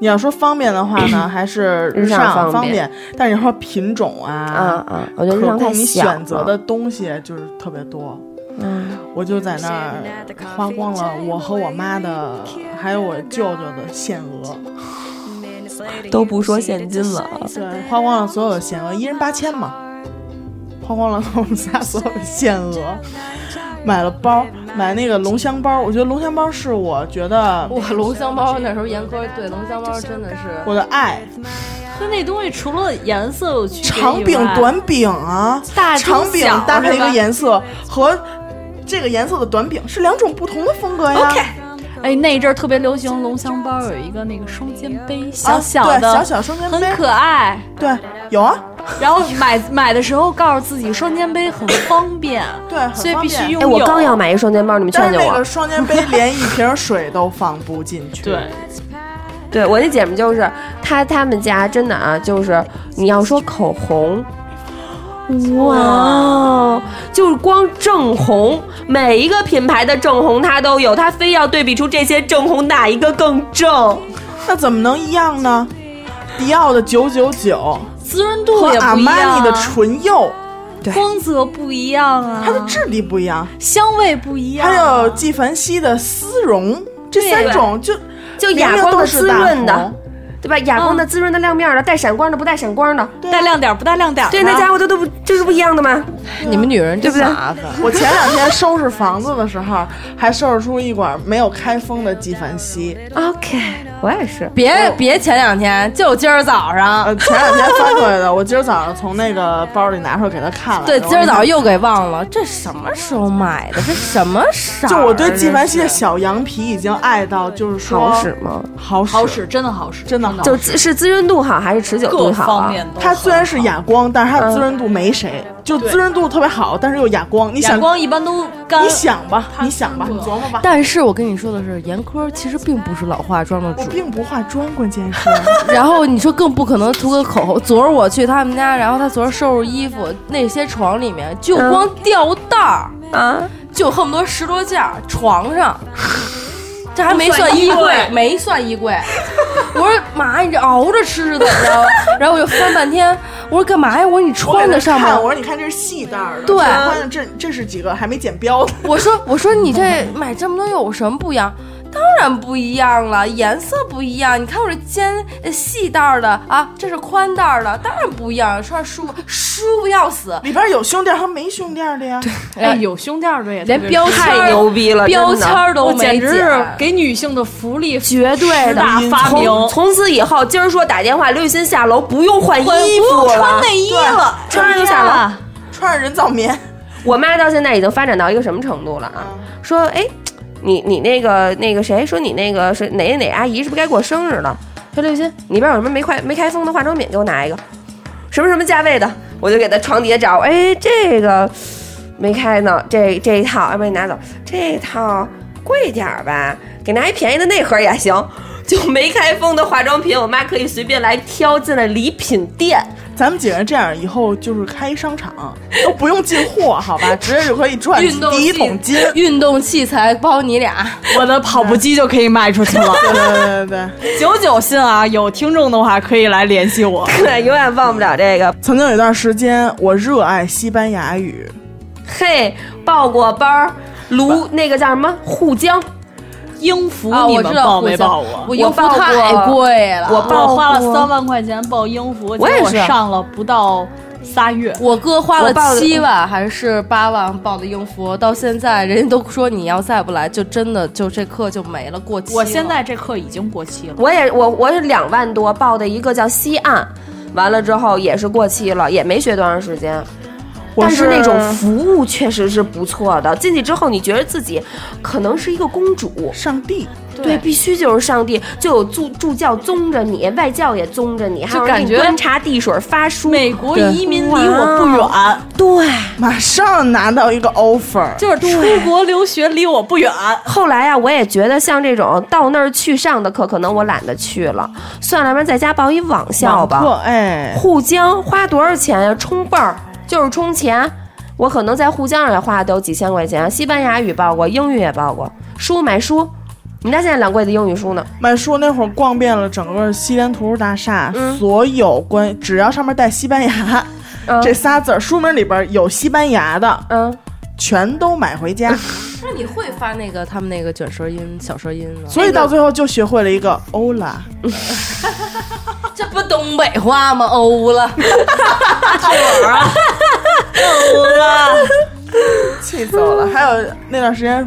[SPEAKER 3] 你要说方便的话 呢，还是
[SPEAKER 6] 日上
[SPEAKER 3] 上
[SPEAKER 6] 方
[SPEAKER 3] 方
[SPEAKER 6] 便
[SPEAKER 3] 便，但是你说品种
[SPEAKER 6] 啊
[SPEAKER 3] 啊，
[SPEAKER 6] 啊！我觉得日
[SPEAKER 3] 可
[SPEAKER 6] 上
[SPEAKER 3] 供
[SPEAKER 6] 太
[SPEAKER 3] 你
[SPEAKER 6] 小
[SPEAKER 3] 选择
[SPEAKER 6] 了。
[SPEAKER 3] 的东西就是特别多。
[SPEAKER 6] 嗯，
[SPEAKER 3] 我就在那儿花光了我和我妈的，还有我舅舅的限额，
[SPEAKER 5] 都不说现金了啊，
[SPEAKER 3] 对，花光了所有的限额，一人八千嘛，花光了我们仨所有的限额， 买了包，买那个龙香包，我觉得龙香包是我觉得
[SPEAKER 5] 啊
[SPEAKER 8] 我龙香包那时候严哥对龙香包真的是
[SPEAKER 3] 我的爱，
[SPEAKER 7] 就那东西除了颜色有区别以外
[SPEAKER 3] 长饼、短饼啊，
[SPEAKER 7] 大中
[SPEAKER 3] 长饼
[SPEAKER 7] 小
[SPEAKER 3] 搭配一
[SPEAKER 7] 是吧
[SPEAKER 3] 个颜色和这个颜色的短饼是两种不同的风格呀。
[SPEAKER 7] 哎，那一阵儿特别流行龙香包，有一个那个双肩背，小
[SPEAKER 3] 啊、
[SPEAKER 7] 的，
[SPEAKER 3] 对小小双肩
[SPEAKER 7] 很
[SPEAKER 3] 背，
[SPEAKER 7] 可爱。
[SPEAKER 3] 对，有啊，
[SPEAKER 7] 然后买买的时候告诉自己双肩背很方便，
[SPEAKER 3] 对，很
[SPEAKER 7] 所以
[SPEAKER 3] 方
[SPEAKER 7] 必须
[SPEAKER 3] 便
[SPEAKER 7] 拥
[SPEAKER 6] 哎，
[SPEAKER 7] 有。
[SPEAKER 6] 我刚要买一双肩包，你们
[SPEAKER 3] 但
[SPEAKER 6] 劝
[SPEAKER 3] 是
[SPEAKER 6] 劝
[SPEAKER 3] 那
[SPEAKER 6] 我
[SPEAKER 3] 个。双肩背连一瓶水都放不进去。
[SPEAKER 7] 对，
[SPEAKER 6] 对我那姐们就是她，她们家真的啊，就是你要说口红，哇哦，就是光正红，每一个品牌的正红她都有，她非要对比出这些正红哪一个更正。
[SPEAKER 3] 那怎么能一样呢？迪奥的九九九
[SPEAKER 7] 滋润
[SPEAKER 3] 和
[SPEAKER 7] 度也
[SPEAKER 3] 阿
[SPEAKER 7] 不一样
[SPEAKER 3] 玛尼的
[SPEAKER 7] 啊，
[SPEAKER 3] 唇釉，
[SPEAKER 7] 光泽不一样啊，
[SPEAKER 3] 它的质地不一样，
[SPEAKER 7] 香味不一样啊，
[SPEAKER 3] 还有纪梵希的丝绒，这三种就
[SPEAKER 6] 就
[SPEAKER 3] 明
[SPEAKER 6] 哑
[SPEAKER 3] 明
[SPEAKER 6] 光
[SPEAKER 3] 都
[SPEAKER 6] 的
[SPEAKER 3] 是
[SPEAKER 6] 滋
[SPEAKER 3] 大
[SPEAKER 6] 润的
[SPEAKER 3] 红，
[SPEAKER 6] 对吧？哑光的、滋润的、亮面的，带闪光的、不带闪光的，啊
[SPEAKER 7] 带亮点儿不带亮点儿的，
[SPEAKER 6] 对，那家伙都都不就是不一样的嘛。
[SPEAKER 3] 啊
[SPEAKER 8] 你们女人真
[SPEAKER 6] 对不对
[SPEAKER 8] 麻烦。
[SPEAKER 3] 我前两天收拾房子的时候，还收拾出一管没有开封的纪梵希。
[SPEAKER 6] OK，我也是。
[SPEAKER 8] 别别前两天，就今儿早上，
[SPEAKER 3] 啊呃，前两天翻过来的， 我今儿早上从那个包里拿出来给他看了。
[SPEAKER 8] 对，
[SPEAKER 3] 然后
[SPEAKER 8] 今儿早上又给忘了，这什么时候买的？这什么色儿？啊
[SPEAKER 3] 就我对纪梵希的
[SPEAKER 8] 这是
[SPEAKER 3] 小羊皮已经爱到，就是说
[SPEAKER 6] 好使吗？
[SPEAKER 3] 好使，
[SPEAKER 7] 好使，真的好使，
[SPEAKER 3] 真的好
[SPEAKER 6] 就滋是滋润度好还是持久
[SPEAKER 7] 各
[SPEAKER 6] 度好
[SPEAKER 7] 方
[SPEAKER 6] 啊？
[SPEAKER 7] 面都好。
[SPEAKER 3] 它虽然是哑光，但是
[SPEAKER 8] 嗯
[SPEAKER 3] 它的滋润度没谁，就滋润度特别好，但是又哑光。你
[SPEAKER 7] 哑
[SPEAKER 3] 想，
[SPEAKER 7] 光一般都干，
[SPEAKER 3] 你想吧，
[SPEAKER 7] 它
[SPEAKER 3] 你想吧，
[SPEAKER 7] 滋
[SPEAKER 3] 你
[SPEAKER 7] 润度
[SPEAKER 3] 琢磨吧。
[SPEAKER 8] 但是我跟你说的是，严科其实并不是老化妆的
[SPEAKER 3] 我
[SPEAKER 8] 主。
[SPEAKER 3] 并不化妆，关键是
[SPEAKER 8] 然后你说更不可能涂个口红。昨儿我去他们家，然后他昨儿收拾衣服，那些床里面就光吊带儿，
[SPEAKER 6] 啊，
[SPEAKER 8] 就恨不得十多件儿床上，这还没算衣柜，没算衣柜。我说妈，你这熬着吃是怎么着？然后我就翻半天，我说干嘛呀？我说你穿得
[SPEAKER 3] 我
[SPEAKER 8] 上
[SPEAKER 3] 给他
[SPEAKER 8] 吗
[SPEAKER 3] 看？我说你看这是细带儿的，
[SPEAKER 8] 对
[SPEAKER 3] 我穿的这这是几个还没剪标的，
[SPEAKER 8] 我说我说你这买这么多有什么不一样？当然不一样了，颜色不一样。你看我这肩呃细带儿的啊，这是宽带儿的，当然不一样，穿着舒服舒服要死，
[SPEAKER 3] 里边有胸垫和没胸垫的呀。
[SPEAKER 7] 哎，有胸垫儿的也特
[SPEAKER 8] 连
[SPEAKER 7] 别
[SPEAKER 8] 标签
[SPEAKER 6] 太
[SPEAKER 8] 儿
[SPEAKER 6] 牛逼了，
[SPEAKER 8] 标
[SPEAKER 6] 真的
[SPEAKER 8] 签儿都
[SPEAKER 7] 我
[SPEAKER 8] 没
[SPEAKER 7] 简直是
[SPEAKER 8] 剪。
[SPEAKER 7] 给女性的福利绝对的
[SPEAKER 3] 十
[SPEAKER 7] 发明，
[SPEAKER 6] 从从此以后，今儿说打电话，刘雨欣下楼不用换衣服
[SPEAKER 7] 换不用
[SPEAKER 6] 了，
[SPEAKER 7] 穿内衣了，哎
[SPEAKER 6] 穿上就下楼
[SPEAKER 7] 了。
[SPEAKER 3] 穿上人造棉，
[SPEAKER 6] 我妈到现在已经发展到一个什么程度了啊？说，哎，你你那个那个谁，说你那个是哪哪阿姨，是不是该过生日了？说刘雨欣，里边有什么没开没开封的化妆品，给我拿一个，什么什么价位的，我就给她床底下找，哎，这个没开呢，这这一套，要不然你拿走，这套贵点儿吧，给拿一便宜的那盒也行。就没开封的化妆品，我妈可以随便来挑进了礼品店。
[SPEAKER 3] 咱们几个人这样以后就是开商场，都不用进货，好吧，直接就可以赚
[SPEAKER 8] 运动
[SPEAKER 3] 第一桶金。
[SPEAKER 8] 器运动器材包你俩，
[SPEAKER 7] 我的跑步机就可以卖出去了。
[SPEAKER 3] 对对对对，
[SPEAKER 7] 九九信啊，有听众的话可以来联系我。
[SPEAKER 6] 对，永远忘不了这个。
[SPEAKER 3] 曾经有一段时间，我热爱西班牙语，
[SPEAKER 6] 嘿，报过班儿，卢那个叫什么沪江，
[SPEAKER 7] 英孚
[SPEAKER 8] 啊，
[SPEAKER 7] 你
[SPEAKER 8] 我
[SPEAKER 7] 们
[SPEAKER 8] 知道
[SPEAKER 7] 报
[SPEAKER 8] 互
[SPEAKER 7] 没
[SPEAKER 8] 相
[SPEAKER 7] 报过？
[SPEAKER 8] 我英
[SPEAKER 6] 报
[SPEAKER 8] 孚太
[SPEAKER 6] 过
[SPEAKER 8] 贵了，
[SPEAKER 6] 我报
[SPEAKER 7] 花了
[SPEAKER 6] 过
[SPEAKER 7] 三万块钱报英孚，
[SPEAKER 6] 我也
[SPEAKER 7] 结果
[SPEAKER 6] 是
[SPEAKER 7] 上了不到仨月，
[SPEAKER 8] 我哥花
[SPEAKER 6] 我
[SPEAKER 8] 了
[SPEAKER 6] 报了
[SPEAKER 8] 七万还是八万报的英孚，到现在人家都说你要再不来，就真的就这课就没了，过期了。
[SPEAKER 7] 我现在这课已经过期了。
[SPEAKER 6] 我也我我是两万多报的一个叫西岸，完了之后也是过期了，也没学多长时间。
[SPEAKER 3] 我
[SPEAKER 6] 但是那种服务确实是不错的，进去之后你觉得自己可能是一个公主，
[SPEAKER 3] 上帝，
[SPEAKER 6] 对，必须就是上帝，就有助助教宗着你，外教也宗着你，还有人
[SPEAKER 7] 感
[SPEAKER 6] 给你
[SPEAKER 7] 觉
[SPEAKER 6] 端茶递水发书，啊
[SPEAKER 7] 美国移民离我不远，
[SPEAKER 6] 对。
[SPEAKER 3] 马上拿到一个 offer，
[SPEAKER 7] 就是出国留学离我不远。
[SPEAKER 6] 后来啊，我也觉得像这种到那儿去上的课，可能我懒得去了，算了，要不然在家报一网校吧。
[SPEAKER 3] 网课哎，
[SPEAKER 6] 沪江花多少钱呀、充倍儿就是充钱。我可能在沪江上也花的有几千块钱，西班牙语报过，英语也报过，书买书，我们家现在两柜子英语书呢。
[SPEAKER 3] 买书那会儿逛遍了整个西单图书大厦，所有关只要上面带西班牙、
[SPEAKER 6] 嗯
[SPEAKER 3] 这仨字儿，书名里边有西班牙的，
[SPEAKER 6] 嗯，
[SPEAKER 3] 全都买回家，
[SPEAKER 8] 那你会发那个他们那个卷舌音、小舌音 吗？
[SPEAKER 3] 所以到最后就学会了一个欧拉。
[SPEAKER 8] 这不东北话吗？欧了，
[SPEAKER 3] 气死我了！还有那段时间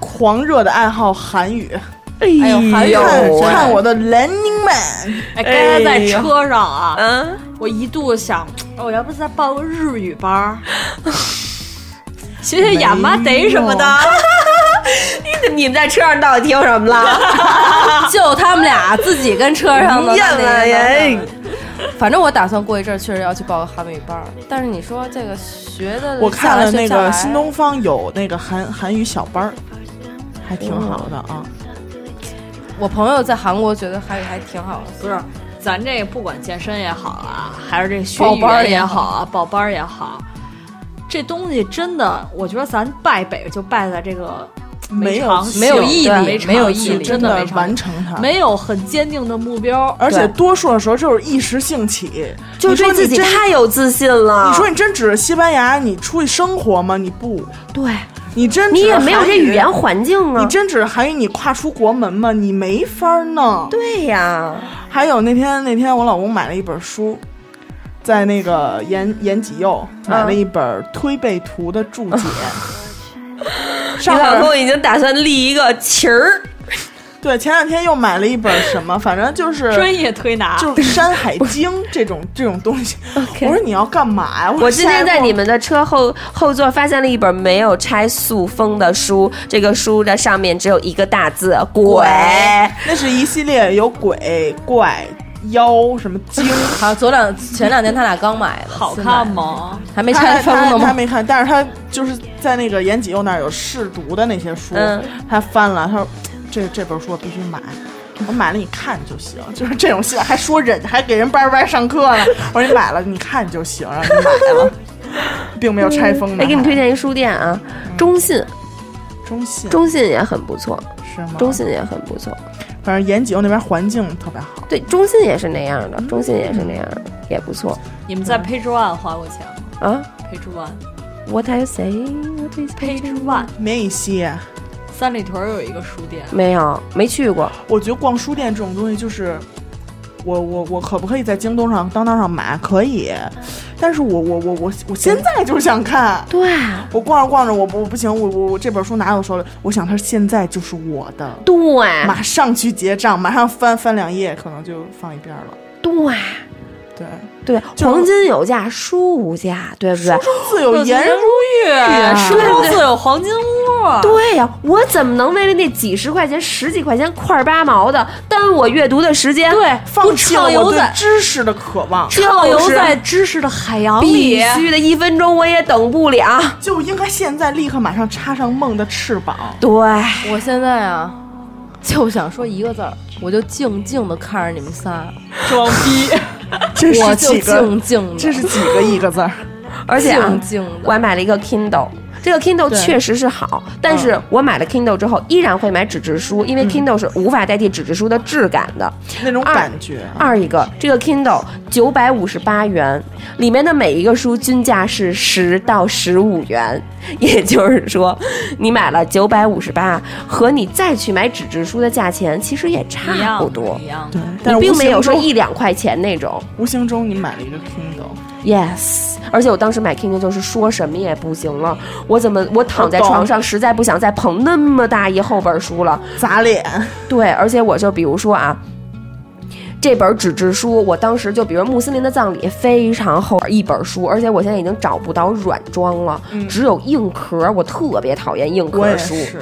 [SPEAKER 3] 狂热的爱好韩语，
[SPEAKER 6] 哎
[SPEAKER 8] 呦还有
[SPEAKER 3] 看
[SPEAKER 8] 喂
[SPEAKER 3] 看我的 Running Man，
[SPEAKER 7] 哎，刚才在车上啊，
[SPEAKER 6] 嗯，
[SPEAKER 7] 我一度想，哦我要不再报个日语班儿， 学学亚麻得什么的。
[SPEAKER 6] 你你们在车上到底听什么了？
[SPEAKER 8] 就他们俩自己跟车上的
[SPEAKER 6] 厌了
[SPEAKER 7] 哎
[SPEAKER 3] 哎
[SPEAKER 6] 耶！
[SPEAKER 8] 反正我打算过一阵儿确实要去报个韩语班儿，但是你说这个学
[SPEAKER 6] 嗯
[SPEAKER 8] 的，
[SPEAKER 3] 我看了
[SPEAKER 8] 下来
[SPEAKER 3] 那
[SPEAKER 8] 学不下
[SPEAKER 3] 个
[SPEAKER 8] 来
[SPEAKER 3] 新东方有那个韩韩语小班儿，还挺好的
[SPEAKER 6] 哦
[SPEAKER 3] 啊。
[SPEAKER 8] 我朋友在韩国觉得韩语还挺好的，
[SPEAKER 7] 不是，咱这不管健身也好啊，还是这学
[SPEAKER 8] 报
[SPEAKER 7] 语
[SPEAKER 8] 班儿
[SPEAKER 7] 言
[SPEAKER 8] 也
[SPEAKER 7] 也好啊，报班儿也好，这东西真的，我觉得咱败北就败在这个
[SPEAKER 3] 没有
[SPEAKER 7] 长性
[SPEAKER 8] 没有毅力
[SPEAKER 7] 对
[SPEAKER 8] 没有
[SPEAKER 7] 长
[SPEAKER 8] 毅
[SPEAKER 7] 性
[SPEAKER 8] 力
[SPEAKER 7] 真
[SPEAKER 3] 真
[SPEAKER 7] 的没
[SPEAKER 3] 的
[SPEAKER 7] 长
[SPEAKER 3] 完
[SPEAKER 7] 性
[SPEAKER 3] 成它，
[SPEAKER 7] 没有很坚定的目标，
[SPEAKER 3] 而且多数的时候就是一时兴起，
[SPEAKER 6] 就
[SPEAKER 3] 你
[SPEAKER 6] 是
[SPEAKER 3] 说
[SPEAKER 6] 对自
[SPEAKER 3] 你
[SPEAKER 6] 己
[SPEAKER 3] 真，
[SPEAKER 6] 太有自信了。
[SPEAKER 3] 你说你真指着西班牙你出去生活吗？你不，
[SPEAKER 6] 对，
[SPEAKER 3] 你真
[SPEAKER 6] 你
[SPEAKER 3] 指着
[SPEAKER 6] 也没有
[SPEAKER 3] 韩
[SPEAKER 6] 这语言。环境
[SPEAKER 3] 你
[SPEAKER 6] 啊。
[SPEAKER 3] 真指着韩语，你跨出国门吗？你没法儿弄。
[SPEAKER 6] 对 呀，
[SPEAKER 3] 还有那天那天我老公买了一本书，在那个延延吉右
[SPEAKER 6] 嗯
[SPEAKER 3] 买了一本《推背图》的注解，
[SPEAKER 6] 你老公已经打算立一个旗儿，
[SPEAKER 3] 对，前两天又买了一本什么，反正就是
[SPEAKER 7] 专业推拿。
[SPEAKER 3] 就是《
[SPEAKER 6] 啊
[SPEAKER 3] 山海经》这种这种东西。我说你要干嘛呀？
[SPEAKER 6] 我
[SPEAKER 3] 说
[SPEAKER 6] 今天
[SPEAKER 3] 下一
[SPEAKER 6] 在
[SPEAKER 3] 步
[SPEAKER 6] 你们的车后后座发现了一本没有拆塑封的书，这个书的上面只有一个大字“鬼”。
[SPEAKER 3] 那是一系列有鬼怪。妖什么 精？
[SPEAKER 8] 好，昨两前两天他俩刚买的，
[SPEAKER 7] 好
[SPEAKER 8] 新买的
[SPEAKER 7] 看？吗？
[SPEAKER 8] 还没
[SPEAKER 3] 他
[SPEAKER 8] 拆封呢
[SPEAKER 3] 他他
[SPEAKER 8] 吗？
[SPEAKER 3] 没看，但是他就是在那个严吉佑那儿有试读的那些书，
[SPEAKER 6] 嗯
[SPEAKER 3] 他翻了，他说这这本书我必须买，我买了你看就行，就是这种信，还说人还给人班班上课呢。我说你买了你看就行，然后你买了， 并没有拆封
[SPEAKER 8] 嗯
[SPEAKER 3] 的。
[SPEAKER 6] 哎，给你们推荐一书店啊，中信，
[SPEAKER 3] 中信
[SPEAKER 6] 中信也很不错，
[SPEAKER 3] 是吗？
[SPEAKER 6] 中信也很不错。
[SPEAKER 3] 反正延吉那边环境特别好，
[SPEAKER 6] 对，中信也是那样的，中信也是那样的，也不错
[SPEAKER 7] 你们在 Page One 花过钱吗
[SPEAKER 6] 啊。
[SPEAKER 7] ？Page One，Page
[SPEAKER 6] What are you saying? What is page one？
[SPEAKER 7] One，
[SPEAKER 3] 没一些。
[SPEAKER 7] 三里屯有一个书店，
[SPEAKER 6] 没有，没去过。
[SPEAKER 3] 我觉得逛书店这种东西就是。我我我可不可以在京东上、当当上买？可以，但是我我我我我现在就是想看，
[SPEAKER 6] 对
[SPEAKER 3] 我逛着逛着，我不我不行，我我我这本书拿到手里，我想它现在就是我的，
[SPEAKER 6] 对
[SPEAKER 3] 马上去结账，马上翻翻两页，可能就放一边了。
[SPEAKER 6] 对
[SPEAKER 3] 对，
[SPEAKER 6] 对，
[SPEAKER 3] 就是
[SPEAKER 6] 黄金有价，书无价，对不对？
[SPEAKER 3] 自有颜如玉啊，
[SPEAKER 7] 书中自有黄金屋。
[SPEAKER 6] 对呀、我怎么能为了那几十块钱、十几块钱块儿八毛的耽误我阅读的时间？对，
[SPEAKER 3] 放弃了
[SPEAKER 7] 畅游
[SPEAKER 3] 我对
[SPEAKER 7] 在
[SPEAKER 3] 知识的渴望，
[SPEAKER 7] 畅游在知识的海洋里
[SPEAKER 6] 必，须的，一分钟我也等不了。
[SPEAKER 3] 就应该现在立刻马上插上梦的翅膀。
[SPEAKER 6] 对，
[SPEAKER 8] 我现在啊，就想说一个字儿，我就静静的看着你们仨，
[SPEAKER 3] 装逼，这
[SPEAKER 8] 我
[SPEAKER 3] 是
[SPEAKER 8] 就
[SPEAKER 3] 几
[SPEAKER 8] 静
[SPEAKER 3] 个？
[SPEAKER 8] 静的，
[SPEAKER 3] 这是几个一个字儿？
[SPEAKER 6] 而且、啊
[SPEAKER 8] 静、静
[SPEAKER 6] 我
[SPEAKER 8] 的。
[SPEAKER 6] 还买了一个 Kindle。这个 Kindle
[SPEAKER 3] 对
[SPEAKER 6] 确实是好，但是我买了 Kindle 之后，依然会买纸质书，因为 Kindle 是无法代替纸质书的质感的。
[SPEAKER 3] 那种感觉。啊
[SPEAKER 6] 二一个，这个 Kindle 九百五十八元，里面的每一个书均价是十到十五元， 也就是说，你买了九百五十八，和你再去买纸质书的价钱其实也
[SPEAKER 7] 一
[SPEAKER 6] 差
[SPEAKER 7] 样
[SPEAKER 6] 不多
[SPEAKER 7] 一，样。
[SPEAKER 3] 啊对，但是
[SPEAKER 6] 你
[SPEAKER 3] 无
[SPEAKER 6] 并
[SPEAKER 3] 形
[SPEAKER 6] 没有说
[SPEAKER 3] 中
[SPEAKER 6] 一两块钱那种。
[SPEAKER 3] 无形中你买了一个 Kindle，
[SPEAKER 6] Yes，而且我当时买 King 就是说什么也不行了，我怎么我躺在床上实在不想再捧那么大一厚本书了。
[SPEAKER 3] 砸脸，
[SPEAKER 6] 对，而且我就比如说啊，这本纸质书，我当时就比如《穆斯林的葬礼》非常厚一本书，而且我现在已经找不到软装了，只有硬壳。我特别讨厌硬
[SPEAKER 3] 嗯我
[SPEAKER 6] 壳
[SPEAKER 3] 也
[SPEAKER 6] 书，
[SPEAKER 3] 是。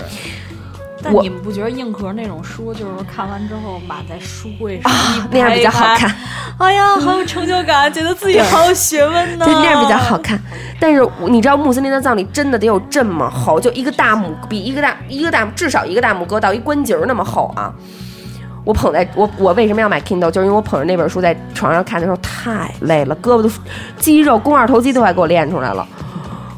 [SPEAKER 7] 但
[SPEAKER 6] 我
[SPEAKER 7] 你们不觉得硬壳那种书，就是说看完之后码在书柜上一排
[SPEAKER 6] 啊那样比较好看。
[SPEAKER 7] 哎呀，好有成就感，觉得自己好有学问呢。
[SPEAKER 6] 对，那样比较好看。但是我你知道穆斯林的葬礼真的得有这么厚，就一个大拇比一个大一个大至少一个大拇哥到一关节儿那么厚啊！我捧在我我为什么要买 Kindle，就是因为我捧着那本书在床上看的时候太累了，胳膊都肌肉肱二头肌都快给我练出来了。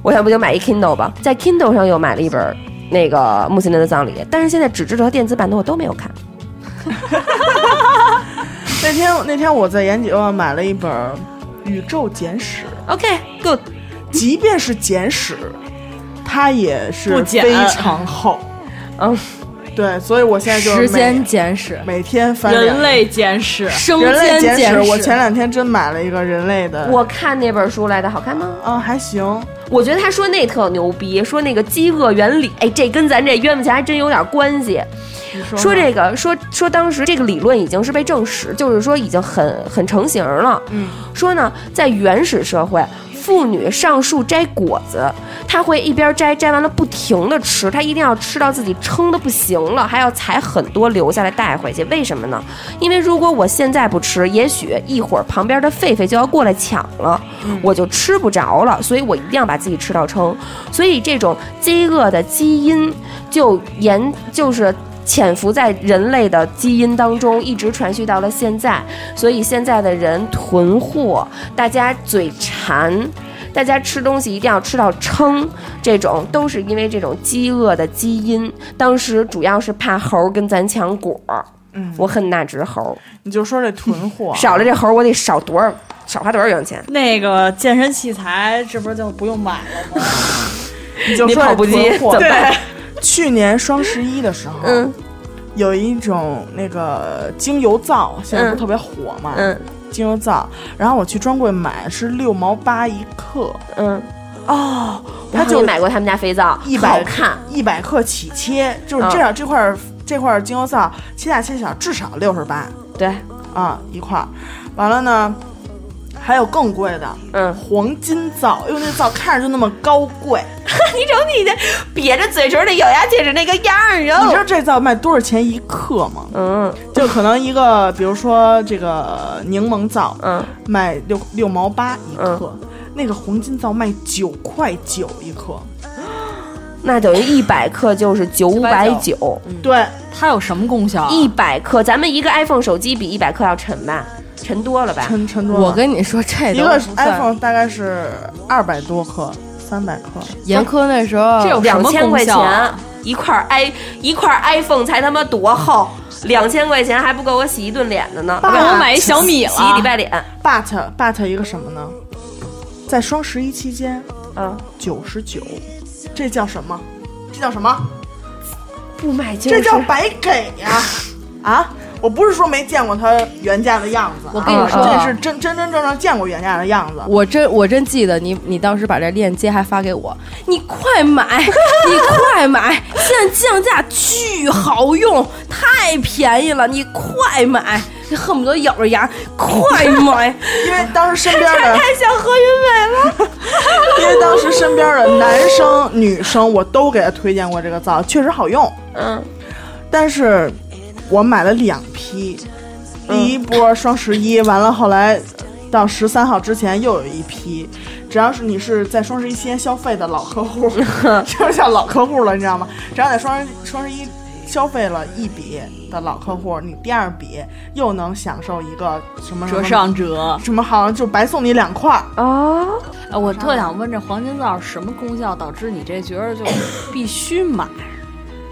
[SPEAKER 6] 我要不就买一 Kindle 吧，在 Kindle 上又买了一本那个穆斯林的葬礼，但是现在纸质的和电子版的我都没有看。
[SPEAKER 3] 那天那天我在延吉欧买了一本《宇宙简史
[SPEAKER 6] OK，good，、》，
[SPEAKER 3] 即便是简史，它也
[SPEAKER 7] 不
[SPEAKER 3] 是
[SPEAKER 7] 简
[SPEAKER 3] 非常厚。
[SPEAKER 6] 嗯，
[SPEAKER 3] 对，所以我现在就是
[SPEAKER 8] 时间
[SPEAKER 3] 每
[SPEAKER 8] 简史、
[SPEAKER 3] 每天翻两
[SPEAKER 7] 人类简史，
[SPEAKER 8] 生
[SPEAKER 3] 人类
[SPEAKER 8] 间
[SPEAKER 3] 简
[SPEAKER 8] 史，
[SPEAKER 3] 我前两天真买了一个人类的，
[SPEAKER 6] 我看那本书来的好看吗？
[SPEAKER 3] 嗯还行，
[SPEAKER 6] 我觉得他说那特牛逼，说那个饥饿原理，哎，这跟咱这冤不钱还真有点关系。
[SPEAKER 3] 你说
[SPEAKER 6] 说
[SPEAKER 3] 说
[SPEAKER 6] 这个，说说当时这个理论已经是被证实，就是说已经很很成型了。
[SPEAKER 3] 嗯，
[SPEAKER 6] 说呢，在原始社会，妇女上树摘果子，她会一边摘，摘完了不停的吃，她一定要吃到自己撑的不行了，还要采很多留下来带回去。为什么呢？因为如果我现在不吃，也许一会儿旁边的狒狒就要过来抢了，我就吃不着了，所以我一定要把自己吃到撑。所以这种饥饿的基因就沿就是。潜伏在人类的基因当中，一直传续到了现在，所以现在的人囤货，大家嘴馋，大家吃东西一定要吃到撑，这种都是因为这种饥饿的基因。当时主要是怕猴儿跟咱抢果儿，
[SPEAKER 3] 嗯哦
[SPEAKER 6] 我恨那只猴儿，
[SPEAKER 3] 你就说这囤货，啊
[SPEAKER 6] 少了这猴儿我得少多少少花多少元钱？
[SPEAKER 7] 那个健身器材，这不是就不用买了吗？
[SPEAKER 3] 你就
[SPEAKER 6] 你
[SPEAKER 3] 说
[SPEAKER 6] 跑
[SPEAKER 3] 这
[SPEAKER 6] 步机
[SPEAKER 3] 囤货
[SPEAKER 6] 怎么办？
[SPEAKER 3] 去年双十一的时候，
[SPEAKER 6] 嗯
[SPEAKER 3] 有一种那个精油皂，现在不是特别火嘛，
[SPEAKER 6] 嗯
[SPEAKER 3] 精油皂，然后我去专柜买是六毛八一克，
[SPEAKER 6] 嗯，
[SPEAKER 3] 哦，
[SPEAKER 6] 然
[SPEAKER 3] 它
[SPEAKER 6] 后
[SPEAKER 3] 就
[SPEAKER 6] 你买过他们家肥皂，
[SPEAKER 3] 一
[SPEAKER 6] 好
[SPEAKER 3] 百
[SPEAKER 6] 看，
[SPEAKER 3] 一百克起切，就是这
[SPEAKER 6] 哦
[SPEAKER 3] 样、这块儿这块儿精油皂切大切小至少六十八
[SPEAKER 6] 对，
[SPEAKER 3] 啊一块儿，完了呢。还有更贵的
[SPEAKER 6] 嗯，
[SPEAKER 3] 黄金皂，因为那皂看着就那么高贵，
[SPEAKER 6] 你瞅你这瘪着嘴唇的咬牙切齿那个样儿
[SPEAKER 3] 你知
[SPEAKER 6] 啊！
[SPEAKER 3] 道这皂卖多少钱一克吗？
[SPEAKER 6] 嗯
[SPEAKER 3] 就可能一个，比如说这个柠檬皂，
[SPEAKER 6] 嗯，
[SPEAKER 3] 卖六六毛八一克，那个黄金皂卖九块九一克。
[SPEAKER 6] 那等于一百克就是九百九，
[SPEAKER 3] 对，
[SPEAKER 7] 它有什么功效啊？
[SPEAKER 6] 嗯 一百克，咱们一个 iPhone 手机比一百克要沉吧，沉多了吧？
[SPEAKER 3] 沉沉多了。
[SPEAKER 8] 我跟你说，这
[SPEAKER 3] 一
[SPEAKER 8] 都
[SPEAKER 3] 个
[SPEAKER 8] 不算
[SPEAKER 3] iPhone 大概是二百多克，三百克。
[SPEAKER 8] 严苛那时候，
[SPEAKER 7] 这有什
[SPEAKER 6] 两
[SPEAKER 7] 么
[SPEAKER 6] 千
[SPEAKER 7] 功
[SPEAKER 6] 块
[SPEAKER 7] 效啊？
[SPEAKER 6] 钱一块 i 一块 iPhone 才他妈多厚，两千块钱还不够我洗一顿脸的呢，
[SPEAKER 3] 爸
[SPEAKER 7] 给我买一小米了，
[SPEAKER 6] 洗一礼拜脸。
[SPEAKER 3] But but 一个什么呢？在双十一期间，
[SPEAKER 6] 嗯，
[SPEAKER 3] 九十九，这叫什么？这叫什么？
[SPEAKER 6] 不买就
[SPEAKER 3] 这
[SPEAKER 6] 是
[SPEAKER 3] 叫白给 呀！啊，我不是说没见过它原价的样子啊，
[SPEAKER 8] 我跟你说
[SPEAKER 3] 这是真真真正正见过原价的样子。
[SPEAKER 8] 我真我真记得你，你当时把这链接还发给我，你快买， 你快买，现在降价巨好用，太便宜了，你快买，这恨不得咬着牙快 买，
[SPEAKER 3] 因为当时身边的，
[SPEAKER 6] 太像何云伟了。
[SPEAKER 3] 因为当时身边的男生、女生，我都给他推荐过这个皂，确实好用。
[SPEAKER 6] 嗯，
[SPEAKER 3] 但是我买了两批，第
[SPEAKER 7] 嗯
[SPEAKER 3] 一波双十一完了，后来到十三号之前又有一批。只要是你是在双十一期间消费的老客户， 就是叫老客户了，你知道吗？只要在双十双十一消费了一笔的老客户，你第二笔又能享受一个什么什么
[SPEAKER 7] 折上折。
[SPEAKER 3] 什么，好像就白送你两块儿。
[SPEAKER 6] 哦，
[SPEAKER 7] 哎，我特想问，这黄金皂什么功效导致你这觉得就必须买？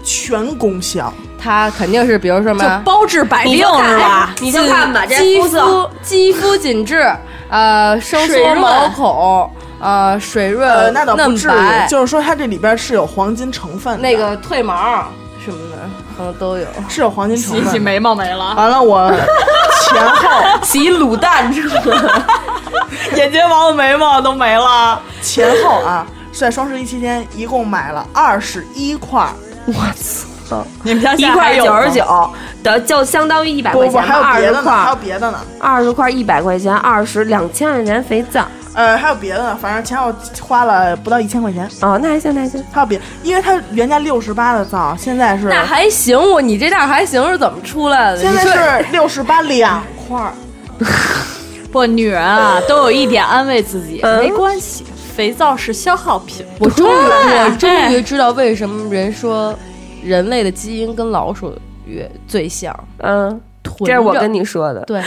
[SPEAKER 3] 全功效，
[SPEAKER 8] 它肯定是比如说什
[SPEAKER 7] 啊就
[SPEAKER 8] 么
[SPEAKER 7] 包治百病是吧？
[SPEAKER 6] 你就看啊吧，这
[SPEAKER 8] 肌
[SPEAKER 6] 肤色
[SPEAKER 8] 肤肌肤紧致，呃，收
[SPEAKER 7] 水
[SPEAKER 8] 缩
[SPEAKER 7] 润
[SPEAKER 8] 毛孔，呃，水润，
[SPEAKER 3] 呃，那倒不
[SPEAKER 8] 嫩
[SPEAKER 3] 至
[SPEAKER 8] 白
[SPEAKER 3] 于，，就是说它这里边是有黄金成分的，
[SPEAKER 8] 那个褪毛什么的，嗯，都有。
[SPEAKER 3] 是有黄金成
[SPEAKER 7] 洗洗
[SPEAKER 3] 分的。
[SPEAKER 7] 眉毛没了，
[SPEAKER 3] 完了，我前后
[SPEAKER 6] 洗卤蛋是吧？
[SPEAKER 7] 眼睫毛、眉毛都没了。
[SPEAKER 3] 前后啊，在双十一期间一共买了二十一块，
[SPEAKER 7] 你们家
[SPEAKER 2] 一
[SPEAKER 7] 现在还
[SPEAKER 2] 块
[SPEAKER 7] 有
[SPEAKER 2] 九
[SPEAKER 7] 吗
[SPEAKER 2] 十，九，得就相当于一百
[SPEAKER 3] 不
[SPEAKER 2] 块
[SPEAKER 3] 不，
[SPEAKER 2] 钱
[SPEAKER 3] 还
[SPEAKER 2] 吧，
[SPEAKER 3] 有
[SPEAKER 2] 二
[SPEAKER 3] 别
[SPEAKER 2] 十块，
[SPEAKER 3] 的呢，还有别的呢，
[SPEAKER 6] 二十块一百块钱，二十两千块钱肥皂
[SPEAKER 3] 呃，还有别的呢，反正前后花了不到一千块钱。
[SPEAKER 6] 哦，那还行，那还行。
[SPEAKER 3] 还有别，因为它原价六十八的皂，现在是
[SPEAKER 8] 那还行，我你这样还行是怎么出来的？
[SPEAKER 3] 现
[SPEAKER 8] 你说
[SPEAKER 3] 在是六十八两块儿，
[SPEAKER 7] 不，女人啊，都有一点安慰自己，
[SPEAKER 6] 嗯
[SPEAKER 7] 没关系，肥皂是消耗品。
[SPEAKER 8] 我终于我终于知道为什么人说人类的基因跟老鼠越最像，
[SPEAKER 6] 嗯，
[SPEAKER 8] 囤着。
[SPEAKER 6] 这是我跟你说的。
[SPEAKER 8] 对，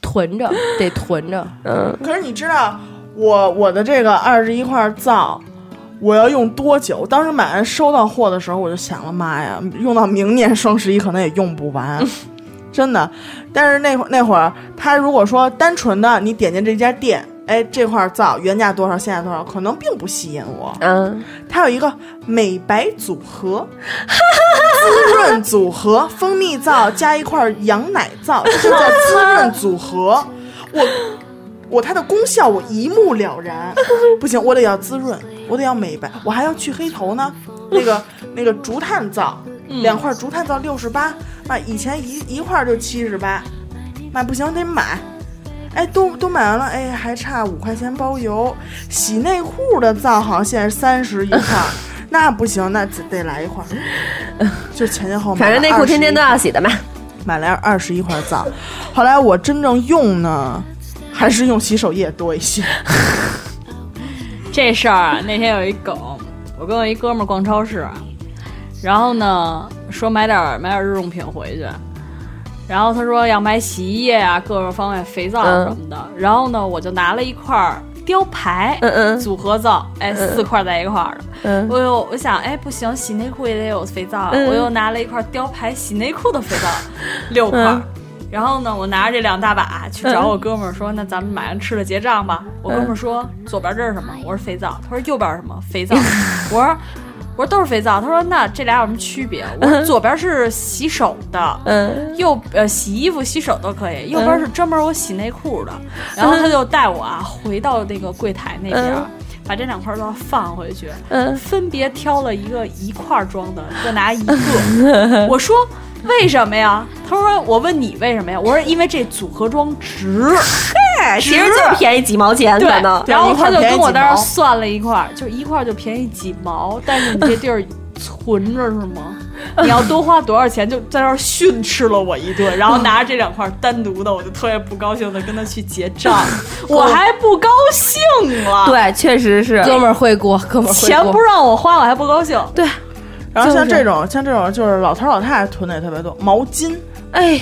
[SPEAKER 8] 囤着得囤着。
[SPEAKER 6] 嗯，
[SPEAKER 3] 可是你知道我我的这个二十一块皂，我要用多久？当时买完收到货的时候，我就想了，妈呀，用到明年双十一可能也用不完， 真的。但是那会那会儿，他如果说单纯的你点进这家店，哎，这块皂原价多少，现在多少，可能并不吸引我。
[SPEAKER 6] 嗯，
[SPEAKER 3] 它有一个美白组合、滋润组合、蜂蜜皂加一块羊奶皂，这就叫滋润组合。我我它的功效我一目了然，不行，我得要滋润，我得要美白，我还要去黑头呢。那个那个竹炭皂，两块竹炭皂六十八，啊，以前一一块就七十八，买不行得买。哎，都都买完了，哎，还差五块钱包邮。洗内裤的皂好像现在三十一块儿，那不行，那得得来一块儿。就前前后后买
[SPEAKER 6] 反
[SPEAKER 3] 了
[SPEAKER 6] 正内裤天天都
[SPEAKER 3] 21
[SPEAKER 6] 要洗的嘛。
[SPEAKER 3] 买了二十一块皂，后来我真正用呢，还是用洗手液多一些。
[SPEAKER 7] 这事儿啊那天有一梗，我跟我一哥们儿逛超市，然后呢说买点儿买点儿日用品回去，然后他说要买洗衣液啊，各个方面肥皂什么的，然后呢我就拿了一块儿雕牌，
[SPEAKER 6] 嗯嗯
[SPEAKER 7] 组合皂，哎，四块在一块儿的。
[SPEAKER 6] 嗯
[SPEAKER 7] 我有我想，哎，不行，洗内裤也得有肥皂。
[SPEAKER 6] 嗯
[SPEAKER 7] 我又拿了一块雕牌洗内裤的肥皂，六块
[SPEAKER 6] 嗯
[SPEAKER 7] 儿。然后呢，我拿着这两大把去找我哥们儿说：“那咱们买完吃了结账吧。”我哥们儿说：“左边这是什么？”我说：“肥皂。”他说：“右边是什么？肥皂。”我说：“我说都是肥皂。”他说：“那这俩有什么区别？”我说：“左边是洗手的，
[SPEAKER 6] 嗯，
[SPEAKER 7] 右呃洗衣服、洗手都可以，右
[SPEAKER 2] 嗯
[SPEAKER 7] 边是专门我洗内裤的。然后他就带我啊回到那个柜台那边，
[SPEAKER 6] 嗯
[SPEAKER 7] 把这两块皂放回去，
[SPEAKER 6] 嗯
[SPEAKER 7] 分别挑了一个一块装的，各拿一 个。我说为什么呀？他说我问你为什么呀？我说因为这组合装值。
[SPEAKER 2] 哎其实就便宜几毛钱，
[SPEAKER 7] 对
[SPEAKER 2] 可 能，
[SPEAKER 7] 然后
[SPEAKER 3] 一块
[SPEAKER 7] 他
[SPEAKER 3] 儿
[SPEAKER 7] 就
[SPEAKER 3] 便宜
[SPEAKER 7] 跟我
[SPEAKER 3] 几
[SPEAKER 7] 在那儿
[SPEAKER 3] 毛
[SPEAKER 7] 算了一块儿，就一块儿就便宜几毛，但是你这地儿存着是吗？你要多花多少钱，就在那儿训斥了我一顿，然后拿着这两块儿单独的，我就特别不高兴的跟他去结账， 我还不高兴了，
[SPEAKER 2] 对，确实是。
[SPEAKER 8] 哥们儿会过，哥们儿会
[SPEAKER 7] 钱
[SPEAKER 8] 过
[SPEAKER 7] 不让我花，我还不高兴，对，
[SPEAKER 3] 然后像这种，像这种就是老头老太太囤的也特别多，毛巾
[SPEAKER 7] 哎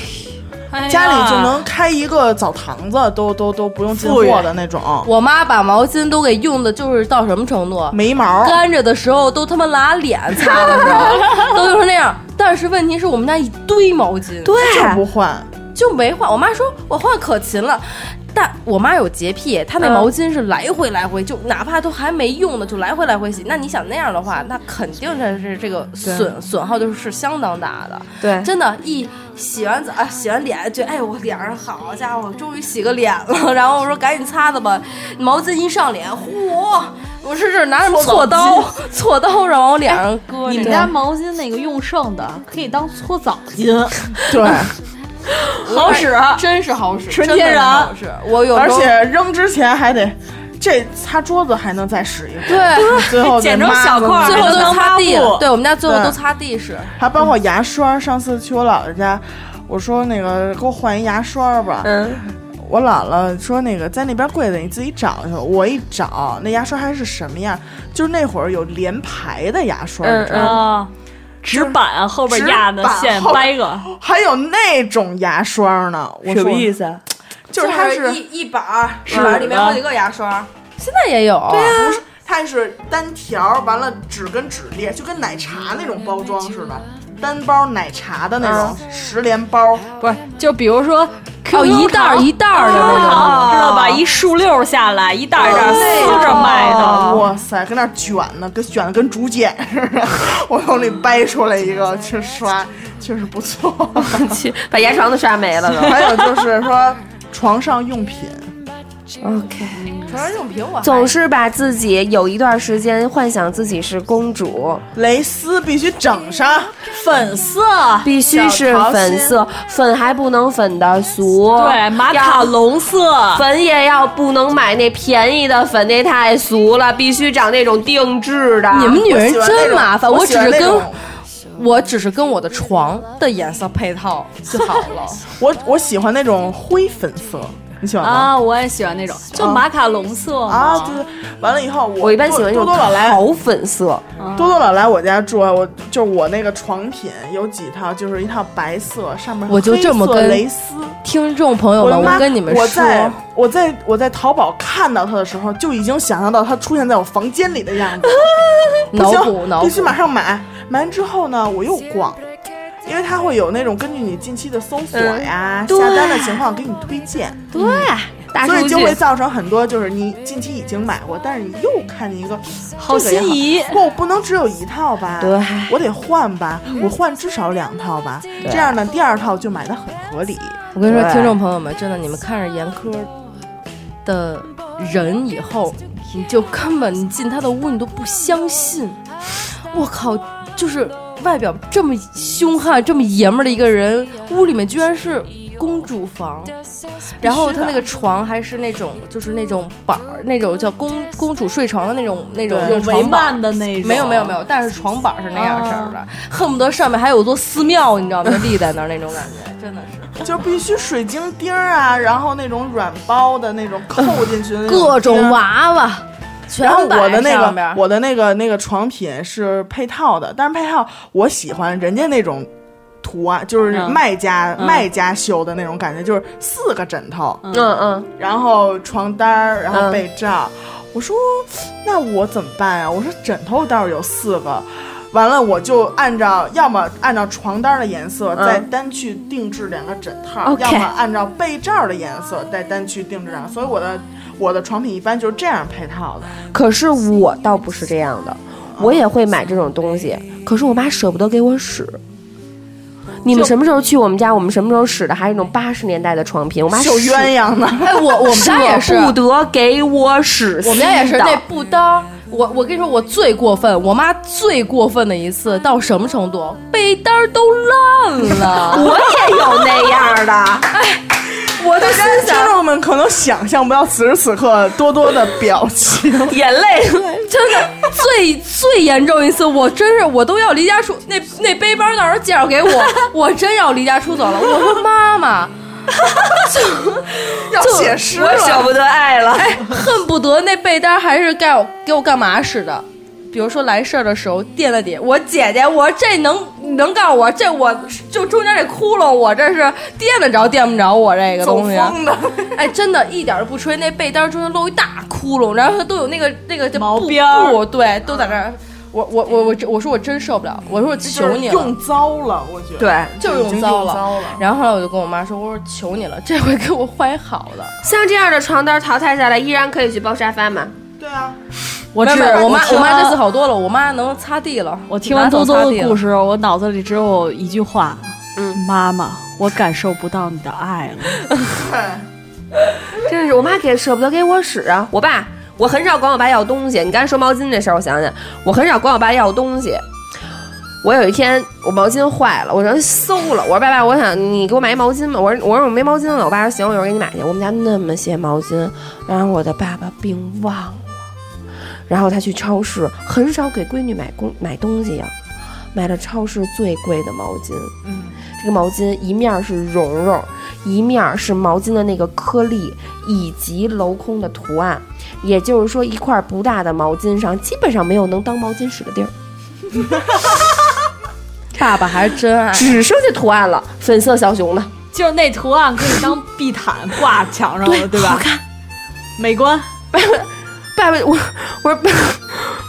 [SPEAKER 3] 家里就能开一个澡堂子，都都都不用进货的那种，
[SPEAKER 8] 我妈把毛巾都给用的，就是到什么程度？
[SPEAKER 3] 没毛。
[SPEAKER 8] 干着的时候都他妈拿脸擦的时候，都就是那样。但是问题是我们家一堆毛巾，对，
[SPEAKER 3] 就不换，
[SPEAKER 8] 就没换。我妈说我换可勤了，但我妈有洁癖，她那毛巾是来回来回，就哪怕都还没用呢，就来回来回洗。那你想那样的话，那肯定这是这个损损耗就是相当大的。
[SPEAKER 6] 对，
[SPEAKER 8] 真的，一洗完澡、啊洗完脸，觉得哎，我脸上好家伙，终于洗个脸了。 然后我说赶紧擦擦吧，毛巾一上脸，嚯！我是这拿什么锉刀，锉刀然后往脸上搁。
[SPEAKER 7] 你们家毛巾那个用剩的可以当搓澡巾，
[SPEAKER 3] 对，
[SPEAKER 7] 好使，啊
[SPEAKER 8] 真是好使，
[SPEAKER 7] 纯天然
[SPEAKER 8] 真的好使。我有时
[SPEAKER 3] 而
[SPEAKER 8] 候
[SPEAKER 3] 且扔之前还得，这擦桌子还能再使一会儿，
[SPEAKER 8] 对，
[SPEAKER 3] 最后
[SPEAKER 7] 剪
[SPEAKER 3] 再
[SPEAKER 7] 成
[SPEAKER 3] 抹
[SPEAKER 7] 小
[SPEAKER 3] 子
[SPEAKER 7] 块儿
[SPEAKER 8] 最后
[SPEAKER 7] 还能
[SPEAKER 8] 都
[SPEAKER 7] 当
[SPEAKER 8] 擦
[SPEAKER 7] 抹
[SPEAKER 8] 地
[SPEAKER 7] 布
[SPEAKER 8] 了。对，我们家最后
[SPEAKER 3] 对
[SPEAKER 8] 都擦地使。
[SPEAKER 3] 还包括牙刷。上次去我姥姥家，我说那个给我换一牙刷吧，
[SPEAKER 6] 嗯
[SPEAKER 3] 我姥姥说那个在那边柜子你自己找去，我一找那牙刷还是什么样，就是那会儿有连排的牙刷，
[SPEAKER 6] 嗯
[SPEAKER 3] 你知道吗
[SPEAKER 7] 啊，纸板啊后边压的
[SPEAKER 3] 纸板
[SPEAKER 7] 线
[SPEAKER 3] 后
[SPEAKER 7] 掰个，
[SPEAKER 3] 还有那种牙刷呢，我
[SPEAKER 2] 什
[SPEAKER 3] 说
[SPEAKER 2] 么意思啊？
[SPEAKER 3] 就是它是
[SPEAKER 8] 一一板儿，
[SPEAKER 7] 纸板儿里面好几
[SPEAKER 8] 个牙刷，嗯现在也有。对呀，
[SPEAKER 3] 不是它是单条，完了纸跟纸裂，就跟奶茶那种包装似的，单包奶茶的那种十连包，
[SPEAKER 7] 不是，就比如说 QQ
[SPEAKER 8] 哦，一袋儿一袋儿的那种。
[SPEAKER 7] 糖，啊知道吧？一竖溜下来，一袋儿一袋儿撕哎着卖的。
[SPEAKER 3] 哇塞，跟那儿卷呢，跟卷的跟竹简似的，我手里掰出来一个去刷，确实不错。
[SPEAKER 6] 去把牙床都刷没了都。
[SPEAKER 3] 还有就是说床上用品，
[SPEAKER 6] OK，
[SPEAKER 8] 主要是用苹果 还
[SPEAKER 6] 总是把自己有一段时间幻想自己是公主，
[SPEAKER 3] 蕾丝必须整上，
[SPEAKER 7] 粉色，
[SPEAKER 6] 必须是粉色，粉还不能粉的俗，
[SPEAKER 7] 对，马卡龙色，
[SPEAKER 6] 粉也要不能买那便宜的粉，那太俗了，必须找那种定制的。
[SPEAKER 8] 你们女人
[SPEAKER 3] 我喜欢那
[SPEAKER 8] 哎真
[SPEAKER 3] 种
[SPEAKER 8] 麻烦，
[SPEAKER 3] 我
[SPEAKER 8] 我
[SPEAKER 3] 喜
[SPEAKER 8] 只
[SPEAKER 3] 欢
[SPEAKER 8] 是
[SPEAKER 3] 那
[SPEAKER 8] 跟
[SPEAKER 3] 种
[SPEAKER 8] 我只是跟我的床的颜色配套就好了。
[SPEAKER 3] 我我喜欢那种灰粉色，你喜欢吗？
[SPEAKER 7] 啊，我也喜欢那种，就马卡龙色嘛
[SPEAKER 3] 啊，对对，完了以后我
[SPEAKER 6] 嗯我一般
[SPEAKER 3] 多
[SPEAKER 6] 喜欢那
[SPEAKER 3] 多
[SPEAKER 6] 种
[SPEAKER 3] 多老来，
[SPEAKER 6] 桃粉色，
[SPEAKER 3] 多多老来我家住，啊，我就我那个床品有几套，就是一套白色，上面
[SPEAKER 8] 我就这么
[SPEAKER 3] 黑色
[SPEAKER 8] 跟
[SPEAKER 3] 蕾丝。
[SPEAKER 8] 听众朋友
[SPEAKER 3] 我
[SPEAKER 8] 们，
[SPEAKER 3] 的妈！
[SPEAKER 8] 我跟你们
[SPEAKER 3] 我在
[SPEAKER 8] 说，
[SPEAKER 3] 我在我在淘宝看到它的时候，就已经想象到它出现在我房间里的样子。不
[SPEAKER 8] 脑
[SPEAKER 3] 行
[SPEAKER 8] 补脑
[SPEAKER 3] 必须
[SPEAKER 8] 补，
[SPEAKER 3] 马上买。买完之后呢，我又逛，因为它会有那种根据你近期的搜索
[SPEAKER 8] 嗯
[SPEAKER 3] 呀、
[SPEAKER 6] 对
[SPEAKER 3] 下单的情况给你推荐，
[SPEAKER 6] 对，大
[SPEAKER 3] 所
[SPEAKER 6] 数
[SPEAKER 3] 以
[SPEAKER 6] 据
[SPEAKER 3] 就会造成很多就是你近期已经买过，但是你又看见一个
[SPEAKER 7] 好
[SPEAKER 3] 这个也
[SPEAKER 7] 心仪
[SPEAKER 3] 不，我不能只有一套吧？
[SPEAKER 6] 对
[SPEAKER 3] 我得换吧，
[SPEAKER 8] 嗯
[SPEAKER 3] 我换至少两套吧，这样呢，第二套就买的很合理。
[SPEAKER 8] 我跟你说，
[SPEAKER 6] 对
[SPEAKER 8] 听众朋友们，真的，你们看着严苛的人以后，你就根本你进他的屋，你都不相信。我靠，就是外表这么凶悍、这么爷们儿的一个人，屋里面居然是公主房，然后他那个床还是那种，就是那种板儿，那种叫公公主睡床的那种那种
[SPEAKER 3] 对
[SPEAKER 8] 用
[SPEAKER 7] 帷
[SPEAKER 8] 床板
[SPEAKER 7] 幔的那种，
[SPEAKER 8] 没有没有没有，但是床板是那样式儿的，恨不得上面还有座寺庙，你知道吗？立在那儿那种感觉，真的是
[SPEAKER 3] 就必须水晶钉儿啊，然后那种软包的那种扣进去的那钉儿啊
[SPEAKER 8] 各种娃娃，全
[SPEAKER 3] 然后我的
[SPEAKER 8] 摆
[SPEAKER 3] 那
[SPEAKER 8] 上边儿
[SPEAKER 3] 个我的那个那个床品是配套的，但是配套我喜欢人家那种图案，就是
[SPEAKER 7] 嗯
[SPEAKER 3] 卖家、
[SPEAKER 7] 嗯
[SPEAKER 3] 卖家绣的那种感觉，就是四个枕头，
[SPEAKER 6] 嗯嗯，
[SPEAKER 3] 然后床单儿，然后
[SPEAKER 6] 嗯
[SPEAKER 3] 被罩。我说那我怎么办呀、我说枕头倒是有四个。完了，我就按照要么按照床单的颜色，
[SPEAKER 6] 嗯
[SPEAKER 3] 再单去定制两个枕套
[SPEAKER 6] OK
[SPEAKER 3] 要么按照被罩的颜色，再单去定制两个。所以我的我的床品一般就是这样配套的。
[SPEAKER 6] 可是我倒不是这样
[SPEAKER 8] 啊
[SPEAKER 6] 的，我也会买这种东西，可是我妈舍不得给我使。你们什么时候去我们家？我们什么时候使的？还是那种八十年代的床品？我妈
[SPEAKER 3] 绣
[SPEAKER 6] 使
[SPEAKER 3] 鸳鸯 呢？
[SPEAKER 8] 哎，我我们家也是，
[SPEAKER 6] 舍不得给我使。
[SPEAKER 8] 我们家也是
[SPEAKER 6] 新的
[SPEAKER 8] 那布单儿。我我跟你说，我最过分，我妈最过分的一次到什么程度？被单儿都烂 了，
[SPEAKER 6] 我也有那 样的。
[SPEAKER 8] 我都心
[SPEAKER 3] 听众们可能想象不到此时此刻多多的表 情，
[SPEAKER 6] 眼泪，
[SPEAKER 8] 真的最最严重一次，我真是我都要离家出那那背包到时候介绍给我，我真要离家出走了。我说妈妈，
[SPEAKER 3] 要
[SPEAKER 8] 就
[SPEAKER 3] 写诗
[SPEAKER 6] 我舍
[SPEAKER 3] 了。
[SPEAKER 6] 不得爱了。
[SPEAKER 8] 哎，恨不得那被单还是盖我给我干嘛使的。比如说来事儿的时候垫了底，我姐姐，我这能你能告诉我这我就中间这窟窿，我这是垫得着垫不着我这个
[SPEAKER 3] 走
[SPEAKER 8] 东西。
[SPEAKER 3] 风的，
[SPEAKER 8] 哎，真的，一点儿都不吹，那被单中间露一大窟窿，然后它都有那个那个
[SPEAKER 7] 毛
[SPEAKER 8] 布
[SPEAKER 7] 边儿
[SPEAKER 8] 布对，都在那儿。我我我我我说我真受不了，我说我求 你了。
[SPEAKER 3] 用糟了，我觉得。
[SPEAKER 6] 对，
[SPEAKER 8] 就是
[SPEAKER 3] 已经
[SPEAKER 8] 用糟了，
[SPEAKER 3] 糟了
[SPEAKER 8] 然后后来我就跟我妈说：“我说求你了，这回给我换一好的。
[SPEAKER 6] 像这样的床单淘汰下来，依然可以去包沙发嘛？
[SPEAKER 3] 对啊，”
[SPEAKER 8] 我
[SPEAKER 7] 只
[SPEAKER 8] 我
[SPEAKER 7] 我
[SPEAKER 8] 妈
[SPEAKER 7] 听
[SPEAKER 8] 我妈
[SPEAKER 7] 完
[SPEAKER 8] 这次好多了，我妈能擦地了。
[SPEAKER 7] 我听完多多的故
[SPEAKER 8] 事，
[SPEAKER 7] 事，我脑子里只有一句话：
[SPEAKER 6] 嗯，
[SPEAKER 7] 妈妈，我感受不到你的爱了。
[SPEAKER 6] 真是，我妈给舍不得给我使啊。我爸，我很少管我爸要东西。你刚才说毛巾这事儿，我想想，我很少管我爸要东西。我有一天我毛巾坏了，我说馊了，我说爸爸，我想你给我买一毛巾吧。我说我说我没毛巾了，我爸说行，我一会儿给你买去。我们家那么些毛巾，然后我的爸爸病忘了，然后他去超市，很少给闺女买公买东西呀、买了超市最贵的毛巾。
[SPEAKER 3] 嗯，
[SPEAKER 6] 这个毛巾一面儿是绒绒，一面儿是毛巾的那个颗粒以及镂空的图案，也就是说，一块不大的毛巾上基本上没有能当毛巾使的地儿，
[SPEAKER 8] 爸爸还是真
[SPEAKER 3] 啊
[SPEAKER 8] 爱。
[SPEAKER 6] 只剩下图案了，粉色小熊的。
[SPEAKER 7] 就是那图案可以当壁毯挂墙上了，对吧？好看，美观。
[SPEAKER 6] 爸爸，我我说爸，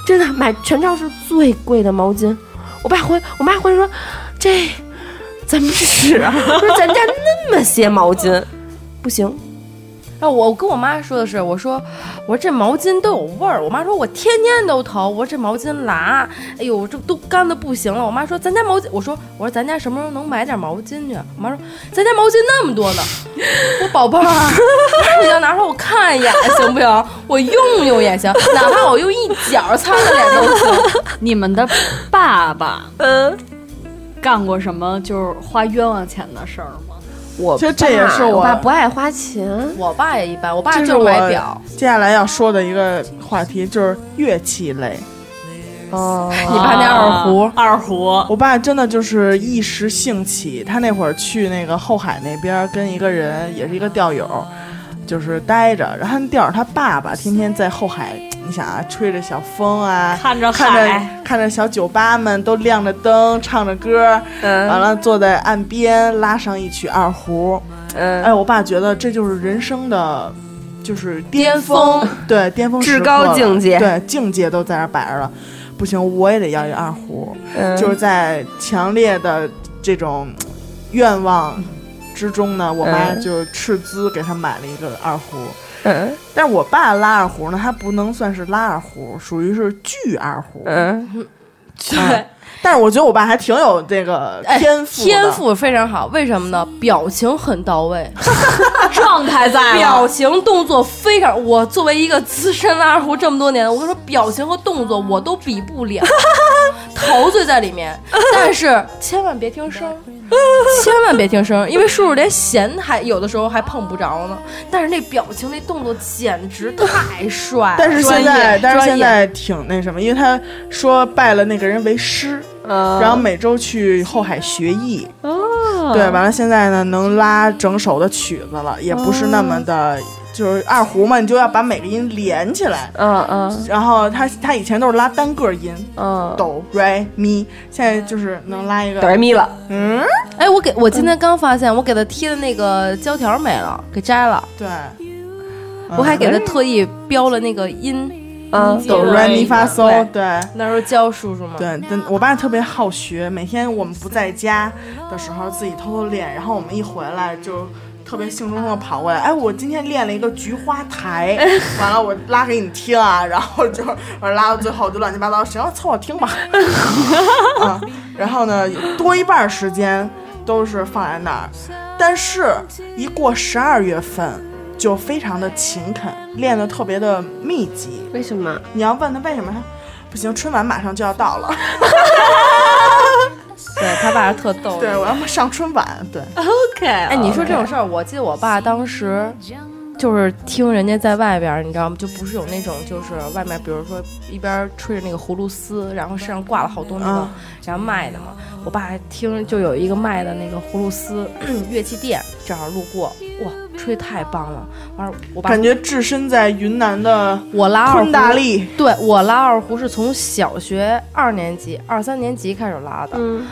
[SPEAKER 6] 真的买全超市最贵的毛巾。我爸回我妈回来说，这怎么使啊？我说咱家那么些毛巾，不行。
[SPEAKER 8] 后我跟我妈说的是，我说我说这毛巾都有味儿，我妈说我天天都投，我说这毛巾拉，哎呦这都干的不行了。我妈说咱家毛巾，我说我说咱家什么时候能买点毛巾去？啊我妈说咱家毛巾那么多呢，我宝贝儿， 我说你要拿出来我看一眼行不行？我用用也行，哪怕我用一角擦擦脸都行。
[SPEAKER 7] 你们的爸 爸
[SPEAKER 6] 嗯，
[SPEAKER 7] 干过什么就是花冤枉钱的事儿吗？
[SPEAKER 6] 我
[SPEAKER 3] 其实这也
[SPEAKER 6] 爸
[SPEAKER 3] 是
[SPEAKER 6] 我
[SPEAKER 3] 我
[SPEAKER 6] 爸不爱 花钱，
[SPEAKER 8] 我爸也一般，我爸
[SPEAKER 3] 这
[SPEAKER 8] 就是
[SPEAKER 3] 我
[SPEAKER 8] 买表。
[SPEAKER 3] 接下来要说的一个话题就是乐器类。嗯
[SPEAKER 6] 哦，
[SPEAKER 8] 你爸那二胡，
[SPEAKER 7] 二胡，
[SPEAKER 3] 我爸真的就是一时兴起，他那会儿去那个后海那边儿跟一个人，也是一个钓友，就是待着。然后那钓友他爸爸天天在后海，你想啊，吹着小风啊，
[SPEAKER 7] 看着
[SPEAKER 3] 看着
[SPEAKER 7] 海，
[SPEAKER 3] 看着小酒吧们都亮着灯，唱着歌，完了坐在岸边拉上一曲二胡。
[SPEAKER 6] 嗯，
[SPEAKER 3] 哎，我爸觉得这就是人生的，就是巅
[SPEAKER 6] 巅峰
[SPEAKER 3] 对巅峰
[SPEAKER 6] 至
[SPEAKER 3] 时刻
[SPEAKER 6] 高
[SPEAKER 3] 了
[SPEAKER 6] 境界
[SPEAKER 3] 对境界都在那儿摆着了。不行，我也得要一二胡。
[SPEAKER 6] 嗯
[SPEAKER 3] 就是在强烈的这种嗯愿望之中呢，我妈
[SPEAKER 6] 嗯
[SPEAKER 3] 就斥资给他买了一个二胡。
[SPEAKER 6] 嗯
[SPEAKER 3] 但是我爸拉二胡呢，他不能算是拉二胡，属于是锯二胡。
[SPEAKER 6] 嗯，
[SPEAKER 7] 哎
[SPEAKER 3] 对，但是我觉得我爸还挺有这个
[SPEAKER 8] 哎
[SPEAKER 3] 天赋的，
[SPEAKER 8] 天赋非常好，为什么呢？表情很到位，
[SPEAKER 7] 状态 在
[SPEAKER 8] 表
[SPEAKER 7] 了，
[SPEAKER 8] 情动作非常。我作为一个资深拉二胡这么多年，我跟你说，表情和动作我都比不 了，陶醉在里面。但是千万别听声 儿，千万别听声儿，因为叔叔连弦还有的时候还碰不着呢。但是那表情、那动作简直太帅了。
[SPEAKER 3] 但是现
[SPEAKER 8] 专
[SPEAKER 3] 在
[SPEAKER 8] 业，
[SPEAKER 3] 但是现
[SPEAKER 8] 专业
[SPEAKER 3] 在挺那什么，因为他说拜了那个人为师，然后每周去后海学艺。对，完了现在呢，能拉整首的曲子了，也不是那么的，就是二胡嘛，你就要把每个音连起来。
[SPEAKER 6] 嗯嗯
[SPEAKER 3] 然后他他以前都是拉单个音，
[SPEAKER 6] 嗯，
[SPEAKER 3] 哆、来、咪，现在就是能拉一
[SPEAKER 6] 哆
[SPEAKER 3] 个，
[SPEAKER 6] 来咪了，
[SPEAKER 3] 嗯，
[SPEAKER 8] 哎，我给我今天刚发现，我给他贴的那个胶条没了，给摘了。
[SPEAKER 3] 对。嗯
[SPEAKER 8] 我还
[SPEAKER 3] 哎
[SPEAKER 8] 给他特意标了那个音，
[SPEAKER 6] 嗯
[SPEAKER 3] 哆来咪发嗦，对
[SPEAKER 8] 那时候教叔叔嘛。
[SPEAKER 3] 对，但我爸特别好学，每天我们不在家的时候自己偷偷练，然后我们一回来就特别兴冲冲的跑过来，哎，我今天练了一个菊花台，完了我拉给你听啊，然后就我拉到最后就乱七八糟，谁要凑合听吧，啊，然后呢，多一半时间都是放在那儿，但是一过十二月份就非常的勤恳，练得特别的密集，
[SPEAKER 6] 为什么？
[SPEAKER 3] 你要问他为什么，他不行，春晚马上就要到了，
[SPEAKER 8] 对他爸特逗。
[SPEAKER 3] 对我要上春
[SPEAKER 6] 嗯
[SPEAKER 3] 晚，对，
[SPEAKER 6] 啊
[SPEAKER 8] 哎，你说这种事儿，我记得我爸当时就是听人家在外边儿，你知道吗？就不是有那种就是外面，比如说一边儿吹着那个葫芦丝，然后身上挂了好多那个
[SPEAKER 3] 嗯，
[SPEAKER 8] 然后卖的嘛。我爸还听就有一个卖的那个葫芦丝 乐器店，正好路过，哇，吹太棒了！完了，我爸
[SPEAKER 3] 感觉置身在云南的
[SPEAKER 8] 我拉二胡
[SPEAKER 3] 昆大丽，
[SPEAKER 8] 对我拉二胡是从小学二年级、二三年级开始拉的。
[SPEAKER 6] 嗯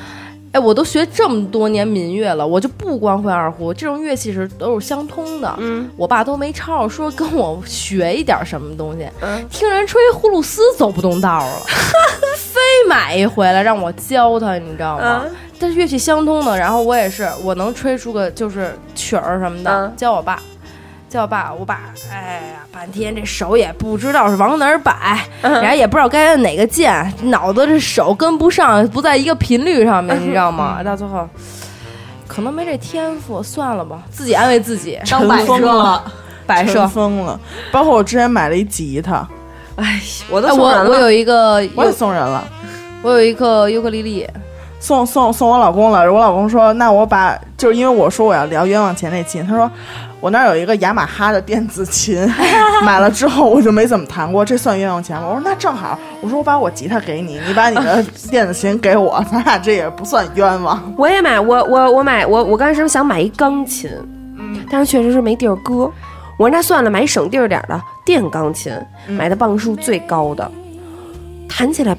[SPEAKER 8] 哎，我都学这么多年民乐了，我就不光会二胡，这种乐器是都是相通的。
[SPEAKER 6] 嗯
[SPEAKER 8] 我爸都没吵说跟我学一点什么东西，
[SPEAKER 6] 嗯
[SPEAKER 8] 听人吹葫芦丝走不动道了， 非买一回来让我教他，你知道吗？
[SPEAKER 6] 嗯
[SPEAKER 8] 但是乐器相通的，然后我也是，我能吹出个就是曲儿什么的，
[SPEAKER 6] 嗯
[SPEAKER 8] 教我爸，教我爸，我爸，哎呀，半天这手也不知道是往哪儿摆，然后也不知道该按哪个键，脑子这手跟不上，不在一个频率 上面，你知道
[SPEAKER 6] 嗯
[SPEAKER 8] 吗？到最后，可能没这天赋，算了吧，自己安慰自己，
[SPEAKER 7] 当摆设了，
[SPEAKER 8] 摆设
[SPEAKER 3] 尘。封了。包括我之前买了一吉他，
[SPEAKER 6] 嗯我都
[SPEAKER 8] 哎，
[SPEAKER 6] 送
[SPEAKER 8] 我
[SPEAKER 6] 人
[SPEAKER 8] 我
[SPEAKER 6] 了，
[SPEAKER 8] 有一个，
[SPEAKER 3] 我也
[SPEAKER 8] 我
[SPEAKER 3] 送人了，
[SPEAKER 8] 我有一个尤克里里，
[SPEAKER 3] 送送送我老公了。我老公说，那我把就是因为我说我要聊冤枉钱那期，他说我那儿有一个雅马哈的电子 琴，买了之后我就没怎么弹过，这算冤枉钱吗？我说那正好，我说我把我吉他给你，你把你的电子琴给我， 咱俩这也不算冤枉。
[SPEAKER 6] 我也买，我我我买我我刚开始想买一钢琴，但是确实是没地儿搁。我说那算了，买省地儿点儿的电钢琴，买的磅数最高的，弹起来。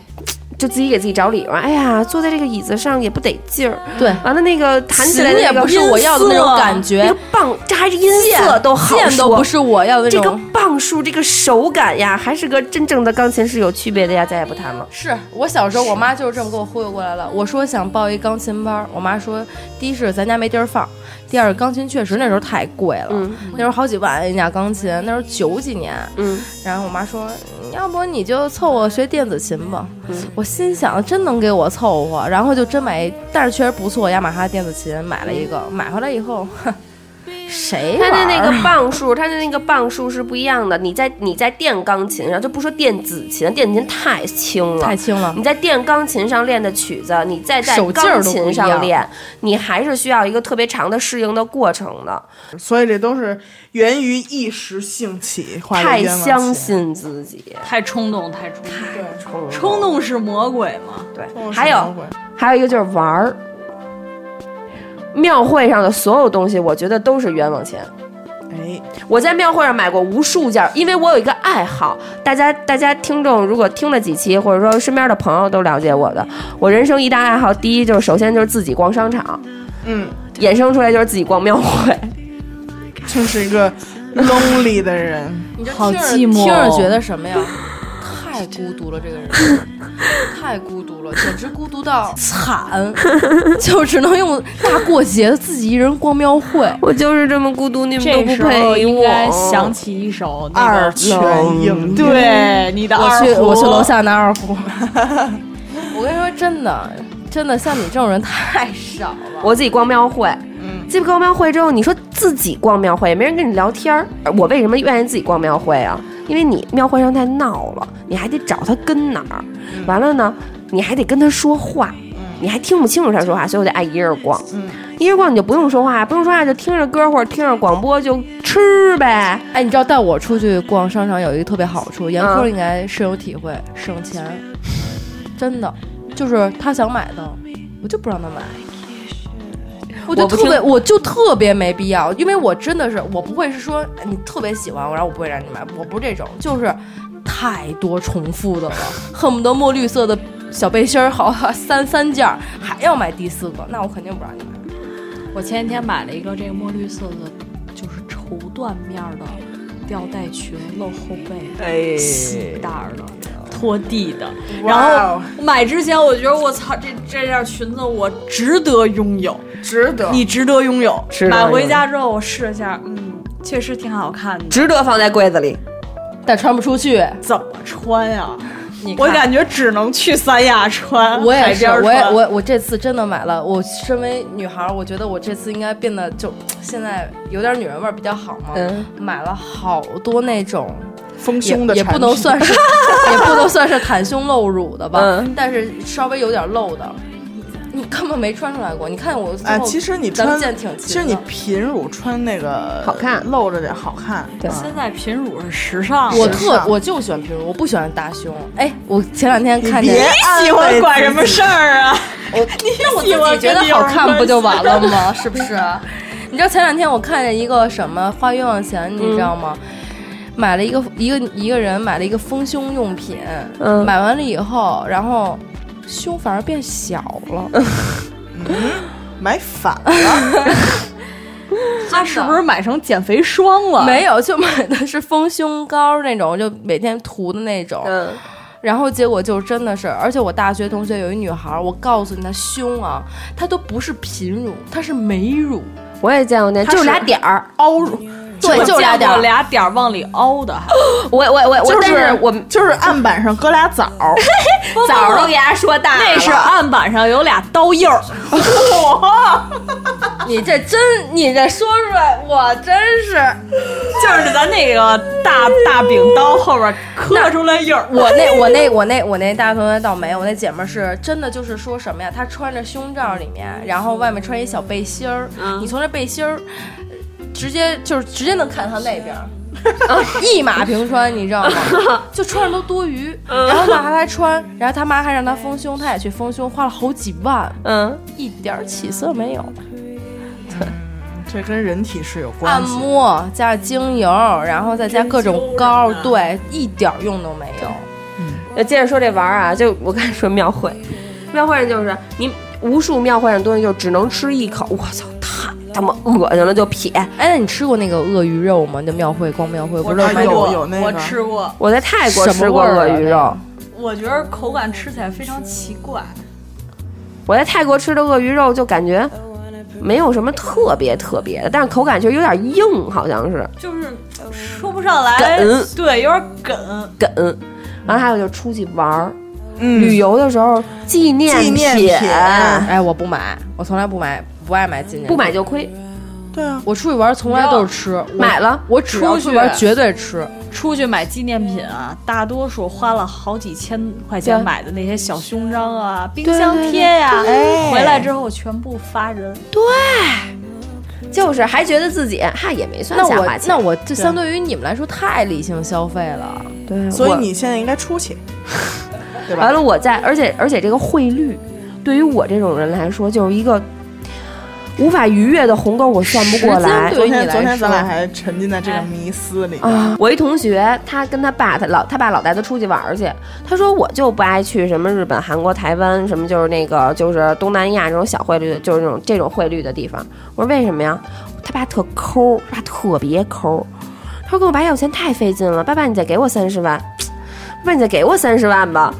[SPEAKER 6] 就自己给自己找理由，哎呀，坐在这个椅子上也不得劲儿。
[SPEAKER 8] 对
[SPEAKER 6] 完了那个弹起来
[SPEAKER 8] 琴
[SPEAKER 6] 那
[SPEAKER 8] 也
[SPEAKER 6] 个
[SPEAKER 8] 不是我要的那种感觉
[SPEAKER 6] 那个棒这还是音色都好
[SPEAKER 8] 剑都
[SPEAKER 6] 说
[SPEAKER 8] 不是我要的
[SPEAKER 6] 这
[SPEAKER 8] 那
[SPEAKER 6] 个
[SPEAKER 8] 种。
[SPEAKER 6] 磅数，这个手感呀，还是跟真正的钢琴是有区别的呀，再也不弹了。
[SPEAKER 8] 是我小时候，我妈就是这么给我忽悠过来了。我说想报一钢琴班儿，我妈说，第一是咱家没地儿放，第二钢琴确实那时候太贵了，
[SPEAKER 6] 嗯
[SPEAKER 8] 那时候好几万一架钢琴，那时候九几年。
[SPEAKER 6] 嗯，
[SPEAKER 8] 然后我妈说，要不你就凑合学电子琴吧。
[SPEAKER 6] 嗯
[SPEAKER 8] 我心想，真能给我凑合，然后就真买，但是确实不错，雅马哈电子琴买了一个，买回来以后，哼谁
[SPEAKER 6] 它的
[SPEAKER 8] 玩
[SPEAKER 6] 那
[SPEAKER 8] 儿
[SPEAKER 6] 个磅数，它的那个磅数是不一样的。你在你在电钢琴上，就不说电子琴，电子琴太轻了，
[SPEAKER 8] 太轻了
[SPEAKER 6] 你。在电钢琴上练的曲子，你再在
[SPEAKER 8] 手劲
[SPEAKER 6] 钢
[SPEAKER 8] 儿都不
[SPEAKER 6] 琴
[SPEAKER 8] 一样
[SPEAKER 6] 上练，你还是需要一个特别长的适应的过程的。
[SPEAKER 3] 所以这都是源于一时兴起，花的
[SPEAKER 6] 太
[SPEAKER 3] 冤枉
[SPEAKER 6] 相
[SPEAKER 3] 钱。
[SPEAKER 6] 信自己，
[SPEAKER 7] 太冲动，太冲动，
[SPEAKER 6] 冲
[SPEAKER 7] 冲动是魔鬼嘛？
[SPEAKER 6] 对
[SPEAKER 3] 哦。
[SPEAKER 6] 还
[SPEAKER 3] 什么
[SPEAKER 6] 有
[SPEAKER 3] 鬼
[SPEAKER 6] 还有一个就是玩儿，庙会上的所有东西，我觉得都是冤枉钱。
[SPEAKER 3] 哎，
[SPEAKER 6] 我在庙会上买过无数件儿，因为我有一个爱好。大家，大家听众如果听了几期，或者说身边的朋友都了解我的，我人生一大爱好，第一就是首先就是自己逛商场，
[SPEAKER 3] 嗯，
[SPEAKER 6] 衍生出来就是自己逛庙会。
[SPEAKER 3] 真是一个 lonely 的 人，
[SPEAKER 8] 你就听着
[SPEAKER 7] 好寂寞哦
[SPEAKER 8] 听着觉得什么呀？太孤独了，这个人太孤独了，简直孤独到 惨，就只能用大过节自己一人逛庙会。
[SPEAKER 6] 我就是这么孤独，你们都
[SPEAKER 7] 这
[SPEAKER 6] 不
[SPEAKER 7] 时候
[SPEAKER 6] 配
[SPEAKER 7] 应
[SPEAKER 6] 我。
[SPEAKER 7] 该想起一首那个
[SPEAKER 3] 二泉映月。
[SPEAKER 7] 对你的
[SPEAKER 8] 我
[SPEAKER 7] 二
[SPEAKER 8] 去，
[SPEAKER 7] 胡
[SPEAKER 8] 我去楼下拿二胡。 我跟你说，真的，真的，像你这种人太少了。
[SPEAKER 6] 我自己逛庙会，嗯，自己逛庙会之后，你说自己逛庙会也没人跟你聊天儿，呃我为什么愿意自己逛庙会啊？因为你庙会上太闹了，你还得找他跟哪儿，完了呢，你还得跟他说话，你还听不清楚他说话，所以我得爱一个人逛，嗯，一个人逛你就不用说话，不用说话就听着歌或者听着广播就吃呗，
[SPEAKER 8] 哎，你知道带我出去逛商场有一个特别好处，严
[SPEAKER 6] 嗯
[SPEAKER 8] 科应该深有体会，省钱，真的，就是他想买的，我就不让他买。我就
[SPEAKER 6] 我不
[SPEAKER 8] 特别，
[SPEAKER 6] 听
[SPEAKER 8] 我就特别没必要，因为我真的是，我不会是说你特别喜欢我，然后我不会让你买，我不是这种，就是太多重复的了，恨不得墨绿色的小背心儿好三三件儿，还要买第四个，那我肯定不让你买。
[SPEAKER 7] 我前几天买了一个这个墨绿色的，就是绸缎面儿的吊带裙，露后
[SPEAKER 3] 哎
[SPEAKER 7] 背，细带儿的，拖地的。然
[SPEAKER 3] 哇
[SPEAKER 7] 后
[SPEAKER 3] 哦
[SPEAKER 7] 买之前，我觉得我操，这这件裙子我值得拥有，
[SPEAKER 3] 值得。
[SPEAKER 8] 啊
[SPEAKER 7] 你值得拥有。
[SPEAKER 6] 值得拥
[SPEAKER 7] 买
[SPEAKER 6] 有
[SPEAKER 7] 回家之后，我试了一下，嗯，确实挺好看的。
[SPEAKER 6] 值得放在柜子里。
[SPEAKER 8] 但穿不出去，
[SPEAKER 7] 怎么穿呀、
[SPEAKER 8] 你看
[SPEAKER 7] 我感觉只能去三亚穿，
[SPEAKER 8] 我也
[SPEAKER 7] 海
[SPEAKER 8] 是，
[SPEAKER 7] 边
[SPEAKER 8] 我也
[SPEAKER 7] 穿
[SPEAKER 8] 我我这次真的买了。我身为女孩儿，我觉得我这次应该变得就现在有点女人味儿比较好嘛。
[SPEAKER 6] 嗯
[SPEAKER 8] 买了好多那种
[SPEAKER 3] 丰
[SPEAKER 8] 也
[SPEAKER 3] 胸的
[SPEAKER 8] 也
[SPEAKER 3] 产
[SPEAKER 8] 不能
[SPEAKER 3] 品
[SPEAKER 8] 算是也不能算是袒胸露乳的吧，
[SPEAKER 6] 嗯
[SPEAKER 8] 但是稍微有点露的，你你根本没穿出来过。你看我最
[SPEAKER 3] 哎，
[SPEAKER 8] 后
[SPEAKER 3] 其实你
[SPEAKER 8] 咱
[SPEAKER 3] 穿
[SPEAKER 8] 们见挺，勤
[SPEAKER 3] 其实你
[SPEAKER 8] 的
[SPEAKER 3] 贫乳穿那个
[SPEAKER 6] 好看
[SPEAKER 3] 露着点好看。
[SPEAKER 6] 对
[SPEAKER 7] 现在贫乳是时尚的，
[SPEAKER 8] 我
[SPEAKER 3] 时
[SPEAKER 8] 特
[SPEAKER 3] 尚
[SPEAKER 8] 我就喜欢平乳，我不喜欢大胸。哎，我前两天看见
[SPEAKER 3] 别
[SPEAKER 7] 喜欢管什么事儿啊？
[SPEAKER 8] 我那我自己觉得好看不就 完 了吗？是不是？你知道前两天我看见一个什么花冤枉钱，你知道吗？买了一个一个一个人买了一个丰胸用品，
[SPEAKER 6] 嗯
[SPEAKER 8] 买完了以后，然后胸反而变小了。
[SPEAKER 3] 买反了，
[SPEAKER 7] 他是不是买成减肥霜了？
[SPEAKER 8] 没有，就买的是丰胸膏那种，就每天涂的那种。
[SPEAKER 6] 嗯，
[SPEAKER 8] 然后结果就真的是，而且我大学同学有一女孩，我告诉你，她胸啊，她都不是贫乳，她是美乳，
[SPEAKER 6] 我也见过那，就是是俩点儿，
[SPEAKER 3] 凹乳
[SPEAKER 8] 对，
[SPEAKER 7] 我
[SPEAKER 8] 就俩
[SPEAKER 7] 见
[SPEAKER 8] 点
[SPEAKER 7] 过
[SPEAKER 8] 儿。
[SPEAKER 7] 俩点儿往里凹的，
[SPEAKER 6] 我我我我，
[SPEAKER 3] 就是
[SPEAKER 6] 但是我
[SPEAKER 3] 就是案板上搁俩枣儿，
[SPEAKER 6] 枣儿都给大家说大了，
[SPEAKER 7] 那是案板上有俩刀印儿。
[SPEAKER 8] 你这真，你这说出来，我真是，
[SPEAKER 7] 就是咱那个大大柄刀后边刻出来印儿。
[SPEAKER 8] 我那我那我那我那大学同学倒没有，我那姐们儿是真的，就是说什么呀？她穿着胸罩里面，然后外面穿一小背心儿，你从这背心儿直接就是直接能看她那边儿。一马平川，你知道吗？就穿着都多余，然后呢还还穿，然后他妈还让她丰胸，她也去丰胸，花了好几万，
[SPEAKER 6] 嗯，
[SPEAKER 8] 一点儿起色没有。
[SPEAKER 3] 这跟人体是有关
[SPEAKER 8] 按
[SPEAKER 3] 系。
[SPEAKER 8] 摩加上精油，然后再加各种膏，对，一点儿用都没有。
[SPEAKER 6] 呃，接着说这玩儿啊，就 我刚才说庙会，庙会上就是你无数庙会上的东西就只能吃一口，我操，太他妈恶心了，就撇。
[SPEAKER 8] 哎，那你吃过那个鳄鱼肉吗？就庙会逛庙会不是
[SPEAKER 3] 哎
[SPEAKER 8] 卖
[SPEAKER 3] 有
[SPEAKER 8] 过
[SPEAKER 7] 嗯
[SPEAKER 3] 有那个
[SPEAKER 7] 我吃过，
[SPEAKER 6] 我在泰国
[SPEAKER 8] 什么
[SPEAKER 6] 吃过
[SPEAKER 8] 味儿啊
[SPEAKER 6] 鳄鱼肉，
[SPEAKER 7] 我觉得口感吃起来非常奇怪。
[SPEAKER 6] 我在泰国吃的鳄鱼肉就感觉没有什么特别特别的，但是口感却有点硬，好像是
[SPEAKER 7] 就是说不上来，
[SPEAKER 6] 梗
[SPEAKER 7] 对，有点梗。
[SPEAKER 6] 梗。然后还有就出去玩儿，
[SPEAKER 8] 嗯
[SPEAKER 6] 旅游的时候纪念
[SPEAKER 3] 纪念品
[SPEAKER 8] 哎，我不买，我从来不买，不爱买纪念品
[SPEAKER 6] 不买。就亏，
[SPEAKER 3] 对啊，
[SPEAKER 8] 我出去玩从来都是吃，我
[SPEAKER 6] 买了
[SPEAKER 8] 我只
[SPEAKER 7] 出
[SPEAKER 8] 要出
[SPEAKER 7] 去
[SPEAKER 8] 去玩绝对吃。
[SPEAKER 7] 出去买纪念品啊，大多数花了好几千块钱
[SPEAKER 6] 对
[SPEAKER 7] 买的那些小胸章啊、冰箱贴呀、回来之后全部发人。
[SPEAKER 6] 就是还觉得自己哈也没算
[SPEAKER 8] 那
[SPEAKER 6] 瞎
[SPEAKER 8] 我
[SPEAKER 6] 花钱。
[SPEAKER 8] 那我这相对于你们来说太理性消费了。
[SPEAKER 6] 对，
[SPEAKER 3] 所以
[SPEAKER 6] 我
[SPEAKER 3] 你现在应该出去，对吧
[SPEAKER 6] 完？了，我在，而且而且这个汇率，对于我这种人来说，就是一个无法逾越的鸿沟，我算不过
[SPEAKER 8] 时间
[SPEAKER 6] 来
[SPEAKER 8] 对
[SPEAKER 3] 昨
[SPEAKER 8] 于你
[SPEAKER 3] 天
[SPEAKER 8] 来
[SPEAKER 3] 昨天咱
[SPEAKER 8] 说
[SPEAKER 3] 俩还沉浸在这个迷思里边，
[SPEAKER 6] 啊！我一同学，他跟他爸，他老他爸老带他出去玩儿去，他说我就不爱去什么日本、韩国、台湾，什么就是那个就是东南亚这种小汇率，就是这种这种汇率的地方。我说为什么呀？他爸特抠，他爸特别抠，他说跟我爸要钱太费劲了，爸爸你再给我三十万，爸爸你再给我三十万吧。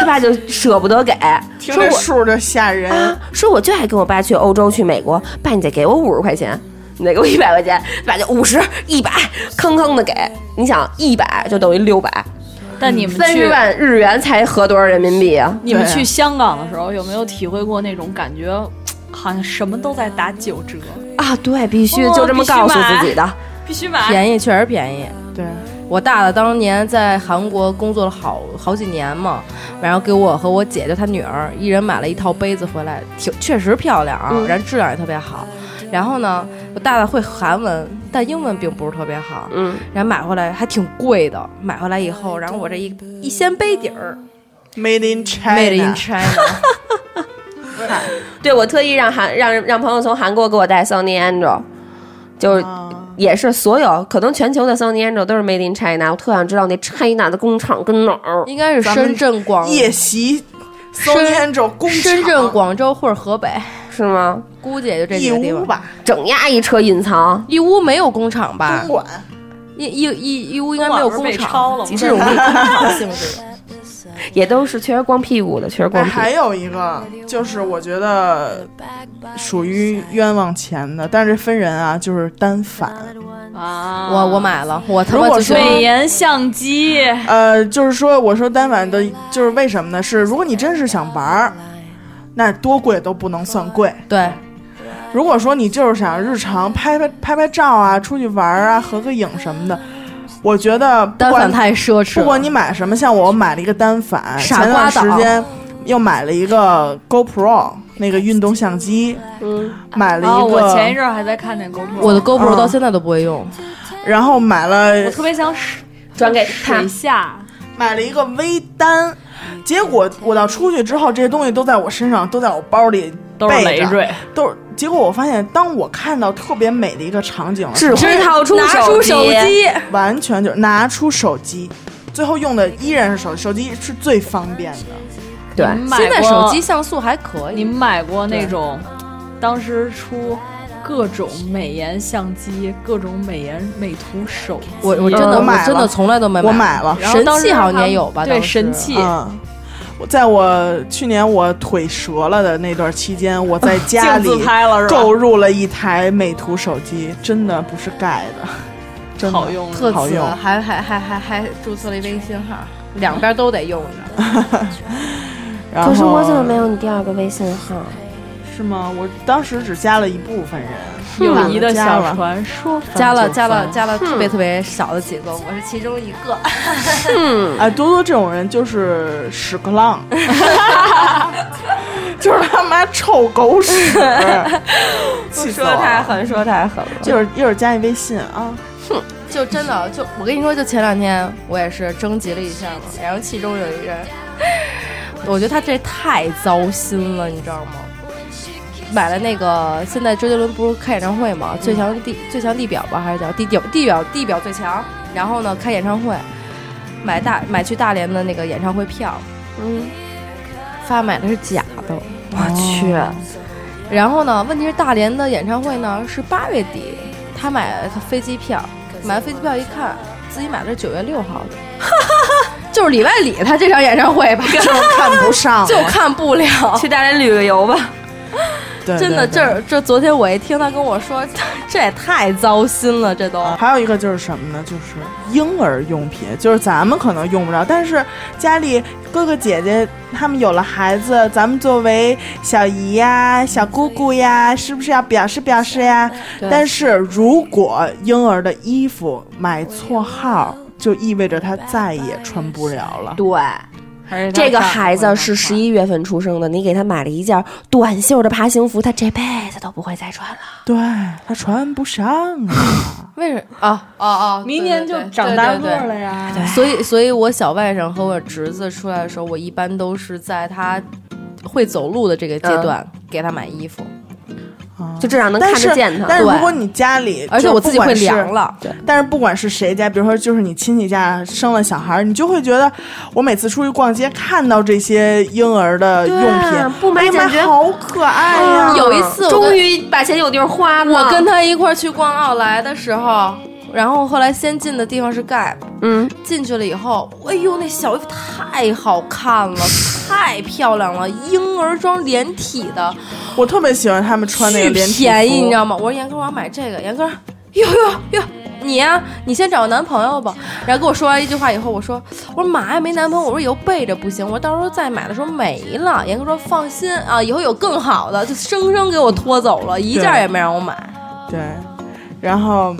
[SPEAKER 6] 他爸就舍不得给，
[SPEAKER 3] 听
[SPEAKER 6] 说
[SPEAKER 3] 这
[SPEAKER 6] 我
[SPEAKER 3] 数就吓人
[SPEAKER 6] 啊。，说我就爱跟我爸去欧洲、去美国，爸你得给我五十块钱，你得给我一百块钱，爸就五十、一百，坑坑的给。你想，一百就等于六百，
[SPEAKER 7] 但你们
[SPEAKER 6] 三十
[SPEAKER 7] 去
[SPEAKER 6] 万日元才合多少人民币啊？
[SPEAKER 7] 你们
[SPEAKER 3] 对啊
[SPEAKER 7] 去香港的时候，有没有体会过那种感觉？好像什么都在打九折，
[SPEAKER 6] 啊，对，必须
[SPEAKER 7] 哦
[SPEAKER 6] 就这么告诉自己的。
[SPEAKER 7] 必须买。
[SPEAKER 8] 便宜确实便宜。
[SPEAKER 3] 对，
[SPEAKER 8] 我大大当年在韩国工作了好好几年嘛，然后给我和我姐就她女儿一人买了一套杯子回来，挺确实漂亮
[SPEAKER 3] 嗯
[SPEAKER 8] 啊，然后质量也特别好。然后呢，我大大会韩文，但英文并不是特别好，
[SPEAKER 6] 嗯，
[SPEAKER 8] 然后买回来还挺贵的。买回来以
[SPEAKER 3] 嗯
[SPEAKER 8] 后，然后我这一一掀杯底儿
[SPEAKER 3] Made in China，
[SPEAKER 8] ，Made in China，
[SPEAKER 6] 对我特意让韩让让朋友从韩国给我带 Sony Angel，就是。
[SPEAKER 3] 啊
[SPEAKER 6] 也是所有可能全球的 Sony Angel 都是 Made in China，我特想知道那 China 的工厂跟哪儿。
[SPEAKER 8] 应该是
[SPEAKER 3] 咱们
[SPEAKER 8] 深圳、广
[SPEAKER 3] 夜袭 Sony Angel 工厂，
[SPEAKER 8] 深圳、广州或者河北，
[SPEAKER 6] 是吗？
[SPEAKER 8] 估计也就这几
[SPEAKER 3] 义
[SPEAKER 8] 个地
[SPEAKER 3] 乌
[SPEAKER 8] 方。
[SPEAKER 3] 吧，
[SPEAKER 6] 整呀一车隐藏，
[SPEAKER 8] 义乌没有工厂吧
[SPEAKER 3] 东？莞。
[SPEAKER 8] 义义义义乌应该没有工
[SPEAKER 7] 被
[SPEAKER 8] 厂。
[SPEAKER 7] 抄了吗？
[SPEAKER 8] 这种工厂性质，
[SPEAKER 6] 也都是确实光屁股的，确实
[SPEAKER 3] 哎，
[SPEAKER 6] 光屁股。
[SPEAKER 3] 还有一个就是我觉得属于冤枉钱的，但是分人啊，就是单反。
[SPEAKER 5] 嗯
[SPEAKER 7] 啊！
[SPEAKER 8] 我我买了，我他
[SPEAKER 3] 如
[SPEAKER 8] 妈
[SPEAKER 3] 果
[SPEAKER 8] 就
[SPEAKER 3] 说
[SPEAKER 7] 美颜相机，
[SPEAKER 3] 呃，就是说我说单反的，就是为什么呢？是如果你真是想玩儿，那多贵都不能算贵。
[SPEAKER 8] 对，
[SPEAKER 3] 如果说你就是想日常拍拍拍拍照啊，出去玩儿啊，合个影什么的，我觉得不
[SPEAKER 8] 单反
[SPEAKER 3] 管
[SPEAKER 8] 太奢侈了。
[SPEAKER 3] 不管你买什么，像我买了一个单反，
[SPEAKER 8] 傻
[SPEAKER 3] 前
[SPEAKER 8] 瓜
[SPEAKER 3] 段
[SPEAKER 8] 岛
[SPEAKER 3] 时间又买了一个 GoPro 那个运动相机，
[SPEAKER 6] 嗯，
[SPEAKER 3] 买了
[SPEAKER 7] 啊，
[SPEAKER 3] 一
[SPEAKER 7] 哦我前一
[SPEAKER 3] 个，
[SPEAKER 7] 阵儿还在看那 GoPro，
[SPEAKER 8] 我的 GoPro
[SPEAKER 3] 嗯
[SPEAKER 8] 到现在都不会用，
[SPEAKER 3] 然后买
[SPEAKER 7] 我
[SPEAKER 3] 了
[SPEAKER 7] 特别想试
[SPEAKER 6] 转给他
[SPEAKER 7] 水。下，
[SPEAKER 3] 买了一个微单，结果我到出去之后，这些东西都在我身上，都在我包里
[SPEAKER 7] 都是累
[SPEAKER 3] 备着
[SPEAKER 7] 赘。
[SPEAKER 3] 都是。结果我发现，当我看到特别美的一个场景的时
[SPEAKER 6] 指
[SPEAKER 3] 候，
[SPEAKER 6] 挥掏出
[SPEAKER 8] 拿出手
[SPEAKER 6] 机，
[SPEAKER 8] 机，
[SPEAKER 3] 完全就是拿出手机，最后用的依然是手机，手机是最方便的。
[SPEAKER 6] 对，
[SPEAKER 7] 你买
[SPEAKER 8] 现在
[SPEAKER 7] 过
[SPEAKER 8] 手机像素还可
[SPEAKER 7] 你
[SPEAKER 8] 以。
[SPEAKER 7] 买过那种当时出各种美颜相机、各种美颜美图手机？
[SPEAKER 8] 我我真
[SPEAKER 3] 嗯
[SPEAKER 8] 的
[SPEAKER 3] 我买
[SPEAKER 8] 真的
[SPEAKER 3] 了
[SPEAKER 8] 从来都没
[SPEAKER 3] 我买了，
[SPEAKER 7] 然后当时
[SPEAKER 8] 神器好像
[SPEAKER 7] 他们
[SPEAKER 8] 也有吧
[SPEAKER 7] 对，
[SPEAKER 8] 当时
[SPEAKER 7] 神器。
[SPEAKER 3] 嗯，我在我去年我腿折了的那段期间，我在家
[SPEAKER 7] 镜
[SPEAKER 3] 里
[SPEAKER 7] 自拍了是吧？
[SPEAKER 3] 购入了一台美图手机，真的不是盖的， 真的
[SPEAKER 7] 好用啊
[SPEAKER 8] 特
[SPEAKER 3] 好
[SPEAKER 8] 此
[SPEAKER 3] 用
[SPEAKER 8] 还还还还还注册了一微信号，两边都得用着。
[SPEAKER 3] 然后
[SPEAKER 6] 可是我怎么没有你第二个微信号？
[SPEAKER 3] 是吗？我当时只加了一部分人，
[SPEAKER 7] 友谊的
[SPEAKER 3] 加
[SPEAKER 7] 小
[SPEAKER 3] 了
[SPEAKER 7] 船说翻
[SPEAKER 8] 加了
[SPEAKER 7] 就
[SPEAKER 8] 加了
[SPEAKER 7] 翻
[SPEAKER 8] 加了特别特别少的几个，我是其中一个。
[SPEAKER 3] 哎，多多这种人就是屎壳 郎， 就是他妈臭狗 屎，气死我了！
[SPEAKER 6] 狠，说太狠了。
[SPEAKER 3] 一会儿一会儿加你微信啊，
[SPEAKER 8] 就真的就我跟你说，就前两天我也是征集了一下嘛，然后其中有一人，我觉得他这太糟心了，你知道吗？买了那个，现在周杰伦不是开演唱会嘛，最强地最强地表吧，还是叫地表地表地表最强？然后呢，开演唱会，买大买去大连的那个演唱会票，
[SPEAKER 6] 嗯，
[SPEAKER 8] 发买的是假的，我去。然后呢，问题是大连的演唱会呢是八月底，他买了飞机票，买完飞机票一看，自己买的是九月六号 的，就是里外里他这场演唱会吧，就
[SPEAKER 3] 看不上， 啊
[SPEAKER 8] 就看不了。
[SPEAKER 6] 去大连旅个游吧。
[SPEAKER 3] 对
[SPEAKER 8] 真的，
[SPEAKER 3] 对
[SPEAKER 8] 这儿这昨天我一听他跟我说，这也太糟心了，这都。
[SPEAKER 3] 还有一个就是什么呢？就是婴儿用品，就是咱们可能用不着，但是家里哥哥姐姐他们有了孩子，咱们作为小姨呀、小姑姑呀，是不是要表示表示呀？但是如果婴儿的衣服买错号，就意味着他再也穿不了了。
[SPEAKER 6] 对，这个孩子是十一月份出生的，你给他买了一件短袖的爬行服，他这辈子都不会再穿了。
[SPEAKER 3] 对他穿不上啊！
[SPEAKER 8] 为什么啊啊啊！
[SPEAKER 7] 明年就
[SPEAKER 8] 对对
[SPEAKER 7] 长大
[SPEAKER 8] 对
[SPEAKER 7] 个
[SPEAKER 8] 对对
[SPEAKER 7] 儿了哎呀。
[SPEAKER 8] 所以，所以我小外甥和我侄子出来的时候，我一般都是在他会走路的这个阶段、给他买衣服，
[SPEAKER 3] 啊
[SPEAKER 6] 就至少能看
[SPEAKER 3] 但是
[SPEAKER 6] 得见他
[SPEAKER 3] 但是
[SPEAKER 8] 对
[SPEAKER 3] 如果你家里，
[SPEAKER 8] 而且
[SPEAKER 3] 就
[SPEAKER 8] 我
[SPEAKER 3] 不
[SPEAKER 8] 自己会
[SPEAKER 3] 管是
[SPEAKER 8] 量了。
[SPEAKER 3] 但是不管是谁家，比如说就是你亲戚家生了小孩儿，你就会觉得我每次出去逛街看到这些婴儿的用
[SPEAKER 6] 对啊
[SPEAKER 3] 品，
[SPEAKER 6] 不买
[SPEAKER 3] 哎呀妈
[SPEAKER 6] 感觉
[SPEAKER 3] 好可爱呀、
[SPEAKER 6] 嗯
[SPEAKER 8] 有一次我
[SPEAKER 6] 终
[SPEAKER 8] 跟
[SPEAKER 6] 于把钱有地儿花了。
[SPEAKER 8] 我跟他一块儿去逛奥莱的时候，然后后来先进的地方是 Gap，
[SPEAKER 6] 嗯，
[SPEAKER 8] 进去了以后，哎呦，那小衣服太好看了，太漂亮了，婴儿装连体的，
[SPEAKER 3] 我特别喜欢他们穿那个
[SPEAKER 8] 巨
[SPEAKER 3] 连体
[SPEAKER 8] 便宜，
[SPEAKER 3] 服
[SPEAKER 8] 你知道吗？我说严哥，我要买这个。严哥，哟哟哟，你呀、你先找个男朋友吧。然后跟我说完一句话以后，我说我说妈呀，没男朋友，我说以后备着不行，我说到时候再买的时候没了。严哥说放心啊，以后有更好的，就生生给我拖走了，一件也没让我买。
[SPEAKER 3] 对，然后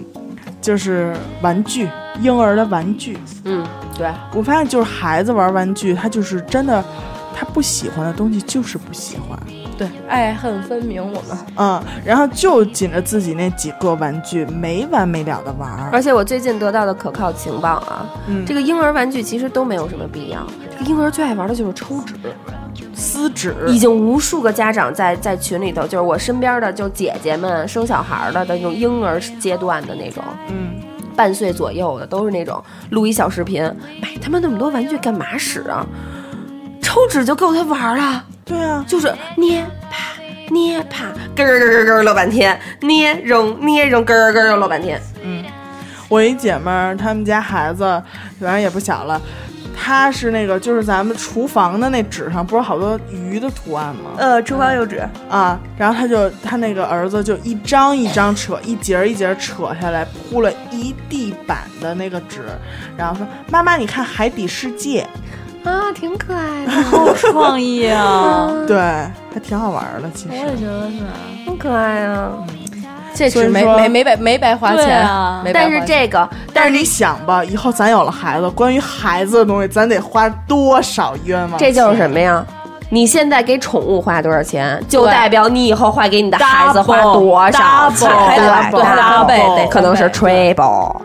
[SPEAKER 3] 就是玩具，婴儿的玩具，
[SPEAKER 6] 嗯，
[SPEAKER 8] 对，
[SPEAKER 3] 我发现就是孩子玩玩具，他就是真的，他不喜欢的东西就是不喜欢，
[SPEAKER 8] 对，爱哎恨分明，我们
[SPEAKER 3] 嗯，然后就紧着自己那几个玩具没完没了的玩儿，
[SPEAKER 6] 而且我最近得到的可靠情报啊，
[SPEAKER 3] 嗯
[SPEAKER 6] 这个婴儿玩具其实都没有什么必要。这个婴儿最爱玩的就是抽纸，
[SPEAKER 3] 撕纸，
[SPEAKER 6] 已经无数个家长在在群里头，就是我身边的，就姐姐们生小孩儿的那种婴儿阶段的那种，
[SPEAKER 3] 嗯，
[SPEAKER 6] 半岁左右的，都是那种录一小视频，买他妈那么多玩具干嘛使啊？抽纸就够他玩儿了，
[SPEAKER 3] 对啊，
[SPEAKER 6] 就是捏啪捏啪，咯咯咯咯咯乐半天，捏扔捏扔，咯咯咯咯乐半天。
[SPEAKER 3] 我一姐们儿，他们家孩子反正也不小了，他是那个就是咱们厨房的那纸上不是好多鱼的图案吗？
[SPEAKER 2] 呃，厨房有纸，
[SPEAKER 3] 啊，然后他就他那个儿子就一张一张扯，一节儿一节儿扯下来，铺了一地板的那个纸，然后说：“妈妈，你看《海底世界》，
[SPEAKER 6] 啊，挺可爱 的，
[SPEAKER 7] 好有创意啊！
[SPEAKER 3] 对，还挺好玩儿的。其
[SPEAKER 7] 我
[SPEAKER 3] 实
[SPEAKER 7] 也觉得是，
[SPEAKER 6] 好可爱啊！
[SPEAKER 8] 这
[SPEAKER 3] 所以
[SPEAKER 8] 纸没
[SPEAKER 3] 说
[SPEAKER 8] 没没白没白花
[SPEAKER 7] 对
[SPEAKER 8] 钱，
[SPEAKER 7] 啊
[SPEAKER 8] 没白
[SPEAKER 6] 但
[SPEAKER 8] 花
[SPEAKER 6] 是
[SPEAKER 8] 钱
[SPEAKER 6] 这个，
[SPEAKER 3] 但是你想吧，以后咱有了孩子，关于孩子的东西，咱得花多少冤枉
[SPEAKER 6] 这
[SPEAKER 3] 钱？
[SPEAKER 6] 就是什么呀？你现在给宠物花多少钱，就
[SPEAKER 8] 对
[SPEAKER 6] 代表你以后花给你的孩子花多少钱，
[SPEAKER 8] 还得
[SPEAKER 6] 对
[SPEAKER 8] 对还得翻倍得
[SPEAKER 6] 可能是
[SPEAKER 8] 翻倍
[SPEAKER 6] triple。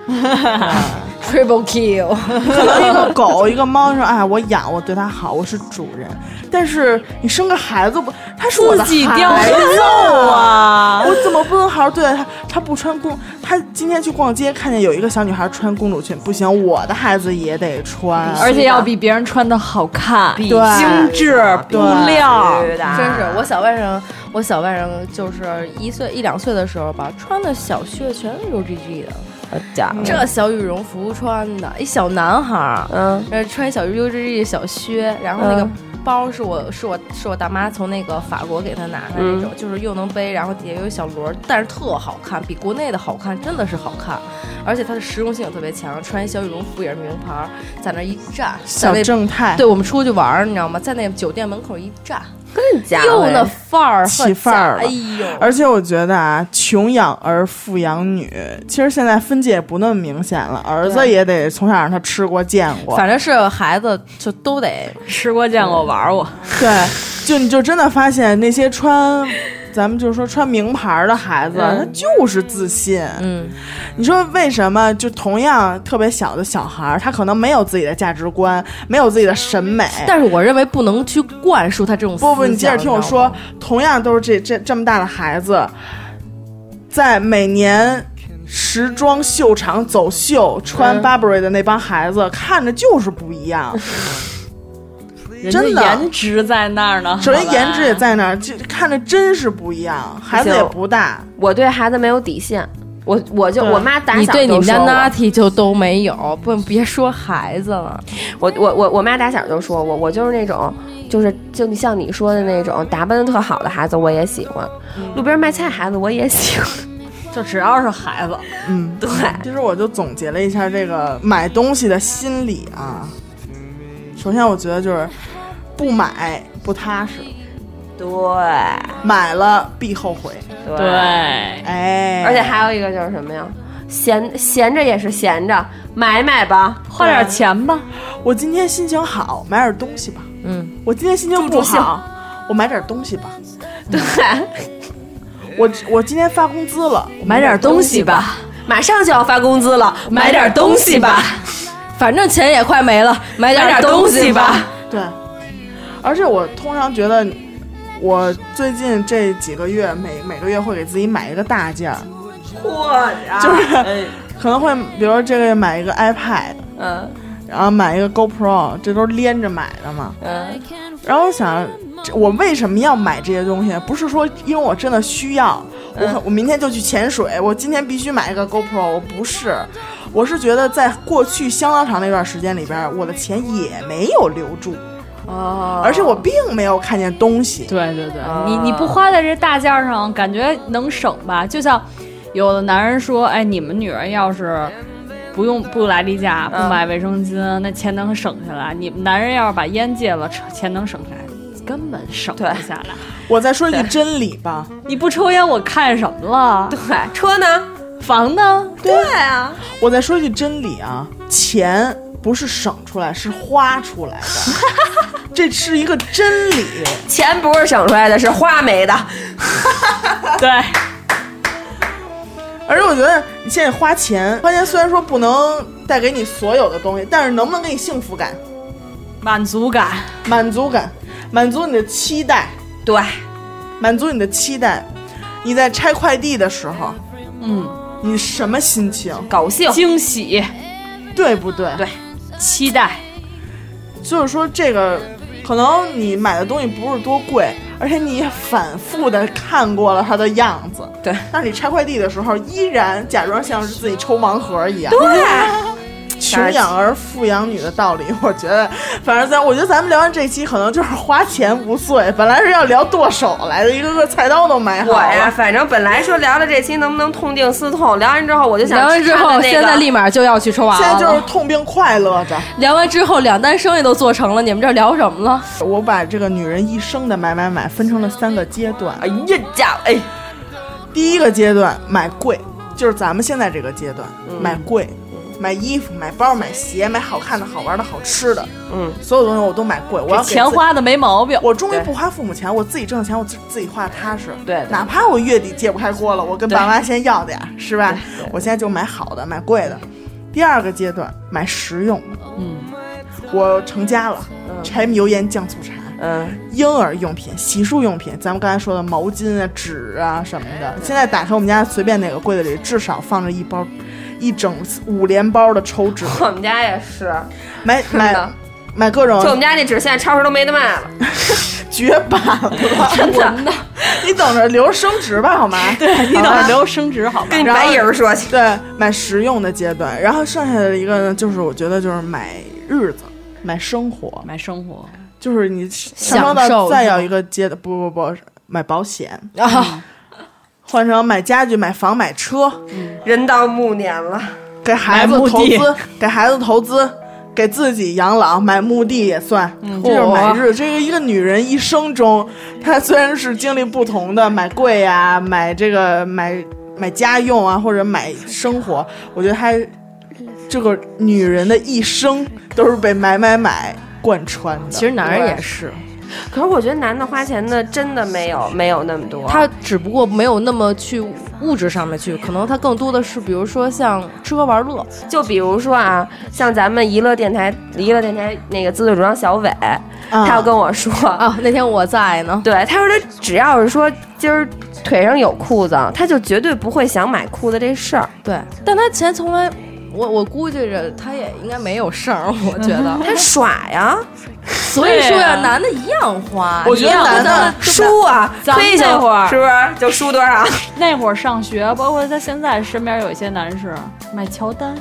[SPEAKER 8] triple kill，
[SPEAKER 3] 可能一个狗 一个猫说：“哎，我养，我对它好，我是主人。”但是你生个孩子不，他是我的
[SPEAKER 7] 自己
[SPEAKER 3] 孩
[SPEAKER 7] 掉
[SPEAKER 3] 子啊
[SPEAKER 7] 肉啊！
[SPEAKER 3] 我怎么不能好好对待他？他不穿公，他今天去逛街看见有一个小女孩穿公主裙，不行，我的孩子也得穿。
[SPEAKER 7] 而且要比别人穿的好看，
[SPEAKER 3] 对精
[SPEAKER 7] 致
[SPEAKER 3] 对
[SPEAKER 7] 不亮。
[SPEAKER 6] 嗯啊
[SPEAKER 8] 真是我小外甥，我小外甥就是一岁一两岁的时候吧，穿的小靴全是 UGG 的，
[SPEAKER 6] 假的
[SPEAKER 8] 这小羽绒服穿的，一小男孩儿，
[SPEAKER 6] 嗯，
[SPEAKER 8] 呃，穿小 UGG 小靴，然后那个
[SPEAKER 6] 嗯
[SPEAKER 8] 包是我是我是我大妈从那个法国给他拿的那种，就是又能背，然后底下有小轮儿，但是特好看，比国内的好看，真的是好看，而且它的实用性也特别强，穿一小羽绒服也是名牌儿，在那儿一站，在
[SPEAKER 3] 小
[SPEAKER 8] 那。
[SPEAKER 3] 正太，
[SPEAKER 8] 对我们出去玩儿，你知道吗？在那酒店门口一站，
[SPEAKER 6] 真假的
[SPEAKER 8] 又那哎范儿和
[SPEAKER 3] 起范儿了
[SPEAKER 8] 哎呦，
[SPEAKER 3] 而且我觉得啊，穷养儿，富养女，其实现在分界也不那么明显了，儿子
[SPEAKER 8] 对
[SPEAKER 3] 也得从小让他吃过见过。
[SPEAKER 8] 反正是孩子就都得
[SPEAKER 7] 吃过见过玩过，
[SPEAKER 3] 对，就你就真的发现那些穿，咱们就是说穿名牌儿的孩子，他就是自信。
[SPEAKER 8] 嗯，
[SPEAKER 3] 你说为什么？就同样特别小的小孩儿，他可能没有自己的价值观，没有自己的审美。
[SPEAKER 6] 哎
[SPEAKER 8] 但是我认为不能去灌输他这种思
[SPEAKER 3] 不
[SPEAKER 8] 想。
[SPEAKER 3] 不，你接着听我
[SPEAKER 8] 知道
[SPEAKER 3] 说
[SPEAKER 8] 吗，，
[SPEAKER 3] 同样都是这这这么大的孩子，在每年时装秀场走秀，穿
[SPEAKER 8] 嗯
[SPEAKER 3] Burberry 的那帮孩子、看着就是不一 样。真
[SPEAKER 7] 人家
[SPEAKER 3] 的
[SPEAKER 7] 颜值在那儿呢，
[SPEAKER 3] 首先
[SPEAKER 7] 好吧
[SPEAKER 3] 颜值也在那儿，就看着真是不一样，孩子也不 大。
[SPEAKER 6] 我对孩子没有底线，我我就
[SPEAKER 3] 对
[SPEAKER 6] 我妈打
[SPEAKER 8] 你
[SPEAKER 6] 小
[SPEAKER 8] 对你
[SPEAKER 6] 就
[SPEAKER 8] 们家
[SPEAKER 6] 说我
[SPEAKER 8] Natty 就都没有，不别说孩子了，
[SPEAKER 6] 我我我我妈打小就说我，我就是那种，就是就你像你说的那种打扮的特好的孩子，我也喜欢；路边卖菜孩子我也喜欢。
[SPEAKER 7] 就只要是孩子，
[SPEAKER 3] 嗯，
[SPEAKER 6] 对，
[SPEAKER 3] 其实我就总结了一下这个买东西的心理啊。首先，我觉得就是不买不踏实，
[SPEAKER 6] 对
[SPEAKER 3] 买了必后悔。
[SPEAKER 6] 对
[SPEAKER 7] 对，
[SPEAKER 3] 哎，
[SPEAKER 6] 而且还有一个就是什么呀？闲闲着也是闲着，买买吧，
[SPEAKER 7] 花点钱吧，
[SPEAKER 3] 我今天心情好，买点东西吧。
[SPEAKER 8] 嗯，
[SPEAKER 3] 我今天心情
[SPEAKER 6] 助
[SPEAKER 3] 不
[SPEAKER 6] 助兴
[SPEAKER 3] 好，我买点东西吧。
[SPEAKER 6] 对，
[SPEAKER 3] 我我今天发工资了，我
[SPEAKER 7] 买点东西吧，
[SPEAKER 6] 马上就要发工资了，买点东西吧，
[SPEAKER 8] 反正钱也快没了，买点
[SPEAKER 6] 买点
[SPEAKER 8] 东
[SPEAKER 6] 东西
[SPEAKER 8] 吧。
[SPEAKER 6] 吧。
[SPEAKER 3] 对，而且我通常觉得，我最近这几个月每每个月会给自己买一个大件儿，
[SPEAKER 6] 哎
[SPEAKER 3] 就是可能会，比如说这个月买一个 iPad，
[SPEAKER 6] 嗯
[SPEAKER 3] 然后买一个 GoPro，这都是连着买的嘛。
[SPEAKER 6] 嗯，
[SPEAKER 3] 然后我想，这我为什么要买这些东西？不是说因为我真的需要，我
[SPEAKER 6] 嗯
[SPEAKER 3] 很我明天就去潜水，我今天必须买一个 GoPro，我不是。我是觉得，在过去相当长的一段时间里边，我的钱也没有留住，
[SPEAKER 6] 哦，
[SPEAKER 3] 而且我并没有看见东西。
[SPEAKER 7] 对对对，
[SPEAKER 3] 啊
[SPEAKER 7] 你你不花在这大件儿上，感觉能省吧？就像有的男人说，哎，你们女人要是。不用不来例假，
[SPEAKER 3] 嗯
[SPEAKER 7] 不买卫生巾，那钱能省下来。你们男人要是把烟戒了，钱能省下来，根本省不
[SPEAKER 6] 对
[SPEAKER 7] 下来。
[SPEAKER 3] 我再说一句真理吧，
[SPEAKER 7] 你不抽烟，我看什么了？
[SPEAKER 6] 对车呢？
[SPEAKER 7] 房呢？
[SPEAKER 6] 对啊，
[SPEAKER 3] 我再说一句真理啊，钱不是省出来，是花出来的， 这是一个真理。
[SPEAKER 6] 钱不是省出来的，是花没的。
[SPEAKER 7] 对，
[SPEAKER 3] 而且我觉得你现在花钱，花钱虽然说不能带给你所有的东西，但是能不能给你幸福感、
[SPEAKER 7] 满足感。
[SPEAKER 3] 满足感、满足你的期待、
[SPEAKER 6] 对，
[SPEAKER 3] 满足你的期待？你在拆快递的时候，
[SPEAKER 7] 嗯，
[SPEAKER 3] 你什么心情？
[SPEAKER 6] 高兴。
[SPEAKER 3] 哦
[SPEAKER 7] 惊喜、
[SPEAKER 3] 对不对？
[SPEAKER 6] 对
[SPEAKER 7] 期待，
[SPEAKER 3] 就是说这个，可能你买的东西不是多贵，而且你也反复的看过了它的样子。
[SPEAKER 6] 对，
[SPEAKER 3] 但是你拆快递的时候，依然假装像是自己抽盲盒一样。
[SPEAKER 6] 对，
[SPEAKER 3] 穷养儿，富养女的道理， 我觉得，反正咱，我觉得咱们聊完这期，可能就是花钱无罪。本来是要聊剁手来的，一个个菜刀都买好
[SPEAKER 6] 我呀，
[SPEAKER 3] 了。
[SPEAKER 6] 反正本来说聊了这期能不能痛定思痛，聊完之后我就想
[SPEAKER 8] 聊完之
[SPEAKER 6] 看
[SPEAKER 8] 后，
[SPEAKER 6] 看那个
[SPEAKER 8] 现在立马就要去抽 娃娃
[SPEAKER 3] 现
[SPEAKER 8] 了。
[SPEAKER 3] 在就是痛并快乐 着。
[SPEAKER 8] 聊完之后，两单生意都做成了，你们这聊什么了？
[SPEAKER 3] 我把这个女人一生的买买买分成了三个阶段。
[SPEAKER 6] 哎呀家伙，哎，
[SPEAKER 3] 第一个阶段买贵，就是咱们现在这个阶段
[SPEAKER 6] 嗯
[SPEAKER 3] 买贵，买衣服、买包、买鞋、买好看的、好玩的、好吃的，
[SPEAKER 6] 嗯，
[SPEAKER 3] 所有东西我都买贵。我要给
[SPEAKER 7] 钱
[SPEAKER 3] 自己
[SPEAKER 7] 花的没 毛病。
[SPEAKER 3] 我终于
[SPEAKER 6] 对
[SPEAKER 3] 不花父母钱，我自己挣的钱，我自自己花得踏实。
[SPEAKER 6] 对对
[SPEAKER 3] 哪怕我月底揭不开锅了，我跟爸妈先要点儿，是吧
[SPEAKER 6] 对对？
[SPEAKER 3] 我现在就买好的，买贵的。第二个阶段买实用的，
[SPEAKER 7] 嗯，
[SPEAKER 3] 我成家了，柴米油盐酱醋茶，
[SPEAKER 6] 嗯，
[SPEAKER 3] 婴儿用品、洗漱用品，咱们刚才说的毛巾啊、纸啊什么的，现在打开我们家随便哪个柜子里，至少放着一包。一整五连包的抽 纸，
[SPEAKER 6] 我们家也是，
[SPEAKER 3] 买
[SPEAKER 6] 真
[SPEAKER 3] 买
[SPEAKER 6] 的，
[SPEAKER 3] 买各种
[SPEAKER 6] 哎就我们家那纸现在超市都没得卖了，
[SPEAKER 3] 绝版了，
[SPEAKER 6] 真的，
[SPEAKER 3] 你等着留升值吧，好吗？对
[SPEAKER 7] 你等 着留升值好吧？
[SPEAKER 6] 跟你白人说去，
[SPEAKER 3] 对，买实用的阶段，然后剩下的一个呢，就是我觉得就是买日子，买生活，
[SPEAKER 7] 买生活，
[SPEAKER 3] 就是你上升
[SPEAKER 8] 享受
[SPEAKER 3] 到再
[SPEAKER 8] 是
[SPEAKER 3] 有
[SPEAKER 8] 吗
[SPEAKER 3] 一个阶段，不不不，买保险，嗯
[SPEAKER 8] 啊，
[SPEAKER 3] 换成买家具、买房、买车，
[SPEAKER 6] 人到暮年了，
[SPEAKER 3] 给孩子
[SPEAKER 7] 买墓
[SPEAKER 3] 投
[SPEAKER 7] 地
[SPEAKER 3] 资，给孩子投资。给自己养老，买墓地也算，这就是买日。这个一个女人一生中，她虽然是经历不同的，买贵呀、买这个买买家用啊，或者买生活，我觉得她这个女人的一生都是被买买买贯穿的。
[SPEAKER 8] 其实男人也是，
[SPEAKER 6] 可是我觉得男的花钱的真的没有没有那么多，
[SPEAKER 8] 他只不过没有那么去物质上面去，可能它更多的是比如说像吃喝玩乐，
[SPEAKER 6] 就比如说啊，像咱们娱乐电台，娱乐电台那个资队主张小伟，他要跟我说，
[SPEAKER 8] 啊，那天我在呢，
[SPEAKER 6] 对，他说他只要是说今儿腿上有裤子，他就绝对不会想买裤子这事儿。
[SPEAKER 8] 对，但他钱从来，我我估计着他也应该没有剩儿，我觉得，
[SPEAKER 6] 他耍呀，
[SPEAKER 8] 所以说呀，男的一样花，
[SPEAKER 3] 我觉得男的
[SPEAKER 6] 输啊，
[SPEAKER 7] 咱们
[SPEAKER 6] 亏一下
[SPEAKER 7] 那会儿
[SPEAKER 6] 是不是就输多 少？
[SPEAKER 7] 那会儿上学，包括他现在身边有一些男士买乔丹、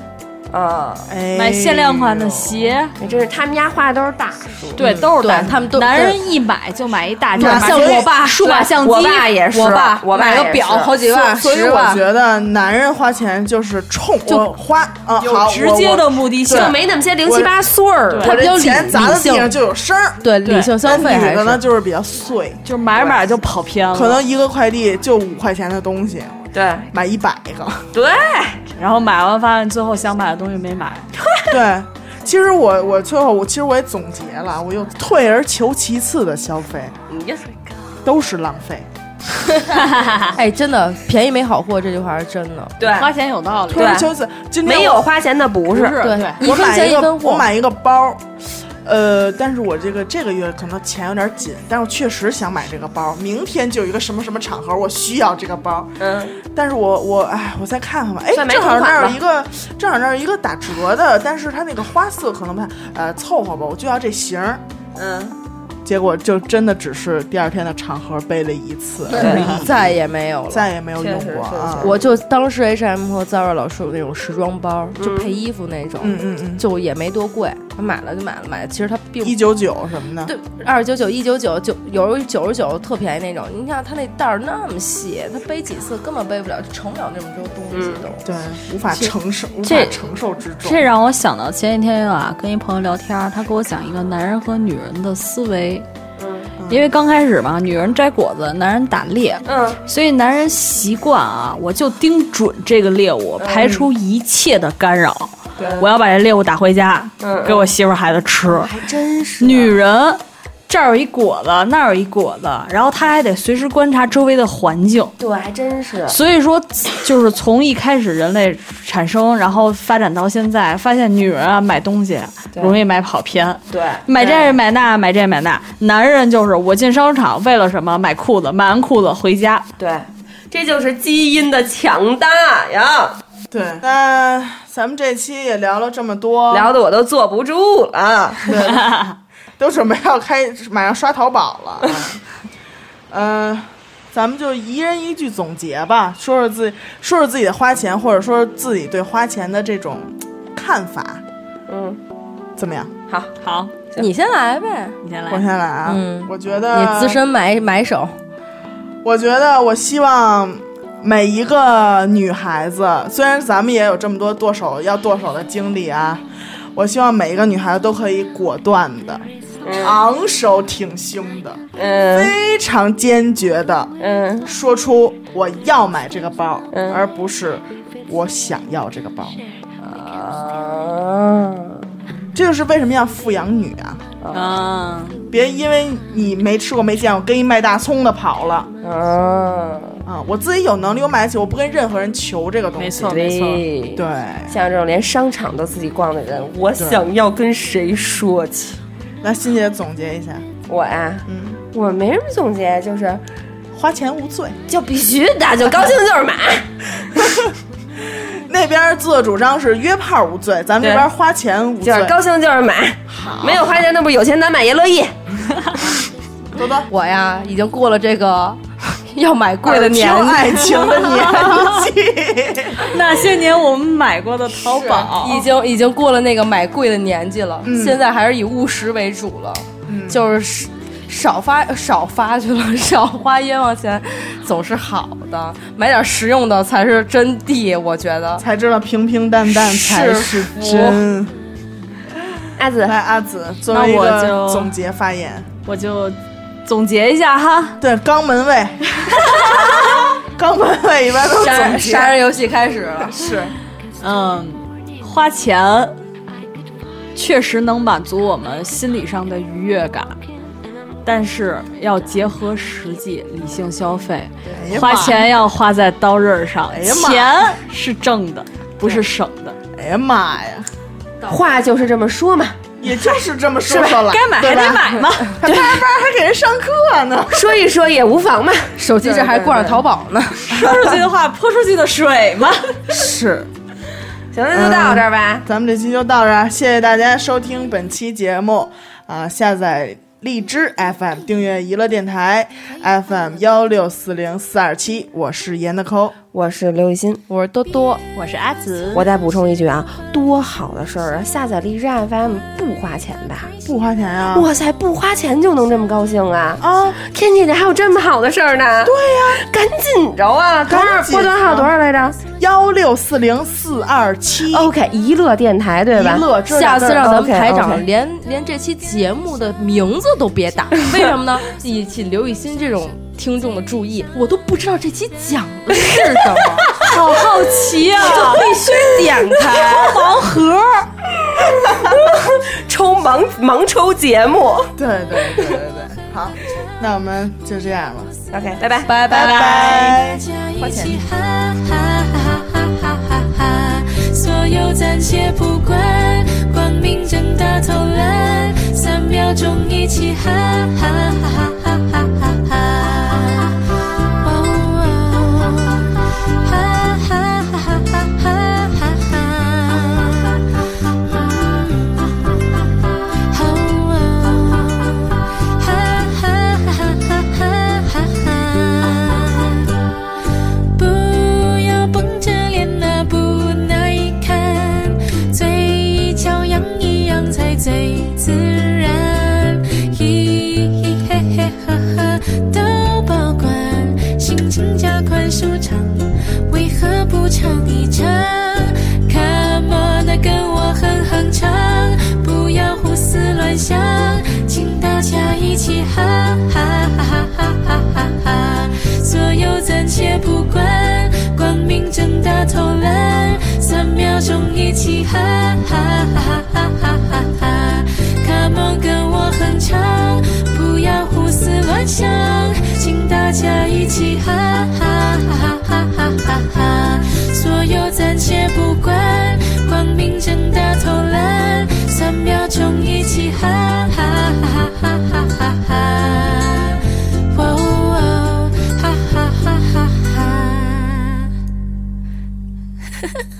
[SPEAKER 6] 呃，
[SPEAKER 3] 哎
[SPEAKER 7] 买限量款的鞋，
[SPEAKER 6] 你哎真是他们家花的都是大数。
[SPEAKER 7] 对，都是
[SPEAKER 8] 对
[SPEAKER 7] 男
[SPEAKER 8] 他们都
[SPEAKER 7] 男人一买就买一大件儿，
[SPEAKER 3] 马相机
[SPEAKER 7] 我爸数码相机，
[SPEAKER 6] 我爸也是
[SPEAKER 7] 我
[SPEAKER 6] 爸我爸
[SPEAKER 8] 买
[SPEAKER 6] 也
[SPEAKER 8] 个表
[SPEAKER 6] 是
[SPEAKER 8] 好几万，
[SPEAKER 3] 所以
[SPEAKER 8] 十
[SPEAKER 3] 我
[SPEAKER 8] 万
[SPEAKER 3] 觉得男人花钱就是冲我花啊，
[SPEAKER 7] 有
[SPEAKER 3] 好，
[SPEAKER 7] 直
[SPEAKER 3] 我
[SPEAKER 7] 接
[SPEAKER 3] 我
[SPEAKER 7] 的目的性
[SPEAKER 6] 就。没那么些零七八碎儿
[SPEAKER 3] 我
[SPEAKER 8] 他比较
[SPEAKER 3] 这
[SPEAKER 8] 理
[SPEAKER 3] 钱砸
[SPEAKER 8] 理
[SPEAKER 3] 在地
[SPEAKER 8] 性
[SPEAKER 3] 上就有声儿。
[SPEAKER 8] 对理性消费
[SPEAKER 3] 但
[SPEAKER 8] 还
[SPEAKER 3] 女的呢，
[SPEAKER 8] 是嗯
[SPEAKER 3] 就是比较碎，
[SPEAKER 7] 就是买买就跑偏了，
[SPEAKER 3] 可能一个快递就五块钱的东西，
[SPEAKER 6] 对
[SPEAKER 3] 买一百个。
[SPEAKER 6] 对，
[SPEAKER 7] 然后买完发现最后想买的东西没买，
[SPEAKER 3] 对，其实我我最后我其实我也总结了，我又退而求其次的消费
[SPEAKER 6] 你这
[SPEAKER 3] 都是浪费。
[SPEAKER 8] 哎，真的便宜没好货这句话是真的，
[SPEAKER 6] 对
[SPEAKER 7] 花钱有
[SPEAKER 8] 哦
[SPEAKER 7] 道理。
[SPEAKER 3] 退而求其次，今天
[SPEAKER 6] 没有花钱的不是。
[SPEAKER 7] 是对，
[SPEAKER 8] 一
[SPEAKER 3] 我
[SPEAKER 8] 分
[SPEAKER 3] 买
[SPEAKER 8] 钱
[SPEAKER 3] 一
[SPEAKER 8] 一
[SPEAKER 3] 个
[SPEAKER 8] 分
[SPEAKER 3] 我
[SPEAKER 8] 货，
[SPEAKER 3] 买一个包，呃，但是我这个这个月可能钱有点紧，但是我确实想买这个包，明天就有一个什么什么场合我需要这个包，
[SPEAKER 6] 嗯，
[SPEAKER 3] 但是我我哎，我再看看吧，哎，
[SPEAKER 6] 算没
[SPEAKER 3] 正好
[SPEAKER 6] 同款
[SPEAKER 3] 那儿有
[SPEAKER 6] 吧
[SPEAKER 3] 一个，正好那儿有一个打折的，但是它那个花色可能不太，呃，凑合吧，我就要这型儿。
[SPEAKER 6] 嗯，
[SPEAKER 3] 结果就真的只是第二天的场合背了一次，
[SPEAKER 8] 再也没有了。
[SPEAKER 3] 再也没有用过啊。
[SPEAKER 8] 我就当时 H M 和 Zara 老师有那种时装包，就配衣服那种，
[SPEAKER 3] 嗯嗯嗯，
[SPEAKER 8] 就也没多贵，买了就买了，买了其实它并
[SPEAKER 3] 一九九什么的，
[SPEAKER 8] 对，二十九九、一九九、九有时九十九特便宜那种。你想它那袋儿那么细，它背几次根本背不了，盛不了那么多东西都。
[SPEAKER 3] 对，无法承受，无法
[SPEAKER 7] 这
[SPEAKER 3] 承受之重
[SPEAKER 7] 这。让我想到前几天啊，跟一朋友聊天儿，他给我讲一个男人和女人的思维。因为刚开始嘛，女人摘果子，男人打猎，
[SPEAKER 6] 嗯，
[SPEAKER 7] 所以男人习惯啊，我就盯准这个猎物，排除一切的干扰。我要把这猎物打回家，给我媳妇儿孩子吃。嗯哦还真是啊女人，这儿有一果子，那儿有一果子，然后她还得随时观察周围的环境。
[SPEAKER 6] 对，还真是。
[SPEAKER 7] 所以说，就是从一开始人类产生，然后发展到现在，发现女人啊买东西容易买跑偏，
[SPEAKER 6] 对，
[SPEAKER 7] 买这买那，买这买那。男人就是我进商场为了什么？买裤子，买完裤子回家。
[SPEAKER 6] 对，这就是基因的强大呀，
[SPEAKER 3] 对，那咱们这期也聊了这么多，
[SPEAKER 6] 聊的我都坐不住 了。
[SPEAKER 3] 都准备要开马上刷淘宝了。嗯、呃咱们就一人一句总结吧，说说自己，说说自己的花钱，或者说自己对花钱的这种看法，
[SPEAKER 6] 嗯，
[SPEAKER 3] 怎么样？
[SPEAKER 6] 好，
[SPEAKER 7] 好，
[SPEAKER 8] 你先来呗，
[SPEAKER 7] 你先
[SPEAKER 3] 我
[SPEAKER 7] 来。
[SPEAKER 3] 先来啊，
[SPEAKER 8] 嗯
[SPEAKER 3] 我觉得
[SPEAKER 8] 你资深买买手，
[SPEAKER 3] 我觉得，我希望每一个女孩子，虽然咱们也有这么多剁手要剁手的经历啊，我希望每一个女孩子都可以果断的、昂首挺胸的、
[SPEAKER 6] 嗯
[SPEAKER 3] 非常坚决的
[SPEAKER 6] 嗯
[SPEAKER 3] 说出我要买这个包，
[SPEAKER 6] 嗯
[SPEAKER 3] 而不是我想要这个包。
[SPEAKER 6] 啊
[SPEAKER 3] 这就是为什么要富养女啊！
[SPEAKER 7] 嗯，
[SPEAKER 3] 别因为你没吃过没见过，跟一卖大葱的跑了
[SPEAKER 6] 嗯，
[SPEAKER 3] 啊！我自己有能力，我买得起，我不跟任何人求这个东西。
[SPEAKER 7] 没错没错。
[SPEAKER 6] 对。
[SPEAKER 3] 对，
[SPEAKER 6] 像这种连商场都自己逛的人，我想要跟谁说去？
[SPEAKER 3] 那欣姐总结一下，
[SPEAKER 6] 我啊呀，
[SPEAKER 3] 嗯，
[SPEAKER 6] 我没什么总结，就是
[SPEAKER 3] 花钱无罪。
[SPEAKER 6] 就必须的，就高兴就是买。
[SPEAKER 3] 那边自作主张是约炮无罪，咱们这边花钱无罪
[SPEAKER 6] 就。是高兴就是买，没有花钱那不是有钱难买爷乐意。
[SPEAKER 3] 多多
[SPEAKER 8] 我呀已经过了这个要买贵的年
[SPEAKER 3] 听
[SPEAKER 8] 纪，
[SPEAKER 3] 爱情的年纪，
[SPEAKER 7] 那些年我们买过的淘宝，
[SPEAKER 8] 已经已经过了那个买贵的年纪了，现在还是以务实为主了，就是少发少发去了， 少花冤枉钱总是好的，买点实用的才是真谛，我觉得。
[SPEAKER 3] 才知道平平淡淡才是真。
[SPEAKER 6] 阿紫，
[SPEAKER 3] 来，阿紫作为一
[SPEAKER 7] 那我
[SPEAKER 3] 个
[SPEAKER 7] 就
[SPEAKER 3] 总结发言，
[SPEAKER 7] 我就总结一下哈，
[SPEAKER 3] 对肛门位，肛门位一般都
[SPEAKER 8] 杀
[SPEAKER 3] 总
[SPEAKER 8] 人杀
[SPEAKER 3] 结
[SPEAKER 8] 人游戏开始了，
[SPEAKER 3] 是
[SPEAKER 7] 嗯，花钱确实能满足我们心理上的愉悦感，但是要结合实际，理性消费，
[SPEAKER 3] 哎呀
[SPEAKER 7] 花
[SPEAKER 3] 妈，
[SPEAKER 7] 钱要花在刀刃上，
[SPEAKER 3] 呀妈
[SPEAKER 7] 钱是挣的，不是省的。
[SPEAKER 3] 哎呀妈呀，
[SPEAKER 6] 话就是这么说嘛，
[SPEAKER 3] 也就是这么说说了，
[SPEAKER 7] 该买还得买嘛，
[SPEAKER 3] 还叭叭还给人上课呢，
[SPEAKER 6] 说一说也无妨嘛。
[SPEAKER 8] 手机这还逛着淘宝呢。
[SPEAKER 7] 说出去的话泼出去的水嘛。
[SPEAKER 3] 是。
[SPEAKER 6] 行，那就到这儿吧。
[SPEAKER 3] 咱们这期就到这儿，谢谢大家收听本期节目啊！下载荔枝 FM，订阅娱乐电台 FM 幺六四零四二七，我是严的抠，
[SPEAKER 6] 我是刘雨欣，
[SPEAKER 8] 我是多多，
[SPEAKER 2] 我是阿紫，
[SPEAKER 6] 我再补充一句啊，多好的事儿啊！下载荔枝 FM 不花钱吧？
[SPEAKER 3] 不花钱
[SPEAKER 8] 啊
[SPEAKER 3] 呀、
[SPEAKER 6] 哇塞，不花钱就能这么高兴啊！
[SPEAKER 3] 啊，
[SPEAKER 6] 天底下还有这么好的事儿呢？对呀、赶紧着啊！多少
[SPEAKER 3] 赶紧
[SPEAKER 6] 拨多少多少来着
[SPEAKER 3] 幺六四零四二七，
[SPEAKER 6] ？OK，娱乐电台对吧？
[SPEAKER 3] 娱乐这俩
[SPEAKER 8] 下
[SPEAKER 3] 字
[SPEAKER 8] 次
[SPEAKER 3] 儿
[SPEAKER 8] 让咱们
[SPEAKER 6] OK，OK
[SPEAKER 8] 台长连连这期节目的名字都别打，为什么呢？ 引起刘雨欣这种听众的注意，我都不知道这期讲的是什 么，
[SPEAKER 7] 好好奇啊，
[SPEAKER 8] 必须点开。
[SPEAKER 7] 盲盒。
[SPEAKER 6] 抽盲盲抽节目。
[SPEAKER 3] 对对对对对，好，那我们就这样了，
[SPEAKER 6] OK，拜拜。
[SPEAKER 3] 拜拜拜。
[SPEAKER 5] 花钱。哈哈哈哈哈哈！所有暂且不管，光明正大偷懒，三秒钟一起哈哈哈哈哈哈哈！哦哈哈哈哈哈哈哈哈！哈哈哈哈哈哈哈！不要绷着脸啊，不耐看，嘴角扬一扬才最自然。嘿嘿嘿嘿呵呵都保管，心情加快舒畅，为何不唱一唱？Come on，那跟我哼哼唱，不要胡思乱想，请大家一起哈哈哈哈哈哈哈哈！所有暂且不管，光明正大偷懒，三秒钟一起哈哈哈哈哈哈哈！Come on，跟我哼唱，不要胡思乱想，请大家一起哈哈哈哈哈哈哈！所有暂且不管，光明正大偷懒，三秒钟一起哈哈哈哈哈哈哈！哇哦，哈哈哈哈哈！